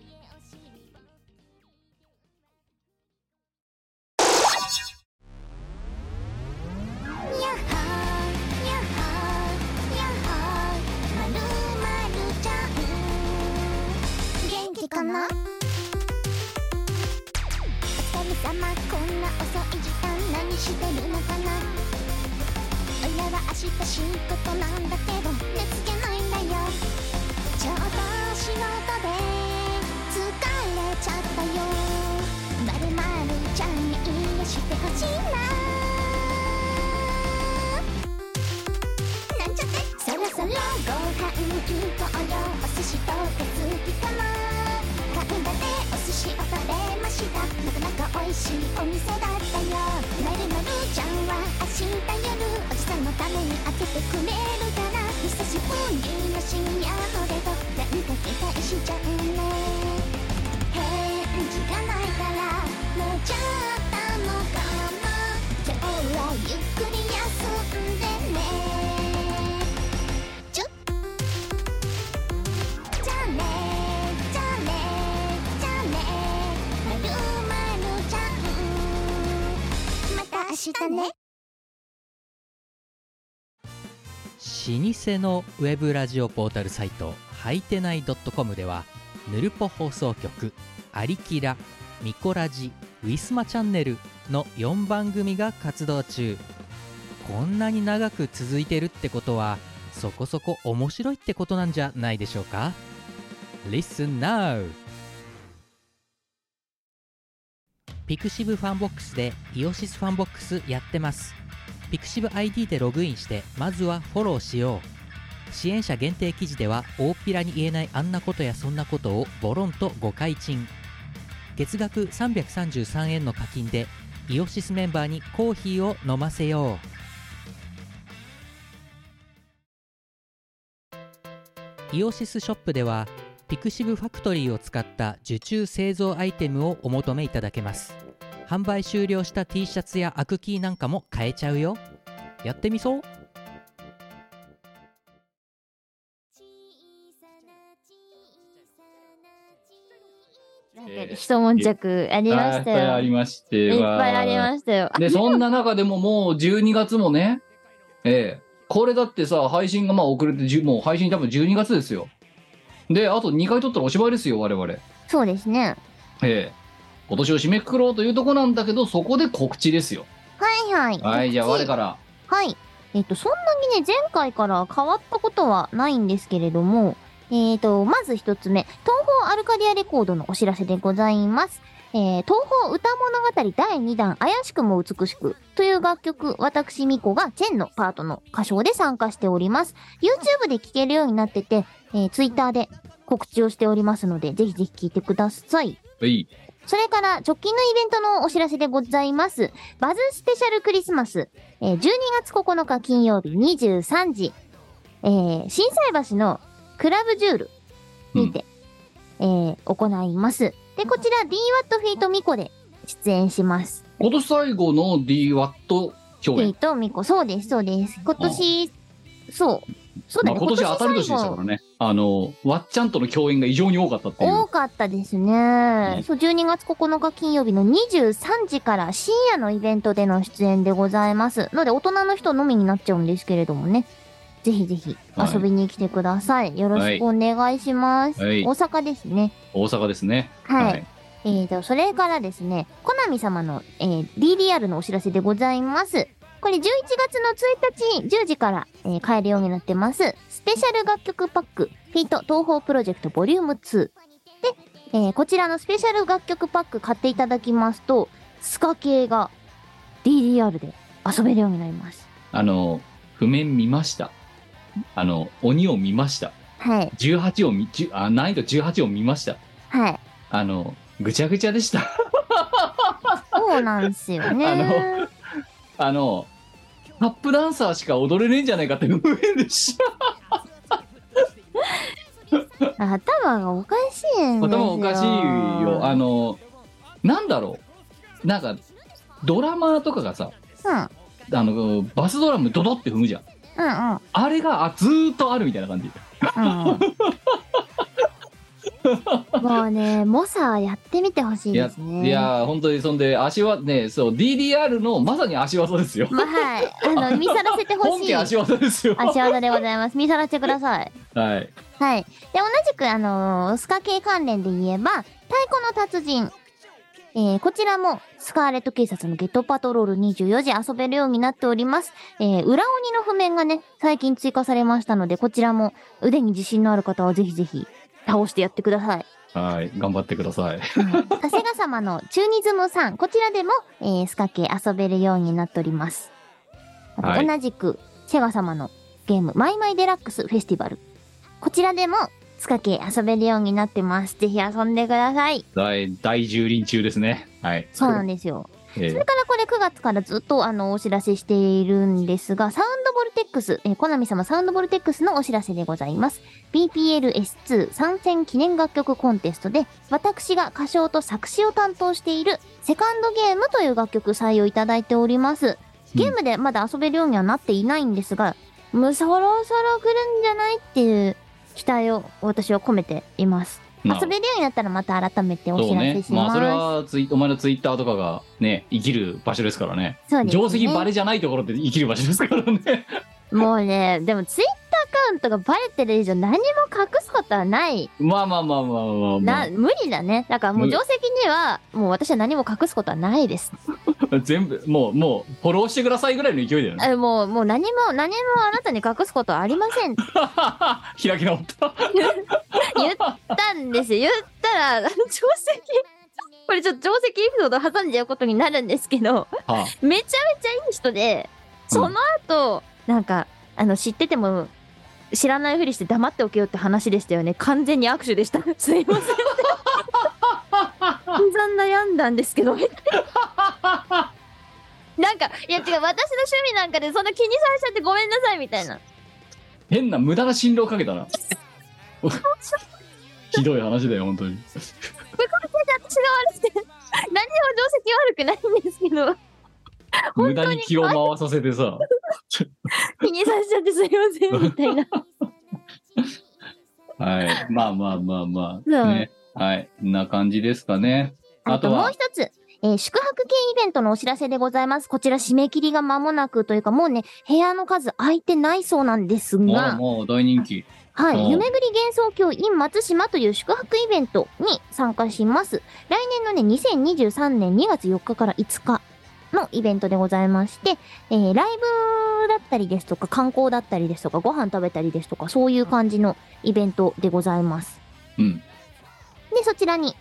[SPEAKER 4] 元気かなお疲れ様こんな遅い時間何してるのかな親は明日仕事なんだけど寝つけないんだよちょうど仕事で疲れちゃったよまるまるちゃんに癒してほしいななんちゃってそろそろご飯行こうよお寿司と手つきかな神田でお寿司を食べましたなかなか美味しいお店だったよまるまるちゃんは明日夜おじさんのために開けてくれるから久しぶりの深夜のデートなんか期待しちゃうね返事がないから寝ちゃったのかな今日はゆっくり休んでねちょじゃあねじゃあねじゃあねまるまるちゃんまた明日ね
[SPEAKER 2] 老舗のウェブラジオポータルサイトはいてない .com ではぬるぽ放送局「アリキラ」「ミコラジ」「ウィスマチャンネル」の4番組が活動中こんなに長く続いてるってことはそこそこ面白いってことなんじゃないでしょうか Listen now! ピクシブファンボックスでイオシスファンボックスやってますピクシブ ID でログインしてまずはフォローしよう支援者限定記事では大っぴらに言えないあんなことやそんなことをボロンと誤解賃月額333円の課金でイオシスメンバーにコーヒーを飲ませようイオシスショップではピクシブファクトリーを使った受注製造アイテムをお求めいただけます販売終了した T シャツやアクキーなんかも買えちゃうよやってみそう
[SPEAKER 1] なんか一悶着ありました
[SPEAKER 3] はい
[SPEAKER 1] よ。
[SPEAKER 3] ありまして。
[SPEAKER 1] いっぱいありましたよ。
[SPEAKER 3] で、そんな中でももう12月もね、ええ、これだってさ、配信がまあ遅れて、じゅもう配信多分12月ですよ。で、あと2回撮ったらおしまいですよ、我々。え
[SPEAKER 1] そうですね。
[SPEAKER 3] え。今年を締めくくろうというとこなんだけど、そこで告知ですよ。
[SPEAKER 1] はいはい。
[SPEAKER 3] はい、じゃあ
[SPEAKER 1] 告
[SPEAKER 3] 我
[SPEAKER 1] 知
[SPEAKER 3] から。
[SPEAKER 1] はい。えっ、と、そんなにね、前回から変わったことはないんですけれども、えっ、と、まず一つ目、東方アルカディアレコードのお知らせでございます。えー、東方歌物語第2弾、怪しくも美しくという楽曲、私ミコがチェンのパートの歌唱で参加しております。YouTube で聴けるようになってて、えー、Twitter で告知をしておりますので、ぜひぜひ聴いてください。
[SPEAKER 3] はい。
[SPEAKER 1] それから、直近のイベントのお知らせでございます。バズスペシャルクリスマス。えー12月9日金曜日23時。えー、震災橋のクラブジュールにて、えー行います。で、こちら DWAT フィートミコで出演します。
[SPEAKER 3] 今年最後の DWAT
[SPEAKER 1] フ
[SPEAKER 3] 共
[SPEAKER 1] ィー
[SPEAKER 3] 演。
[SPEAKER 1] トミコ、そうです、そうです。今年、そう。そうだ
[SPEAKER 3] まあ
[SPEAKER 1] ね、
[SPEAKER 3] 今年当たり年でしたからね。あの、わっちゃんとの共演が異常に多かったっていう。
[SPEAKER 1] 多かったですね
[SPEAKER 3] ね。
[SPEAKER 1] そう、12月9日金曜日の23時から深夜のイベントでの出演でございます。ので、大人の人のみになっちゃうんですけれどもね。ぜひぜひ
[SPEAKER 3] はい
[SPEAKER 1] 遊びに来てください。よろしくお願いします。
[SPEAKER 3] はい
[SPEAKER 1] 大阪ですね。
[SPEAKER 3] 大阪ですね。
[SPEAKER 1] はい。えーと、それからですね、コナミ様の、えー DDR のお知らせでございます。これ11月の1日10時から、えー買えるようになってます。スペシャル楽曲パック、フィート東方プロジェクトボリューム2。で、えーこちらのスペシャル楽曲パック買っていただきますと、スカ系が DDR で遊べるようになります。
[SPEAKER 3] あの、譜面見ました。あの、鬼を見ました。
[SPEAKER 1] はい、
[SPEAKER 3] 18を見、10あ難易度18を見ました。
[SPEAKER 1] はい。
[SPEAKER 3] あの、ぐちゃぐちゃでした。
[SPEAKER 1] そうなんですよね。
[SPEAKER 3] あ のあの、タップダンサーしか踊れねえんじゃないかって不便でした。
[SPEAKER 1] 頭がおかしいんですよ。
[SPEAKER 3] 頭おかしいよ。あの、なんだろう。なんか、ドラマーとかがさ、
[SPEAKER 1] うん、
[SPEAKER 3] あの、バスドラムドドって踏むじゃん。
[SPEAKER 1] うん、うん。
[SPEAKER 3] あれがあずーっとあるみたいな感じ。
[SPEAKER 1] うんもうね、モサやってみてほしい
[SPEAKER 3] いや
[SPEAKER 1] です、ね。
[SPEAKER 3] いやー、本当にそんで、足はね、そう、DDR のまさに足技ですよ。
[SPEAKER 1] まあ、はい。あの、見さらせてほ
[SPEAKER 3] 本
[SPEAKER 1] しい。
[SPEAKER 3] 家足
[SPEAKER 1] 足
[SPEAKER 3] 技ですよ。
[SPEAKER 1] 技でございます。見さらせてください。
[SPEAKER 3] はい。
[SPEAKER 1] はい。で、同じく、あのースカ系関連で言えば、太鼓の達人。えーこちらも、スカーレット警察のゲットパトロール24時遊べるようになっております。えー裏鬼の譜面がね、最近追加されましたので、こちらも腕に自信のある方はぜひぜひ倒してやってください。
[SPEAKER 3] はい、頑張ってください。
[SPEAKER 1] 長谷川様のチューニズムさん、こちらでも、えースカ系遊べるようになっております。あと
[SPEAKER 3] はい
[SPEAKER 1] 同じく、セガ様のゲーム、マイマイデラックスフェスティバル。こちらでも、スカ系遊べるようになってます。ぜひ遊んでください。
[SPEAKER 3] 大大蹂躙中ですね。はい。
[SPEAKER 1] そうなんですよ。
[SPEAKER 3] え
[SPEAKER 1] そ
[SPEAKER 3] ー
[SPEAKER 1] れからこれ9月からずっとあのお知らせしているんですが、サウンドボルテックス、えー、コナミ様サウンドボルテックスのお知らせでございます。BPLS2 参戦記念楽曲コンテストで、私が歌唱と作詞を担当している、セカンドゲームという楽曲採用いただいております。ゲームでまだ遊べるようにはなっていないんですが、もうそろそろ来るんじゃないっていう期待を私は込めています。
[SPEAKER 3] まあ
[SPEAKER 1] 遊べるようになったらまた改めてお
[SPEAKER 3] そ
[SPEAKER 1] 知
[SPEAKER 3] う
[SPEAKER 1] ら
[SPEAKER 3] ね
[SPEAKER 1] せ。し
[SPEAKER 3] まあ、
[SPEAKER 1] ます。
[SPEAKER 3] それはツイ、お前のツイッターとかがね、生きる場所ですからね。
[SPEAKER 1] そうですね
[SPEAKER 3] 定石バレじゃないところって生きる場所ですからね。
[SPEAKER 1] もうね、でもツイッターアカウントがバレてる以上何も隠すことはない。
[SPEAKER 3] まあまあまあまあまあ、ま
[SPEAKER 1] な、無理だね。だからもう
[SPEAKER 3] 無理
[SPEAKER 1] 定石には、もう私は何も隠すことはないです。
[SPEAKER 3] あ、全部、もう、もう、フォローしてくださいぐらいの勢いだよね。
[SPEAKER 1] あもう、もう何も、何もあなたに隠すことはありません。言
[SPEAKER 3] 開き直った。
[SPEAKER 1] ったんですよ。言ったら、あの定石、これちょっと定石エピソード挟んじゃうことになるんですけど、
[SPEAKER 3] は
[SPEAKER 1] めちゃめちゃいい人で、その後、なんか、あの、知ってても、知らないふりして黙ってお けよって話でしたよね。完全に握手でした。すいません。残悩んだんですけど、みたい な。なんか、いや違う、私の趣味なんかでそんな気にされちゃってごめんなさい、みたいな。
[SPEAKER 3] 変な無駄な辛労かけ たなひどい話だよ本当に
[SPEAKER 1] 私が悪くて、何も定石悪くないんですけど、
[SPEAKER 3] 無駄に気を回させてさ
[SPEAKER 1] 気にさせちゃってすいません、みたいな。
[SPEAKER 3] はいまあまあまあまあ、
[SPEAKER 1] そう
[SPEAKER 3] ね、はいこんな感じですかねあ
[SPEAKER 1] あ
[SPEAKER 3] と
[SPEAKER 1] ともう
[SPEAKER 3] は
[SPEAKER 1] 一つ、えー宿泊系イベントのお知らせでございます。こちら締め切りが間もなくというか、もうね、部屋の数空いてないそうなんです
[SPEAKER 3] も
[SPEAKER 1] が
[SPEAKER 3] う、もう大人気
[SPEAKER 1] は
[SPEAKER 3] うん
[SPEAKER 1] い、夢ぐり幻想郷 in 松島という宿泊イベントに参加します。来年のね、2023年2月4日から5日のイベントでございまして、えーライブだったりですとか、観光だったりですとか、ご飯食べたりですとか、そういう感じのイベントでございます。
[SPEAKER 3] うん
[SPEAKER 1] で、そちらに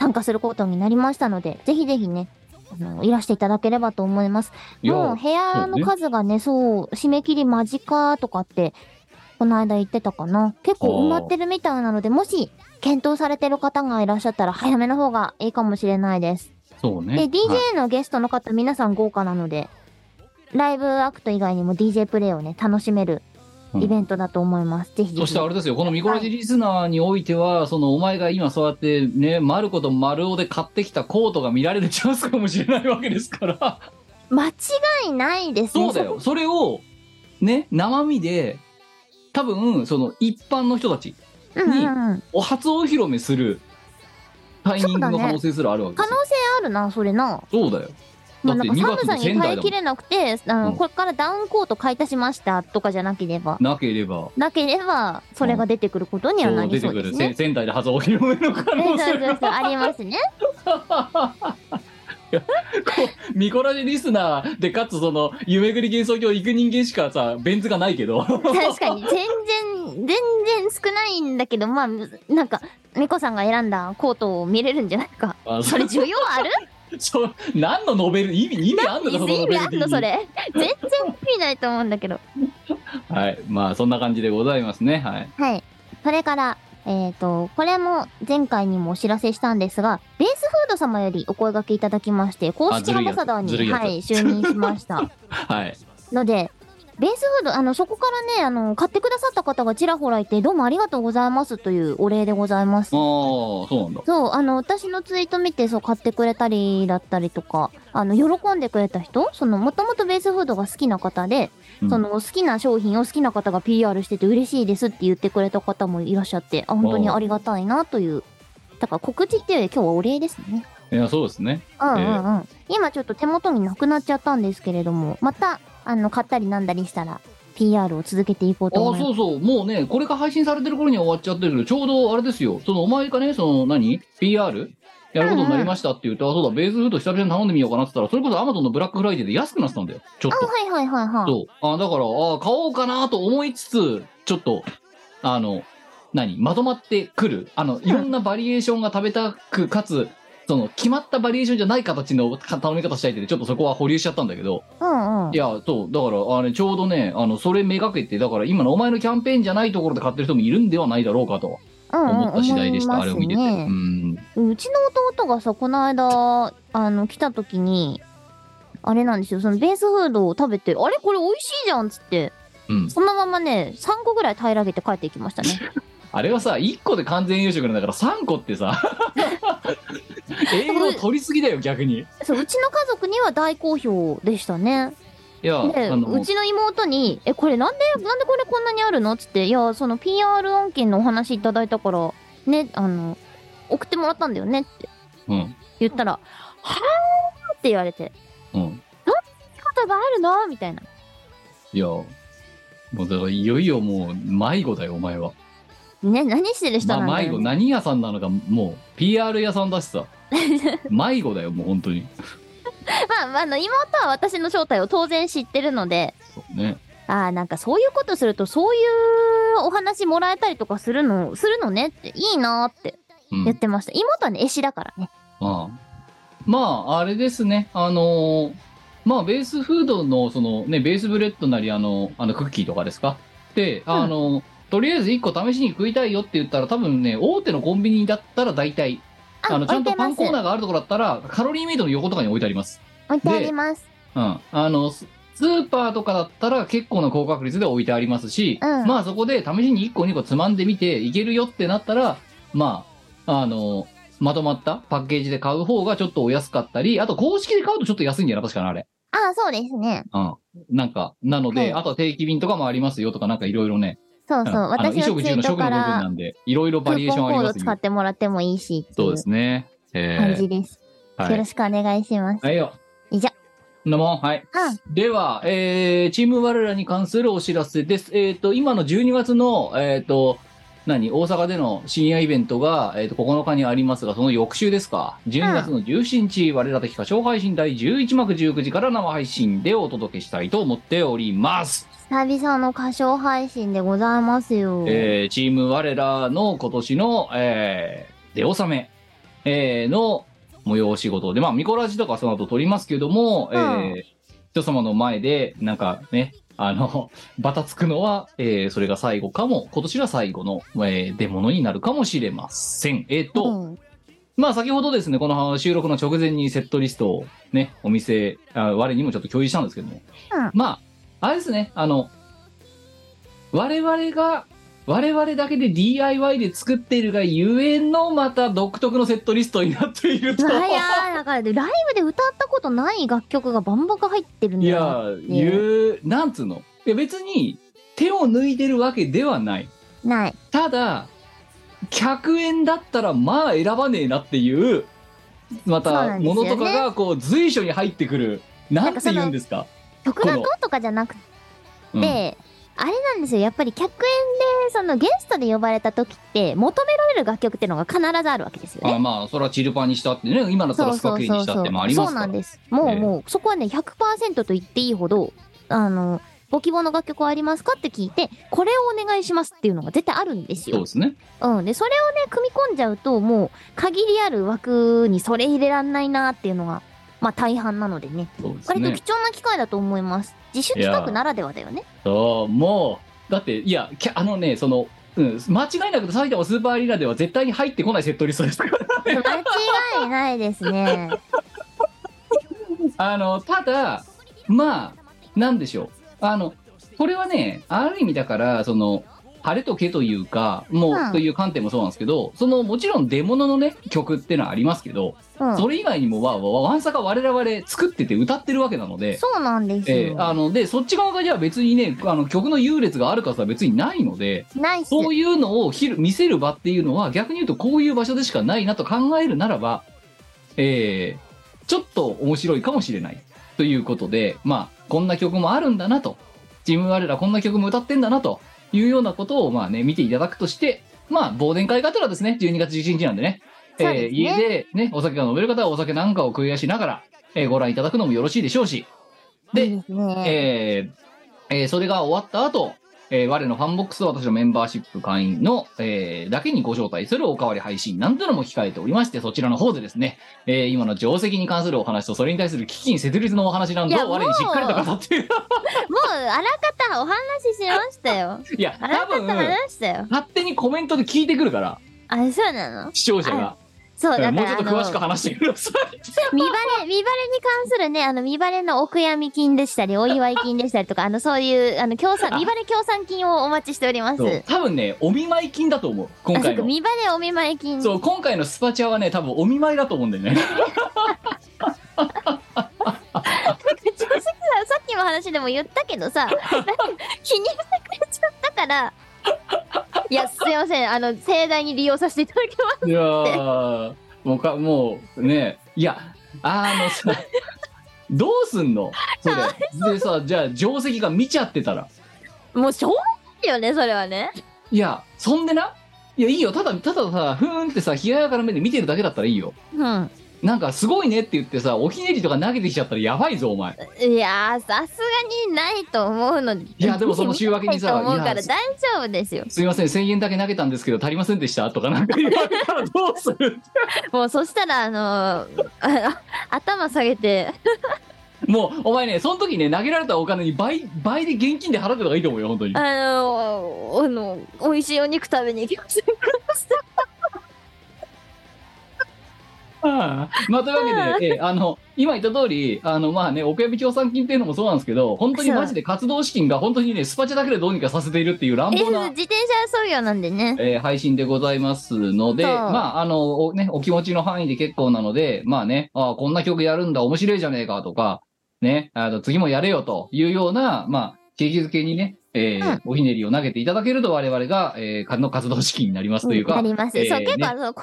[SPEAKER 1] 参加することになりましたので、ぜひぜひね、あのいらしていただければと思います。
[SPEAKER 3] いや
[SPEAKER 1] もう部屋の数がね、そう、締め切り間近とかって、この間言ってたかな。結構埋まってるみたいなので、もし、検討されてる方がいらっしゃったら、早めの方がいいかもしれないです。
[SPEAKER 3] そうね
[SPEAKER 1] で、
[SPEAKER 3] はい
[SPEAKER 1] DJ のゲストの方、皆さん豪華なので、ライブアクト以外にも DJ プレイをね、楽しめるイベントだと思います。ぜひぜ
[SPEAKER 3] そし
[SPEAKER 1] ひ
[SPEAKER 3] て。あれですよ、このミコラジリスナーにおいては、そのお前が今そうやってね、マルコとマルオで買ってきたコートが見られるチャンスかもしれないわけですから、
[SPEAKER 1] 間違いないですね。
[SPEAKER 3] そうだよ、それを、ね、生身で、多分、その一般の人たち、
[SPEAKER 1] そこ。うんうんうん。
[SPEAKER 3] お初お披露目するタイミング
[SPEAKER 1] そ
[SPEAKER 3] の
[SPEAKER 1] うだね
[SPEAKER 3] 可能性すらあるわけで
[SPEAKER 1] 可
[SPEAKER 3] す
[SPEAKER 1] 能
[SPEAKER 3] よ。
[SPEAKER 1] 性あるな、それな。
[SPEAKER 3] そうだよ。
[SPEAKER 1] も
[SPEAKER 3] だ
[SPEAKER 1] うな
[SPEAKER 3] っ
[SPEAKER 1] んか
[SPEAKER 3] て2
[SPEAKER 1] 寒
[SPEAKER 3] 月
[SPEAKER 1] さ
[SPEAKER 3] の
[SPEAKER 1] に
[SPEAKER 3] 仙
[SPEAKER 1] 耐え
[SPEAKER 3] 台だも
[SPEAKER 1] き
[SPEAKER 3] ん
[SPEAKER 1] れなくて、あの、
[SPEAKER 3] うん
[SPEAKER 1] これからダウンコート買い足しましたとかじゃなければ。
[SPEAKER 3] なければ、
[SPEAKER 1] なければ、それが出てくることにはな
[SPEAKER 3] そう
[SPEAKER 1] り
[SPEAKER 3] 出て
[SPEAKER 1] そうで
[SPEAKER 3] くる
[SPEAKER 1] す
[SPEAKER 3] せ
[SPEAKER 1] ね。
[SPEAKER 3] 仙台で初お披露目の可
[SPEAKER 1] そ
[SPEAKER 3] 能
[SPEAKER 1] うそう
[SPEAKER 3] 性
[SPEAKER 1] そう
[SPEAKER 3] が
[SPEAKER 1] そう、ありますね。
[SPEAKER 3] いやこうミコラジリスナーでかつその夢ぐり幻想郷行く人間しかさベンツがないけど
[SPEAKER 1] 確かに、全然、全然少ないんだけど、まあ、なんか、猫さんが選んだコートを見れるんじゃないか。
[SPEAKER 3] あ
[SPEAKER 1] そ
[SPEAKER 3] そ
[SPEAKER 1] れ需要ある
[SPEAKER 3] そう何のノベル意味意味あんの
[SPEAKER 1] 意
[SPEAKER 3] かそのノベ
[SPEAKER 1] 味
[SPEAKER 3] ル
[SPEAKER 1] あん
[SPEAKER 3] 的
[SPEAKER 1] の
[SPEAKER 3] に
[SPEAKER 1] それ。全然意味ないと思うんだけど。
[SPEAKER 3] はいまあそんな感じでございますねはい
[SPEAKER 1] はい。それから、えっ、と、これも前回にもお知らせしたんですが、ベースフード様よりお声掛けいただきまして、公
[SPEAKER 3] あず
[SPEAKER 1] 式
[SPEAKER 3] る
[SPEAKER 1] ア
[SPEAKER 3] いや
[SPEAKER 1] ン
[SPEAKER 3] つ
[SPEAKER 1] バサダー
[SPEAKER 3] ずるい
[SPEAKER 1] に、
[SPEAKER 3] やつ
[SPEAKER 1] はい、就任しました。
[SPEAKER 3] はい
[SPEAKER 1] ので、ベースフード、あの、そこからね、あの、買ってくださった方がちらほらいて、どうもありがとうございますというお礼でございます。
[SPEAKER 3] もうそうなんだ
[SPEAKER 1] そう、あの、私のツイート見て、そう、買ってくれたりだったりとか、あの、喜んでくれた人その、もともとベースフードが好きな方で、
[SPEAKER 3] うん
[SPEAKER 1] その、好きな商品を好きな方が PR してて嬉しいですって言ってくれた方もいらっしゃって、あ、本当にありがたいなという。だから告知っていうより今日はお礼ですね。
[SPEAKER 3] いやそうですね
[SPEAKER 1] うんうんうん。今ちょっと手元になくなっちゃったんですけれども、また、あの、買ったりなんだりしたら、PR を続けていこう
[SPEAKER 3] あ
[SPEAKER 1] と思いま
[SPEAKER 3] そ
[SPEAKER 1] す。
[SPEAKER 3] うそうもうねこれが配信されてる頃には終わっちゃってるけどちょうどあれですよそのお前がねその何 PR やることになりましたって言って、あ、そうだ、ベースフード久々に頼んでみようかなって言ったら、それこそ Amazon のブラックフライデーで安くなってたんだよ。ちょっと。
[SPEAKER 1] あ、はいはいはいはい。
[SPEAKER 3] そう。あだから、あ買おうかなと思いつつ、ちょっと、あの、何まとまってくる。あの、いろんなバリエーションが食べたく、かつ、その、決まったバリエーションじゃない形のか頼み方したいって、ちょっとそこは保留しちゃったんだけど、
[SPEAKER 1] うんうん。
[SPEAKER 3] いや、そう、だから、あれ、ちょうどね、あの、それめがけて、だから今のお前のキャンペーンじゃないところで買ってる人もいるんではないだろうかと
[SPEAKER 1] うんうん、
[SPEAKER 3] 思った次第でした、
[SPEAKER 1] 思
[SPEAKER 3] あ
[SPEAKER 1] い
[SPEAKER 3] れ
[SPEAKER 1] ま
[SPEAKER 3] を
[SPEAKER 1] す
[SPEAKER 3] 見てて。う
[SPEAKER 1] ね
[SPEAKER 3] ん。
[SPEAKER 1] うちの弟がさ、この間、あの、来た時に、あれなんですよ、そのベースフードを食べて、あれこれ美味しいじゃんっつって、
[SPEAKER 3] うん。
[SPEAKER 1] そのままね、3個ぐらい平らげて帰っていきましたね。
[SPEAKER 3] あれはさ、1個で完全夕食なんだから、3個っ てさ、栄養取りすぎだよ、逆に。い
[SPEAKER 1] そう、うちの家族には大好評でしたね。
[SPEAKER 3] や、
[SPEAKER 1] で
[SPEAKER 3] あの、
[SPEAKER 1] うちの妹に「えこれなんでなんでこれこんなにあるの?」っつって「いやその PR 案件のお話いただいたからねあの送ってもらったんだよね」って
[SPEAKER 3] うん。
[SPEAKER 1] 言ったら「はあ」って言われて
[SPEAKER 3] うん。
[SPEAKER 1] 「ことがあるの?」みたいない
[SPEAKER 3] や、もうだからいよいよもう迷子だよ、お前は。
[SPEAKER 1] ね何してる人なん
[SPEAKER 3] ま
[SPEAKER 1] だ
[SPEAKER 3] 迷
[SPEAKER 1] よ、
[SPEAKER 3] 子、
[SPEAKER 1] ね
[SPEAKER 3] 何屋さんなのか、もう PR 屋さんだ しさ。迷子だよ、もう本当に。
[SPEAKER 1] まあ、まあ、あの妹は私の正体を当然知ってるので
[SPEAKER 3] そうね。
[SPEAKER 1] ああなんかそういうことするとそういうお話もらえたりとかするのするのねっていいなーって
[SPEAKER 3] うん。
[SPEAKER 1] 言ってました、妹はね絵師だからね
[SPEAKER 3] ああまあ、あれですね。あのーまあ、ベースフードの、そのね、ベースブレッドなり、あの、あのクッキーとかですか。で、あのとりあえず1個試しに食いたいよって言ったら、多分ね、大手のコンビニだったら大体、
[SPEAKER 1] あ
[SPEAKER 3] あのちゃんとパンコーナ
[SPEAKER 1] ー
[SPEAKER 3] ーがあるところだったらカロリーメイトの横とかに置いてあります
[SPEAKER 1] 置いてあります。
[SPEAKER 3] うん、あのススーパーとかだったら結構な高確率で置いてありますし、
[SPEAKER 1] うん
[SPEAKER 3] まあそこで試しに1個2個つまんでみていけるよってなったらまああのまとまったパッケージで買う方がちょっとお安かったりあと公式で買うとちょっと安いんじゃない確かなあれ、
[SPEAKER 1] ああ、そうですね。
[SPEAKER 3] うん、なんかなので、
[SPEAKER 1] はい
[SPEAKER 3] あとは定期便とかもありますよとかなんかいろいろね、
[SPEAKER 1] そう
[SPEAKER 3] う
[SPEAKER 1] そ
[SPEAKER 3] ん
[SPEAKER 1] う。
[SPEAKER 3] あの
[SPEAKER 1] 私の
[SPEAKER 3] 衣食
[SPEAKER 1] ツイ
[SPEAKER 3] 住の
[SPEAKER 1] ー
[SPEAKER 3] 食
[SPEAKER 1] ト
[SPEAKER 3] の部
[SPEAKER 1] か
[SPEAKER 3] 分な
[SPEAKER 1] ら
[SPEAKER 3] んでいろいろ
[SPEAKER 1] ク
[SPEAKER 3] バリエ
[SPEAKER 1] ー
[SPEAKER 3] ーション
[SPEAKER 1] ポ
[SPEAKER 3] あ
[SPEAKER 1] ン
[SPEAKER 3] り
[SPEAKER 1] コー
[SPEAKER 3] ま
[SPEAKER 1] ド
[SPEAKER 3] す
[SPEAKER 1] 使
[SPEAKER 3] よ
[SPEAKER 1] ってもらってもいいしって
[SPEAKER 3] そう
[SPEAKER 1] い
[SPEAKER 3] で
[SPEAKER 1] う
[SPEAKER 3] すね、えー
[SPEAKER 1] 感じです。
[SPEAKER 3] は
[SPEAKER 1] よ
[SPEAKER 3] い
[SPEAKER 1] ろしくお願いします。
[SPEAKER 3] はいよ
[SPEAKER 1] 以上
[SPEAKER 3] んなもんはい
[SPEAKER 1] あ、
[SPEAKER 3] では、えーチーム我らに関するお知らせです。えっ、と、今の12月の、えっ、と、何大阪での深夜イベントが、えっ、と、9日にありますが、その翌週ですか。12月の17日、我ら的歌唱配信第11幕19時から生配信でお届けしたいと思っております。
[SPEAKER 1] 久々の歌唱配信でございますよ。
[SPEAKER 3] えーチーム我らの今年の、えー出納め、えーの催し事で、まあ、ミコラジとかその後撮りますけども、えー人様の前で、なんかね、あの、 バタつくのは、えーそれが最後かも、今年は最後の、えー出物になるかもしれません。えっ、と、
[SPEAKER 1] うん
[SPEAKER 3] まあ先ほどですね、この収録の直前にセットリストをね、お店、あ我にもちょっと共有したんですけども、
[SPEAKER 1] うん
[SPEAKER 3] まあ、あれですね、あの、我々が、我々だけで DIY で作っているがゆえのまた独特のセットリストになっている
[SPEAKER 1] い
[SPEAKER 3] と。
[SPEAKER 1] やいや、だ からライブで歌ったことない楽曲がバンバカ入ってるん
[SPEAKER 3] い
[SPEAKER 1] だよ。
[SPEAKER 3] や、言う、なんつうの。いや別に手を抜いてるわけではない。
[SPEAKER 1] ない。
[SPEAKER 3] ただ、100円だったらまあ選ばねえなっていう、ま
[SPEAKER 1] そうな
[SPEAKER 3] た、
[SPEAKER 1] んですよ
[SPEAKER 3] もの
[SPEAKER 1] ね
[SPEAKER 3] とかがこう随所に入ってくる。なん
[SPEAKER 1] か
[SPEAKER 3] んて
[SPEAKER 1] その
[SPEAKER 3] 言うんですか
[SPEAKER 1] 曲楽とかじゃなくて、
[SPEAKER 3] うん
[SPEAKER 1] あれなんですよ。やっぱり100円で、そのゲストで呼ばれた時って、求められる楽曲っていうのが必ずあるわけですよ
[SPEAKER 3] あ
[SPEAKER 1] ね。
[SPEAKER 3] まあ、それはチルパンにしたってね、今だっ
[SPEAKER 1] そ
[SPEAKER 3] たら
[SPEAKER 1] う
[SPEAKER 3] スカ
[SPEAKER 1] そ
[SPEAKER 3] ク
[SPEAKER 1] う
[SPEAKER 3] リに
[SPEAKER 1] そう
[SPEAKER 3] した
[SPEAKER 1] そ
[SPEAKER 3] っ
[SPEAKER 1] う
[SPEAKER 3] てもありま
[SPEAKER 1] そ
[SPEAKER 3] す
[SPEAKER 1] う
[SPEAKER 3] か
[SPEAKER 1] なん。
[SPEAKER 3] ら
[SPEAKER 1] です。もう、
[SPEAKER 3] ええ
[SPEAKER 1] もう、そこはね、100%と言っていいほど、あの、ご希望の楽曲はありますかって聞いて、これをお願いしますっていうのが絶対あるんです
[SPEAKER 3] そう
[SPEAKER 1] よ
[SPEAKER 3] で。すね。
[SPEAKER 1] うん。で、それをね、組み込んじゃうと、もう、限りある枠にそれ入れらんないなっていうのが、まあ大半なのでね。
[SPEAKER 3] そうです
[SPEAKER 1] 割と
[SPEAKER 3] ね
[SPEAKER 1] 貴。重な機会だと思います。自主企画ならではだよね。
[SPEAKER 3] そう、もう、だって、いや、きゃあのね、その、うん、間違いなく埼玉スーパーアリーナでは絶対に入ってこないセットリストですから。
[SPEAKER 1] 間違いないですね。
[SPEAKER 3] あの、ただ、まあ、なんでしょう。あの、これはね、ある意味だから、その、晴れとけというか、もう、
[SPEAKER 1] うん
[SPEAKER 3] という観点もそうなんですけど、その、もちろん出物のね、曲ってのはありますけど、
[SPEAKER 1] うん。
[SPEAKER 3] それ以外にもわ、わ、わんさか我々作ってて歌ってるわけなので、
[SPEAKER 1] そうなんですよ。
[SPEAKER 3] えーあの、で、そっち側がじゃあ別にね、あの、曲の優劣があるかさ、別にないので、
[SPEAKER 1] ナイス。
[SPEAKER 3] そういうのをひる見せる場っていうのは逆に言うとこういう場所でしかないなと考えるならば、えーちょっと面白いかもしれないということでまあこんな曲もあるんだなとチーム我らこんな曲も歌ってんだなというようなことをまあね見ていただくとしてまあ忘年会がてらですね12月11日なんでね
[SPEAKER 1] そうですね
[SPEAKER 3] えー家でねお酒が飲める方はお酒なんかを食いやしながら、えーご覧いただくのもよろしいでしょうしで
[SPEAKER 1] いいですね。
[SPEAKER 3] えーえーそれが終わった後、えー我のファンボックスと私のメンバーシップ会員の、えーだけにご招待するおかわり配信なんてのも控えておりまして、そちらの方でですね、えー今の定石に関するお話と、それに対する基金設立のお話なん
[SPEAKER 1] い
[SPEAKER 3] ぞ
[SPEAKER 1] や
[SPEAKER 3] を我にしっかりと語って、
[SPEAKER 1] もう、あらかたお話ししましたよ。
[SPEAKER 3] いや、
[SPEAKER 1] あら
[SPEAKER 3] 多
[SPEAKER 1] か
[SPEAKER 3] 分、
[SPEAKER 1] た
[SPEAKER 3] 勝
[SPEAKER 1] 話したよ。
[SPEAKER 3] 手にコメントで聞いてくるから、
[SPEAKER 1] あ、そうなの
[SPEAKER 3] 視聴者が。
[SPEAKER 1] そう、だから、
[SPEAKER 3] もうちょっと詳しく
[SPEAKER 1] あの
[SPEAKER 3] 話してください。
[SPEAKER 1] 見バレ、見バレに関するね、あの、見バレのお悔やみ金でしたり、お祝い金でしたりとか、あの、そういう、あの、協賛、
[SPEAKER 3] あ
[SPEAKER 1] 見バレ協賛金をお待ちしております。
[SPEAKER 3] そう多分ね、お見舞い金だと思う、今
[SPEAKER 1] あ、そっ
[SPEAKER 3] 回
[SPEAKER 1] か、
[SPEAKER 3] の。
[SPEAKER 1] 見バレお見舞い金。
[SPEAKER 3] そう、今回のスパチャはね、多分お見舞いだと思うんだよね。
[SPEAKER 1] なんかちょっとささっきの話でも言ったけどさなんか気にしてくれちゃったからいやすいませんあの盛大に利用させていただきます
[SPEAKER 3] いやーもうかもうねいやあのさどうすんのそれでさじゃあ定石が見ちゃってたら
[SPEAKER 1] もうしょうがないよねそれはね
[SPEAKER 3] いやそんでないやいいよただたださふーんってさ冷ややかな目で見てるだけだったらいいよ
[SPEAKER 1] うん
[SPEAKER 3] なんかすごいねって言ってさおひねりとか投げてきちゃったらやばいぞお前
[SPEAKER 1] いやーさすがにないと思うので
[SPEAKER 3] いやでもその週明けにさ
[SPEAKER 1] ないと思うから
[SPEAKER 3] いや
[SPEAKER 1] 大丈夫ですよ
[SPEAKER 3] すいません1000円だけ投げたんですけど足りませんでしたとかなんか言われたらどうする
[SPEAKER 1] もうそしたらあのーあ頭下げて
[SPEAKER 3] もうお前ねその時ね投げられたお金に倍倍で現金で払ってた方がいいと思うよ本当に
[SPEAKER 1] あのーあの美味しいお肉食べに行きませんか
[SPEAKER 3] まあ、というわけで、えーあの今言った通りあのまあねお悔やみ協賛金っていうのもそうなんですけど本当にマジで活動資金が本当にねスパチャだけでどうにかさせているっていう乱
[SPEAKER 1] え、自
[SPEAKER 3] 暴な、
[SPEAKER 1] 転車操業なんでね。
[SPEAKER 3] えー配信でございますので
[SPEAKER 1] そう
[SPEAKER 3] まああのお,、ね、お気持ちの範囲で結構なのでまあねあーこんな曲やるんだ面白いじゃねえかとかねあの次もやれよというようなまあ景気づけにねえーおひねりを投げていただけると我々が、えー、の活動資金になりますというか、
[SPEAKER 1] あります。
[SPEAKER 3] えー
[SPEAKER 1] そう、
[SPEAKER 3] ね
[SPEAKER 1] 結構、あの、高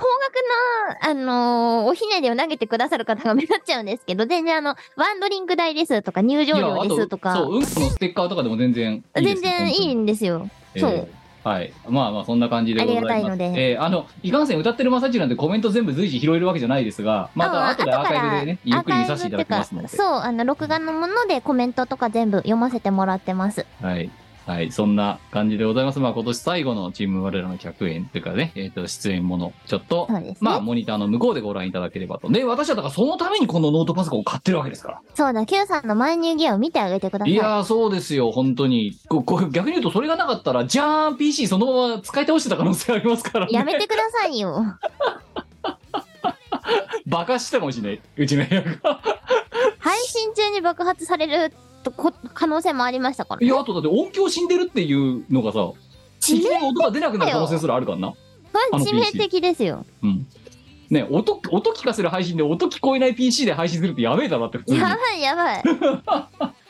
[SPEAKER 1] 額な、あのーおひねりを投げてくださる方が目立っちゃうんですけど、全然あの、ワンドリンク代ですとか、入場
[SPEAKER 3] いや
[SPEAKER 1] 料
[SPEAKER 3] あ
[SPEAKER 1] ですとか、
[SPEAKER 3] そううんこのステッカーとかでも全然いいです
[SPEAKER 1] 全然いいんですよ。そ
[SPEAKER 3] 本当
[SPEAKER 1] う
[SPEAKER 3] にえーはいまあまあそんな感じでございます
[SPEAKER 1] ありがたいので
[SPEAKER 3] えーあのいかんせん歌ってる真っ最中なんでコメント全部随時拾えるわけじゃないですがまた後でアーカイブでねゆっくり見させていただきますの
[SPEAKER 1] アーカイブっていうか
[SPEAKER 3] で
[SPEAKER 1] そう、あの、録画のものでコメントとか全部読ませてもらってます。
[SPEAKER 3] はいはいそんな感じでございますまあ今年最後のチーム我らの客演というかねえっ、と出演ものちょっと
[SPEAKER 1] そうですね。
[SPEAKER 3] まあ、モニターの向こうでご覧いただければと。で、私はだからそのためにこのノートパソコンを買ってるわけですから。
[SPEAKER 1] そうだ、Q さんの前入ギアを見てあげてください。
[SPEAKER 3] いやー、そうですよ、本当に。ここ逆に言うと、それがなかったら、じゃーん、PC そのまま使い倒してた可能性ありますから、ね。
[SPEAKER 1] やめてくださいよ。
[SPEAKER 3] バカしてたかもしれない、うちの部屋が。
[SPEAKER 1] 配信中に爆発されるとこ可能性もありましたから、
[SPEAKER 3] い
[SPEAKER 1] ね。
[SPEAKER 3] や、あとだって音響死んでるっていうのがさ、いきなり音が出なくなる可能性すらあるからな。
[SPEAKER 1] こ
[SPEAKER 3] あ
[SPEAKER 1] れ
[SPEAKER 3] の
[SPEAKER 1] 致命的ですよ。
[SPEAKER 3] うん。ね、音、音聞かせる配信で音聞こえない PC で配信するってやべえだなって普通に。
[SPEAKER 1] やばいや ばい。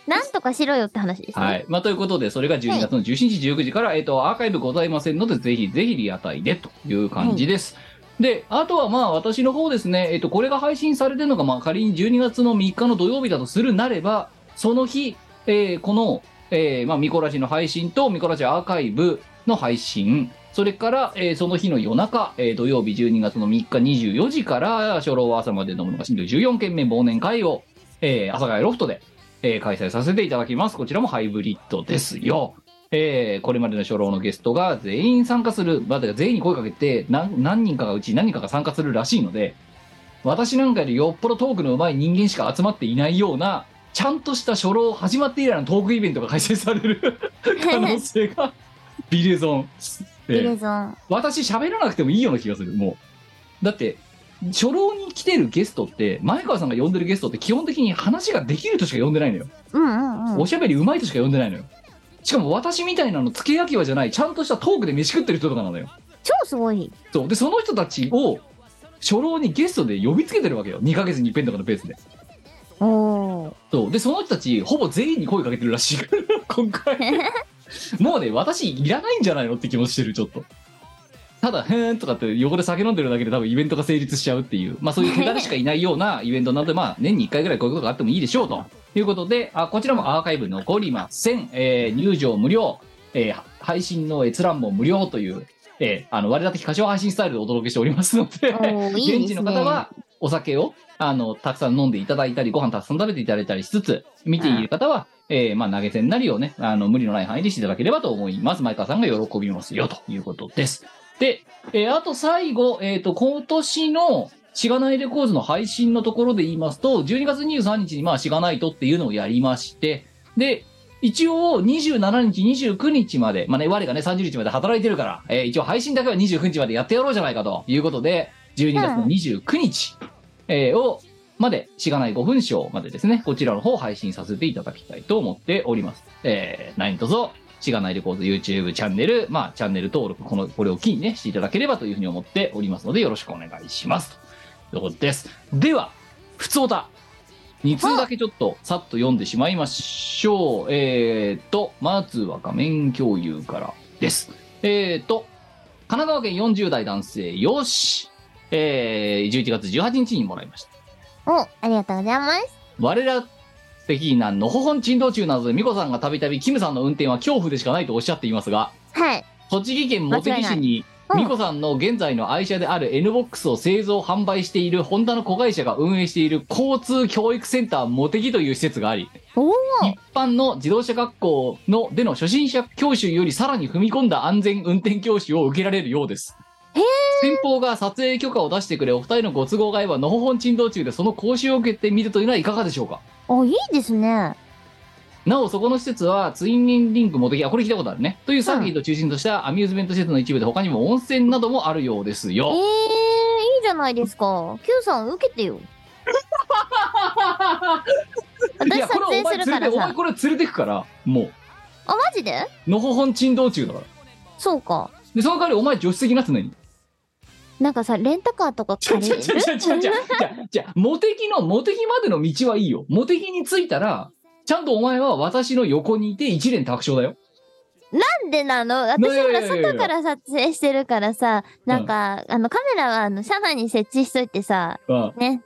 [SPEAKER 1] なんとかしろよって話ですね。
[SPEAKER 3] はい。まあ、ということで、それが12月の17時、19時から、えっ、と、アーカイブございませんので、ぜひ、ぜひリアタイでという感じです。で、あとはまあ、私の方ですね、えっ、と、これが配信されてるのが、まあ、仮に12月の3日の土曜日だとするなれば、その日、えーこの、えーまあ、ミコラジの配信と、ミコラジアーカイブの配信、それから、えーその日の夜中、えー土曜日12月の3日24時から、初老は朝まで飲むのがしんどい14件目忘年会を、えー、阿佐ヶ谷ロフトで、えー開催させていただきます。こちらもハイブリッドですよ。えーこれまでの初老のゲストが全員参加する、まあ、てか全員に声かけて何、何人かがうち何人かが参加するらしいので、私なんかよりよっぽどトークの上手い人間しか集まっていないような、ちゃんとした初老始まって以来のトークイベントが開催される 可能性が、ビレゾン。え
[SPEAKER 1] ビ
[SPEAKER 3] ー
[SPEAKER 1] レゾン。
[SPEAKER 3] 私喋らなくてもいいような気がするもうだって初老に来てるゲストって前川さんが呼んでるゲストって基本的に話ができるとしか呼んでないのよ、
[SPEAKER 1] うんうんう
[SPEAKER 3] お
[SPEAKER 1] ん。
[SPEAKER 3] しゃべりうまいとしか呼んでないのよしかも私みたいなの付け焼きはじゃないちゃんとしたトークで飯食ってる人とかなのよ
[SPEAKER 1] 超すごい。
[SPEAKER 3] そうでその人たちを初老にゲストで呼びつけてるわけよ2ヶ月に一遍とかのペースで
[SPEAKER 1] おお
[SPEAKER 3] そうでその人たちほぼ全員に声かけてるらしいから 今回
[SPEAKER 1] ー。
[SPEAKER 3] もうね、私いらないんじゃないのって気もしてる、ちょっと。ただ、へーんとかって横で酒飲んでるだけで多分イベントが成立しちゃうっていう、まあそういう手軽しかいないようなイベントなので、まあ年に1回ぐらいこういうことがあってもいいでしょうということで、あこちらもアーカイブ残りません。えー入場無料、えー配信の閲覧も無料という、えーあの、割り当て歌唱配信スタイルでお届けしておりますので、
[SPEAKER 1] おーいいですね
[SPEAKER 3] 現地の方はお酒をあのたくさん飲んでいただいたり、ご飯たくさん食べていただいたりしつつ、見ている方は、えーまあ、投げ銭なりをねあの、無理のない範囲でしていただければと思います。前川さんが喜びますよということです。で、えーあと最後、えっ、と、今年のしがないレコーズの配信のところで言いますと、12月23日に、まあ、しがないとっていうのをやりまして、で、一応27日、29日まで、まあね、我がね、30日まで働いてるから、えー一応配信だけは29日までやってやろうじゃないかということで、12月の29日、えーを、まで、しがない5分賞までですね、こちらの方配信させていただきたいと思っております。えー、何卒しがないレコード YouTube チャンネル、まあ、チャンネル登録、この、これを機にね、していただければというふうに思っておりますので、よろしくお願いします。ということです。では、普通だ。2通だけちょっと、さっと読んでしまいましょう。えーと、まずは画面共有からです。えーと、神奈川県40代男性、よし。えー、11月18日にもらいました。
[SPEAKER 1] お、ありがとうございます。
[SPEAKER 3] 我ら的なのほほん珍道中などで美子さんがたびたびキムさんの運転は恐怖でしかないとおっしゃっていますが
[SPEAKER 1] はい。
[SPEAKER 3] 栃木県茂木市に
[SPEAKER 1] 間違いない
[SPEAKER 3] 美
[SPEAKER 1] うん
[SPEAKER 3] 子さんの現在の愛車である NBOX を製造販売しているホンダの子会社が運営している交通教育センター茂木という施設があり
[SPEAKER 1] おお。
[SPEAKER 3] 一般の自動車学校のでの初心者教習よりさらに踏み込んだ安全運転教習を受けられるようです
[SPEAKER 1] へー
[SPEAKER 3] 先方が撮影許可を出してくれお二人のご都合が合えばのほほん珍道中でその講習を受けてみるというのはいかがでしょうか
[SPEAKER 1] お、いいですね。
[SPEAKER 3] なお、そこの施設は、ツインリンリンクもでき、あ、これ聞いたことあるね。というサーキットを中心としたアミューズメント施設の一部で、他にも温泉などもあるようです
[SPEAKER 1] えー、い
[SPEAKER 3] よ。
[SPEAKER 1] いじじゃないですか。Q さん受けて よ。
[SPEAKER 3] い
[SPEAKER 1] 私
[SPEAKER 3] や
[SPEAKER 1] 撮
[SPEAKER 3] これ
[SPEAKER 1] 影
[SPEAKER 3] お前
[SPEAKER 1] する
[SPEAKER 3] 連れ
[SPEAKER 1] か
[SPEAKER 3] て
[SPEAKER 1] ら
[SPEAKER 3] お前
[SPEAKER 1] さ。
[SPEAKER 3] これ連れてくからもう
[SPEAKER 1] あ、マジで
[SPEAKER 3] のほほん珍道中だから
[SPEAKER 1] そうか。
[SPEAKER 3] でその代わりお前助手席になってないんだよ
[SPEAKER 1] なんかさ、レンタカーとか
[SPEAKER 3] ちゃ
[SPEAKER 1] 借
[SPEAKER 3] ち
[SPEAKER 1] り
[SPEAKER 3] ゃ
[SPEAKER 1] る
[SPEAKER 3] ちゃちゃちゃちゃじゃモテキのモテキまでの道はいいよモテキに着いたらちゃんとお前は私の横にいて一連卓勝だよ
[SPEAKER 1] なんでなの
[SPEAKER 3] いやい
[SPEAKER 1] 私ほ
[SPEAKER 3] やいや
[SPEAKER 1] ら
[SPEAKER 3] いや
[SPEAKER 1] 外から撮影してるからさ、なんか、あのカメラはあの車内に設置しといてさ、
[SPEAKER 3] うん
[SPEAKER 1] ね。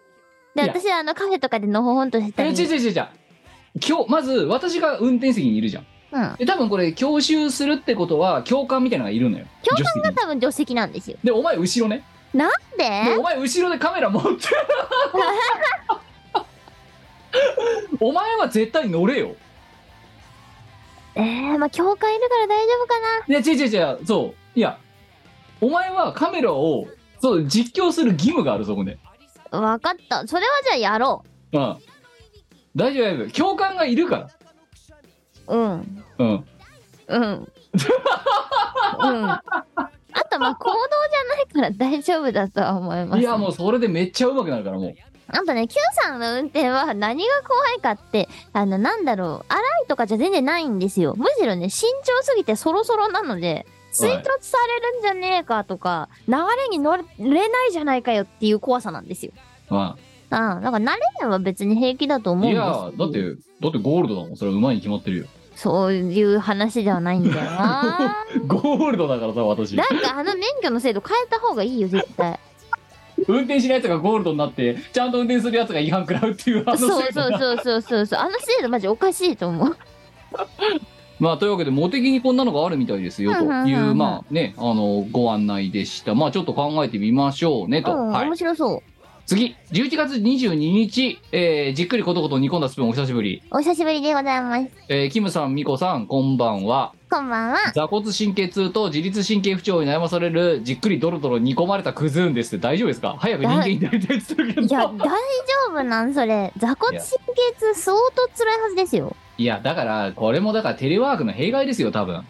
[SPEAKER 1] で、
[SPEAKER 3] いや
[SPEAKER 1] 私はあのカフェとかでのほほんとしてたり。
[SPEAKER 3] え違う違う違う違う今日まず私が運転席にいるじゃん
[SPEAKER 1] うん。
[SPEAKER 3] で多分これ教習するってことは教官みたいなのがいるのよ
[SPEAKER 1] 教
[SPEAKER 3] 助手席
[SPEAKER 1] 官
[SPEAKER 3] に
[SPEAKER 1] が多分助手席なんですよ。
[SPEAKER 3] でお前後ろね
[SPEAKER 1] で、
[SPEAKER 3] でお前後ろでカメラ持って お前は絶対乗れよ
[SPEAKER 1] えー、まあ教官いるから大丈夫かない
[SPEAKER 3] や違う違う違うそういやお前はカメラをそう実況する義務があるそこで
[SPEAKER 1] わかった。それはじゃあやろ
[SPEAKER 3] うん大丈夫大丈夫教官がいるか
[SPEAKER 1] う。うん。
[SPEAKER 3] らうん
[SPEAKER 1] うん。 うん。あとまあ行動じゃないから大丈夫だとは思います。
[SPEAKER 3] いやもうそれでめっちゃうまくなるからもう
[SPEAKER 1] あとね、Q さんの運転は何が怖いかって、あの、なんだろう、荒いとかじゃ全然ないんですよ。むしろね、慎重すぎてそろそろなので、追突されるんじゃねえかとか、流れに乗れないじゃないかよっていう怖さなんですよ。
[SPEAKER 3] ま
[SPEAKER 1] ああ、なんか慣れれば別に平気だと
[SPEAKER 3] あ
[SPEAKER 1] 思うん
[SPEAKER 3] い
[SPEAKER 1] です
[SPEAKER 3] や
[SPEAKER 1] よ
[SPEAKER 3] だってだってゴールドだもんそれはうまいに決まってるよ
[SPEAKER 1] そういう話ではないんだよ な。
[SPEAKER 3] ゴールドだからさ私
[SPEAKER 1] なんかあの免許の制度変えた方がいいよ、絶対。
[SPEAKER 3] 運転しないやつがゴールドになってちゃんと運転するやつが違反食らうって いうあの制度
[SPEAKER 1] そうそうそうそうそうそう。あの制度マジおかしいと思う。
[SPEAKER 3] まあというわけでモテキにこんなのがあるみたいですよと
[SPEAKER 1] うんうん
[SPEAKER 3] い
[SPEAKER 1] うんう
[SPEAKER 3] うんまあねあのご案内でしたまあちょっと考えてみましょうね
[SPEAKER 1] う
[SPEAKER 3] と、
[SPEAKER 1] ん、
[SPEAKER 3] はい
[SPEAKER 1] 面白そう。
[SPEAKER 3] 次11月22日、えーじっくりことこと煮込んだスプーンお久しぶり、
[SPEAKER 1] お久しぶりでございます。
[SPEAKER 3] えーキムさんミコさんこんばんは
[SPEAKER 1] こんばんは。
[SPEAKER 3] 座骨神経痛と自律神経不調に悩まされるじっくりドロドロ煮込まれたクズーンですって大丈夫ですか早く人間になりたいっつってるけど
[SPEAKER 1] い や、大丈夫なんそれ。座骨神経痛相当辛いはずですよ。
[SPEAKER 3] いやだからこれもだからテレワークの弊害ですよ多分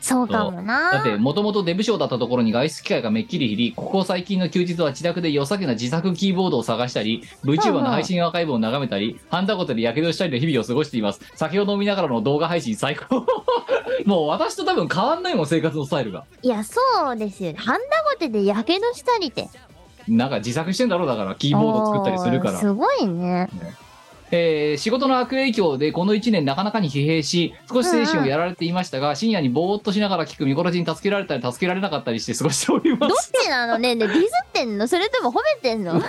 [SPEAKER 1] そうかも
[SPEAKER 3] だっ
[SPEAKER 1] な。
[SPEAKER 3] てもともとデブ症だったところに外出機会がめっきり減りここ最近の休日は自宅で良さげな自作キーボードを探したり VTuber の配信アーカイブを眺めたりハンダごとでやけどしたりの日々を過ごしています酒を飲みながらの動画配信最高 もう私と多分変わんないもん生活のスタイルが
[SPEAKER 1] いや、そうですよ。ハンダゴテでやけどしたりって。
[SPEAKER 3] なんか自作してんだろうだからキーボードを作ったりするか
[SPEAKER 1] おー
[SPEAKER 3] ら
[SPEAKER 1] すごいね。
[SPEAKER 3] えー仕事の悪影響でこの1年なかなかに疲弊し少し精神をやられていましたが、深夜にぼーっとしながら聞く見殺しに助けられたり助けられなかったりして過ごしておりま
[SPEAKER 1] どっ
[SPEAKER 3] す
[SPEAKER 1] ちなのねで、ディスってんのそれとも褒めてんの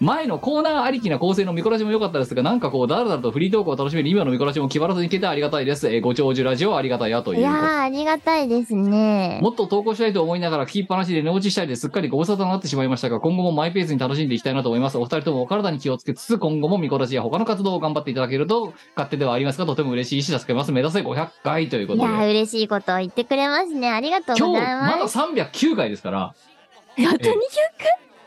[SPEAKER 3] 前のコーナーありきな構成の見こらしも良かったですがなんかこうだらだらとフリートークを楽しめる今の見こらしも気張らずに聞けてありがたいです、えーご長寿ラジオありがたいやとい
[SPEAKER 1] いうや
[SPEAKER 3] こと
[SPEAKER 1] ー、ありがたいですね。
[SPEAKER 3] もっと投稿したいと思いながら聞きっぱなしで寝落ちしたりですっかりご無沙汰になってしまいましたが今後もマイペースに楽しんでいきたいなと思いますお二人ともお体に気をつけつつ今後も見こらしや他の活動を頑張っていただけると勝手ではありますがとても嬉しいし助けます目指せ500回というこ
[SPEAKER 1] い
[SPEAKER 3] と
[SPEAKER 1] や
[SPEAKER 3] で
[SPEAKER 1] ー、嬉しいことを言ってくれますね。ありがとう
[SPEAKER 3] 今
[SPEAKER 1] ご
[SPEAKER 3] 日
[SPEAKER 1] ざい
[SPEAKER 3] まだ
[SPEAKER 1] ます。
[SPEAKER 3] 309回ですから
[SPEAKER 1] やっと
[SPEAKER 3] え
[SPEAKER 1] 200
[SPEAKER 3] え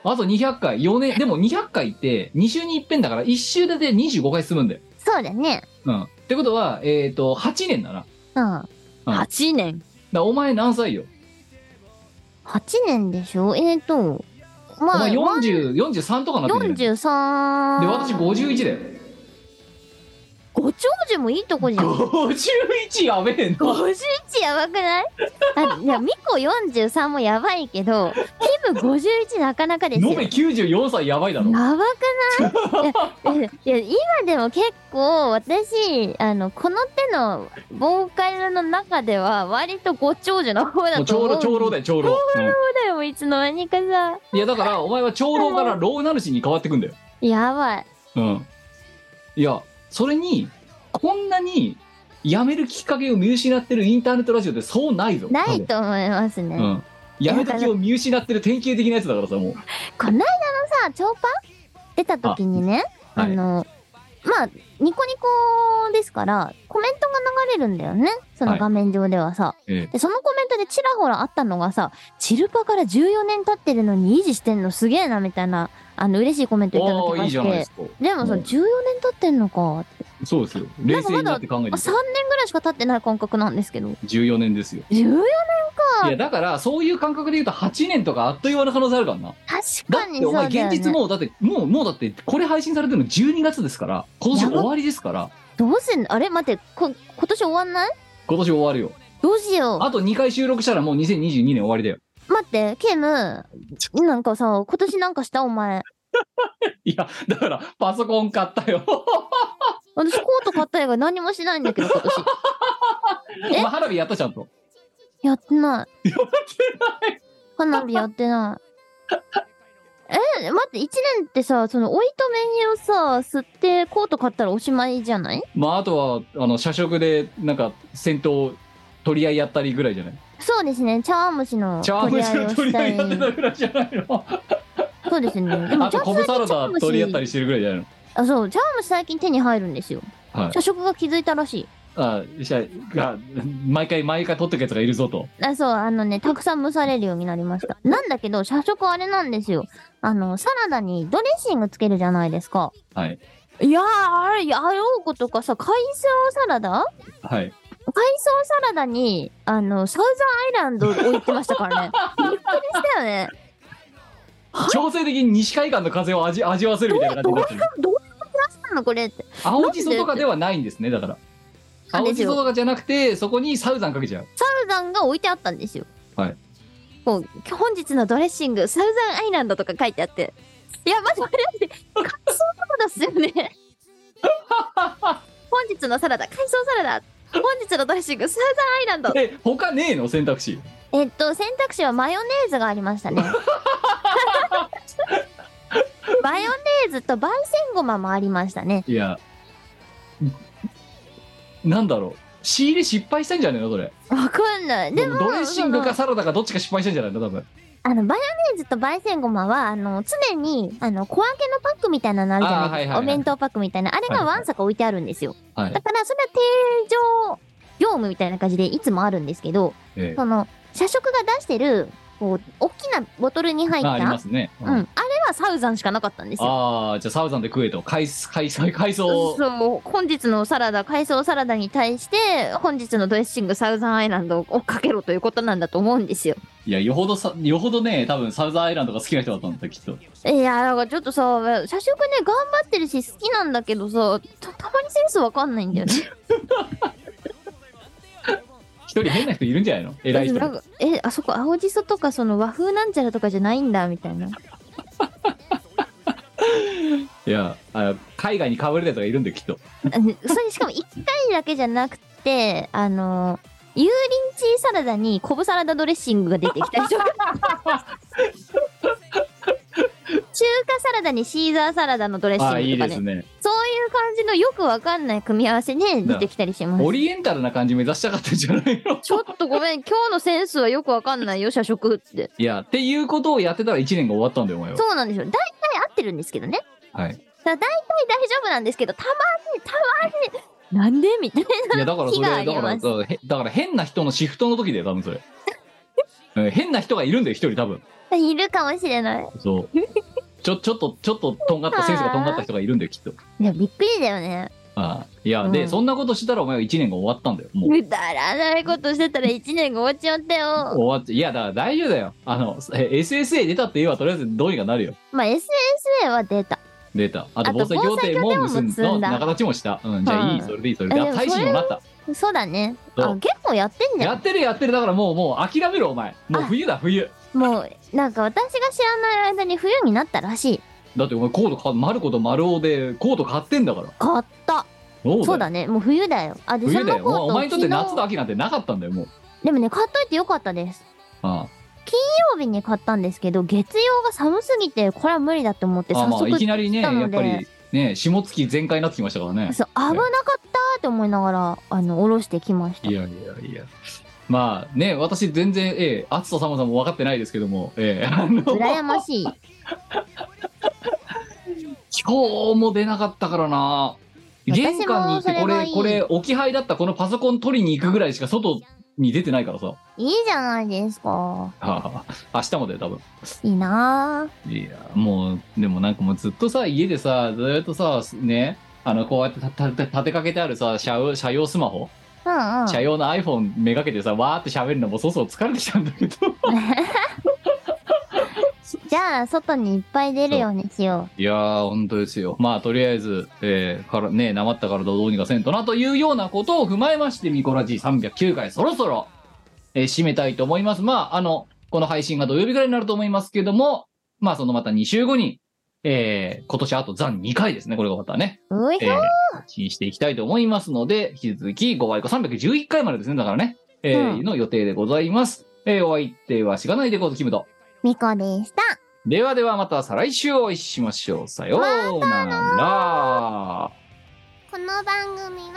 [SPEAKER 3] あと200回4年でも200回って2週に一遍だから1週でで25回進むんだよ
[SPEAKER 1] そうだね。
[SPEAKER 3] うんってことは、えっ、と、8年だな。だか
[SPEAKER 1] うん。8年。
[SPEAKER 3] らお前何歳よ。
[SPEAKER 1] 8年でしょえーと、
[SPEAKER 3] お
[SPEAKER 1] まあ、
[SPEAKER 3] 前40、43とかなってるじゃ
[SPEAKER 1] 43。
[SPEAKER 3] ん。で、私51だよ。
[SPEAKER 1] ご長寿もいいとこじゃん。
[SPEAKER 3] 51やべえな。
[SPEAKER 1] 51やばくないあいや、ミコ43もやばいけど、キム51なかなかですよ。
[SPEAKER 3] 延べ
[SPEAKER 1] や
[SPEAKER 3] 94歳やばいだろ。
[SPEAKER 1] ばくないいやいや今でも結構私あのこの手のボーカルの中では割とご長寿の方
[SPEAKER 3] も
[SPEAKER 1] だ
[SPEAKER 3] う長
[SPEAKER 1] と思
[SPEAKER 3] 老、
[SPEAKER 1] う
[SPEAKER 3] 長老だよ、長老。う
[SPEAKER 1] そうだよもういつの間にかさ
[SPEAKER 3] んいや、だから、お前は長老から老なるしに変わってくんだよ。
[SPEAKER 1] やばい
[SPEAKER 3] うん。いや、それに、こんなに、辞めるきっかけを見失ってるインターネットラジオってそうないぞ。
[SPEAKER 1] ないと思いますね、
[SPEAKER 3] 多分。うん。辞めた気を見失ってる典型的なやつだからさ、もう。
[SPEAKER 1] この間のさ超パン出た時にねあ,、
[SPEAKER 3] はい
[SPEAKER 1] のまあニコニコですからコメントが流れるんだよねその画面上ではさ、
[SPEAKER 3] え
[SPEAKER 1] でそのコメントでちらほらあったのがさ「チルパから14年経ってるのに維持してんのすげえな」みたいなあの嬉しいコメン
[SPEAKER 3] え。
[SPEAKER 1] トいただ
[SPEAKER 3] あ
[SPEAKER 1] き
[SPEAKER 3] あ、い
[SPEAKER 1] ま
[SPEAKER 3] いじ
[SPEAKER 1] し
[SPEAKER 3] ゃないで
[SPEAKER 1] て
[SPEAKER 3] すか。
[SPEAKER 1] でもさ14
[SPEAKER 3] うん
[SPEAKER 1] 年経ってんのかあ
[SPEAKER 3] そうですよ。冷静になって考えてみて
[SPEAKER 1] 3年ぐらいしか経ってない感覚なんですけど
[SPEAKER 3] 14年ですよ。
[SPEAKER 1] 14年
[SPEAKER 3] いやだからそういう感覚で言うと8年とかあっという間の可能性あるからな
[SPEAKER 1] 確
[SPEAKER 3] だ
[SPEAKER 1] か
[SPEAKER 3] っ
[SPEAKER 1] に
[SPEAKER 3] て
[SPEAKER 1] そ
[SPEAKER 3] お
[SPEAKER 1] うだ
[SPEAKER 3] 前
[SPEAKER 1] よ、ね、
[SPEAKER 3] 現実もうだってもうもうだってこれ配信されてるの12月ですから今年終わりですから
[SPEAKER 1] どうすんのあれ待ってこ今年終わんない
[SPEAKER 3] 今年終わるよ
[SPEAKER 1] どうしよう
[SPEAKER 3] あと2回収録したらもう2022年終わりだよ
[SPEAKER 1] 待ってケムなんかさ今年なんかしたお前
[SPEAKER 3] いやだからパソコン買ったよ
[SPEAKER 1] 私コート買った以外何もしないんだけど今年
[SPEAKER 3] お前花火やったちゃんと
[SPEAKER 1] やってない花火やってないえ待って1年ってさそのおいとめにをさ吸ってコート買ったらおしまいじゃない
[SPEAKER 3] まああとはあの社食でなんか戦闘取り合いやったりぐらいじゃない
[SPEAKER 1] そうですね茶碗蒸しの
[SPEAKER 3] 茶碗
[SPEAKER 1] 取
[SPEAKER 3] 蒸
[SPEAKER 1] り合
[SPEAKER 3] し
[SPEAKER 1] いを
[SPEAKER 3] の取
[SPEAKER 1] し
[SPEAKER 3] り合
[SPEAKER 1] た
[SPEAKER 3] いやって
[SPEAKER 1] り
[SPEAKER 3] たぐらいじゃないの
[SPEAKER 1] そうですねで
[SPEAKER 3] あ
[SPEAKER 1] も
[SPEAKER 3] と
[SPEAKER 1] 茶
[SPEAKER 3] 米
[SPEAKER 1] 最
[SPEAKER 3] サラ
[SPEAKER 1] 近茶
[SPEAKER 3] ダ
[SPEAKER 1] 碗蒸
[SPEAKER 3] 取り合ったり
[SPEAKER 1] し
[SPEAKER 3] してるぐらいじゃないの
[SPEAKER 1] あそう茶碗蒸し最近手に入るんですよ
[SPEAKER 3] はい
[SPEAKER 1] 社食が気づいたらしい
[SPEAKER 3] あじゃああ毎回毎回取ってくやつがいるぞと
[SPEAKER 1] あそう、あのね、たくさん蒸されるようになりました。なんだけど、社食あれなんですよ。あの、サラダにドレッシングつけるじゃないですか。
[SPEAKER 3] はい
[SPEAKER 1] いやー、あれ、やろうことかさ、海藻サラダ
[SPEAKER 3] はい
[SPEAKER 1] 海藻サラダに、あの、サウザンアイランド置いてましたからね。 びっくりしたよね。
[SPEAKER 3] 強制的に西海岸の風を味味わわせるみたいな感じ になってる
[SPEAKER 1] どういう暮らしなの、これって。
[SPEAKER 3] 青じそとかではないんですねだから
[SPEAKER 1] なん
[SPEAKER 3] 青
[SPEAKER 1] で
[SPEAKER 3] じ
[SPEAKER 1] す
[SPEAKER 3] そ
[SPEAKER 1] よ
[SPEAKER 3] とかじゃなくてそこにサウザンかけちゃう
[SPEAKER 1] サウザンが置いてあったんですよ。
[SPEAKER 3] はい。
[SPEAKER 1] こう、本日のドレッシング、サウザンアイランドとか書いてあって。いや、まずこれだって、海藻サラダっすよ ね。本日のサラダ、海藻サラダ。本日のドレッシング、サウザンアイランド。
[SPEAKER 3] え他ねえの選択肢
[SPEAKER 1] えっと、選択肢はマヨネーズがありました ね。マヨネーズと焙煎ごまもありましたね。
[SPEAKER 3] いやなんだろう仕入れ失敗したんじゃねえのそれ
[SPEAKER 1] わかんない。でも、
[SPEAKER 3] ドレッシング
[SPEAKER 1] その
[SPEAKER 3] かサラダかどっちか失敗したんじゃないの多分
[SPEAKER 1] あの、マヨネーズと焙煎ごまは、あの、常に、あの、小分けのパックみたいなのあるじゃないですか。
[SPEAKER 3] あーはいはいはい
[SPEAKER 1] お弁当パックみたいな。あれ
[SPEAKER 3] は
[SPEAKER 1] が
[SPEAKER 3] いはい
[SPEAKER 1] ワンサカ置いてあるんですよ。
[SPEAKER 3] はい
[SPEAKER 1] だから、それは定常業務みたいな感じでいつもあるんですけど、
[SPEAKER 3] ええ
[SPEAKER 1] その、社食が出してる、こう、大きなボトルに入っ
[SPEAKER 3] あ
[SPEAKER 1] た、
[SPEAKER 3] ありますね、
[SPEAKER 1] うん。あれはサウザンしかなかったんですよ。
[SPEAKER 3] ああじゃあサウザンで食えと海海海海藻
[SPEAKER 1] そう、本日のサラダ、海藻サラダに対して、本日のドレッシングサウザンアイランドをかけろということなんだと思うんですよ。
[SPEAKER 3] いやよほどさよほどね多分サウザンアイランドが好きな人だったんだよきっと
[SPEAKER 1] いやなんかちょっとさ社食ね頑張ってるし好きなんだけどさたたまにセンスわかんないんだ よね。
[SPEAKER 3] 一人変な人いるんじゃないの偉い人
[SPEAKER 1] なんかえあそこ青じそとかその和風なんちゃらとかじゃないんだみたいな。
[SPEAKER 3] いやあ海外にかぶれたやつがいるんだよきっと
[SPEAKER 1] あねそれしかも1回だけじゃなくてあの油淋鶏サラダに昆布サラダドレッシングが出てきたりとか中華サラダにシーザーサラダのドレッシング
[SPEAKER 3] あ
[SPEAKER 1] と
[SPEAKER 3] あ
[SPEAKER 1] か
[SPEAKER 3] い
[SPEAKER 1] ね
[SPEAKER 3] いですね
[SPEAKER 1] そういう感じのよくわかんない組み合わせね出てきたりします
[SPEAKER 3] オリエンタルな感じ目指したかったんじゃない の
[SPEAKER 1] ちょっとごめん今日のセンスはよくわかんないよ社食って
[SPEAKER 3] いやっていうことをやってたら1年が終わったんだよお前 は
[SPEAKER 1] そうなんですよ大体合ってるんですけどね
[SPEAKER 3] はい
[SPEAKER 1] だ大体大丈夫なんですけどたまにたまになんでみたいない
[SPEAKER 3] やだからそれ
[SPEAKER 1] 火があ
[SPEAKER 3] だ
[SPEAKER 1] り
[SPEAKER 3] からだ
[SPEAKER 1] ます
[SPEAKER 3] からへだから変な人のシフトの時だよ多分それうん変な人がいるんだよ一人多分
[SPEAKER 1] いるかもしれない
[SPEAKER 3] そうちょちょっとちょっととんがったセンスがとんがった人がいるんだよきっと
[SPEAKER 1] いやびっくりだよね
[SPEAKER 3] ああいや、
[SPEAKER 1] う
[SPEAKER 3] で
[SPEAKER 1] ん
[SPEAKER 3] そんなことしたらお前は1年が終わったんだよもう
[SPEAKER 1] くだらないことしてたら1年が終わっちゃったよ。
[SPEAKER 3] 終わっていやだから大丈夫だよあのえ SSA 出たって言えばとりあえずどうにかなるよ
[SPEAKER 1] まあ SSA は出た。
[SPEAKER 3] 出たあと
[SPEAKER 1] あ
[SPEAKER 3] 防
[SPEAKER 1] と
[SPEAKER 3] 災協定も
[SPEAKER 1] 防災協定も
[SPEAKER 3] 結ん
[SPEAKER 1] 結んだ
[SPEAKER 3] だ仲立ちもしたうんじゃあいい
[SPEAKER 1] うん
[SPEAKER 3] それでいいそれ
[SPEAKER 1] え
[SPEAKER 3] で
[SPEAKER 1] で
[SPEAKER 3] あ
[SPEAKER 1] も
[SPEAKER 3] 大使にもなった
[SPEAKER 1] そうだね。
[SPEAKER 3] そ
[SPEAKER 1] あ
[SPEAKER 3] う
[SPEAKER 1] 結構やってんじ
[SPEAKER 3] や
[SPEAKER 1] ゃん。
[SPEAKER 3] ってるやってるだからもうもう諦めろお前もう冬だ冬
[SPEAKER 1] もうなんか私が知らない間に冬になったらしい。
[SPEAKER 3] だってお前コートかマルコとマルオでコート買ってんだから
[SPEAKER 1] 買った。
[SPEAKER 3] そうだよ
[SPEAKER 1] そうだね。もう冬だよ。あでそ
[SPEAKER 3] 冬だ
[SPEAKER 1] の
[SPEAKER 3] よ
[SPEAKER 1] コー
[SPEAKER 3] お前お前に
[SPEAKER 1] ト
[SPEAKER 3] と
[SPEAKER 1] を
[SPEAKER 3] って
[SPEAKER 1] 昨
[SPEAKER 3] 夏と
[SPEAKER 1] 日
[SPEAKER 3] 秋なんてなかったんだよもう
[SPEAKER 1] でもね買っといてよかったです。
[SPEAKER 3] あ
[SPEAKER 1] 金曜日に買ったんですけど月曜が寒すぎてこれは無理だって思って
[SPEAKER 3] あああ
[SPEAKER 1] 早
[SPEAKER 3] まあ
[SPEAKER 1] 速
[SPEAKER 3] いきなり
[SPEAKER 1] 来
[SPEAKER 3] ね
[SPEAKER 1] たので
[SPEAKER 3] やっぱりね下月全開になってきましたからね
[SPEAKER 1] そう危なかったって思いながらあの下ろしてきました
[SPEAKER 3] い。やいやいやまあね私全然、ええ、暑さ寒さも分かってないですけども、ええ、あの
[SPEAKER 1] 羨ましい。
[SPEAKER 3] 今日も出なかったからな
[SPEAKER 1] 私も
[SPEAKER 3] 玄関に行ってこ
[SPEAKER 1] それ
[SPEAKER 3] れ
[SPEAKER 1] がいい
[SPEAKER 3] これ置き配だったこのパソコン取りに行くぐらいしか外に出てないからさ、はい
[SPEAKER 1] いじゃないですか。
[SPEAKER 3] あ明日まで多分
[SPEAKER 1] いいなぁ。
[SPEAKER 3] いやもうでもなんかもうずっとさ家でさずっとさねあのこうやってたたた立てかけてあるさ社用社用スマホ
[SPEAKER 1] うんうん。
[SPEAKER 3] 社用の iPhone めがけてさわーって喋るのもそろそろ疲れてきたんだけど
[SPEAKER 1] じゃあ、外にいっぱい出るようにしよ
[SPEAKER 3] いやー本当ですよまあとりあえず、えーからねなまった体をどうにかせんとなというようなことを踏まえましてミコラジ309回そろそろ、えー締めたいと思いますまああのこの配信が土曜日ぐらいになると思いますけどもまあそのまた2週後に、えー今年あと残2回ですねこれがまたね
[SPEAKER 1] う。う
[SPEAKER 3] え
[SPEAKER 1] ひょ
[SPEAKER 3] ー、発信していきたいと思いますので、引き続きご愛顧311回までですね、だからね、えー
[SPEAKER 1] うん
[SPEAKER 3] の予定でございます。えーお相手はしがないでコードキムと。
[SPEAKER 1] みこでした。
[SPEAKER 3] ではではまた再来週お会いしましょう。さようなら。
[SPEAKER 4] この番組は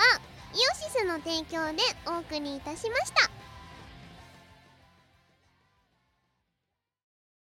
[SPEAKER 4] イオシスの提供でお送りいたしました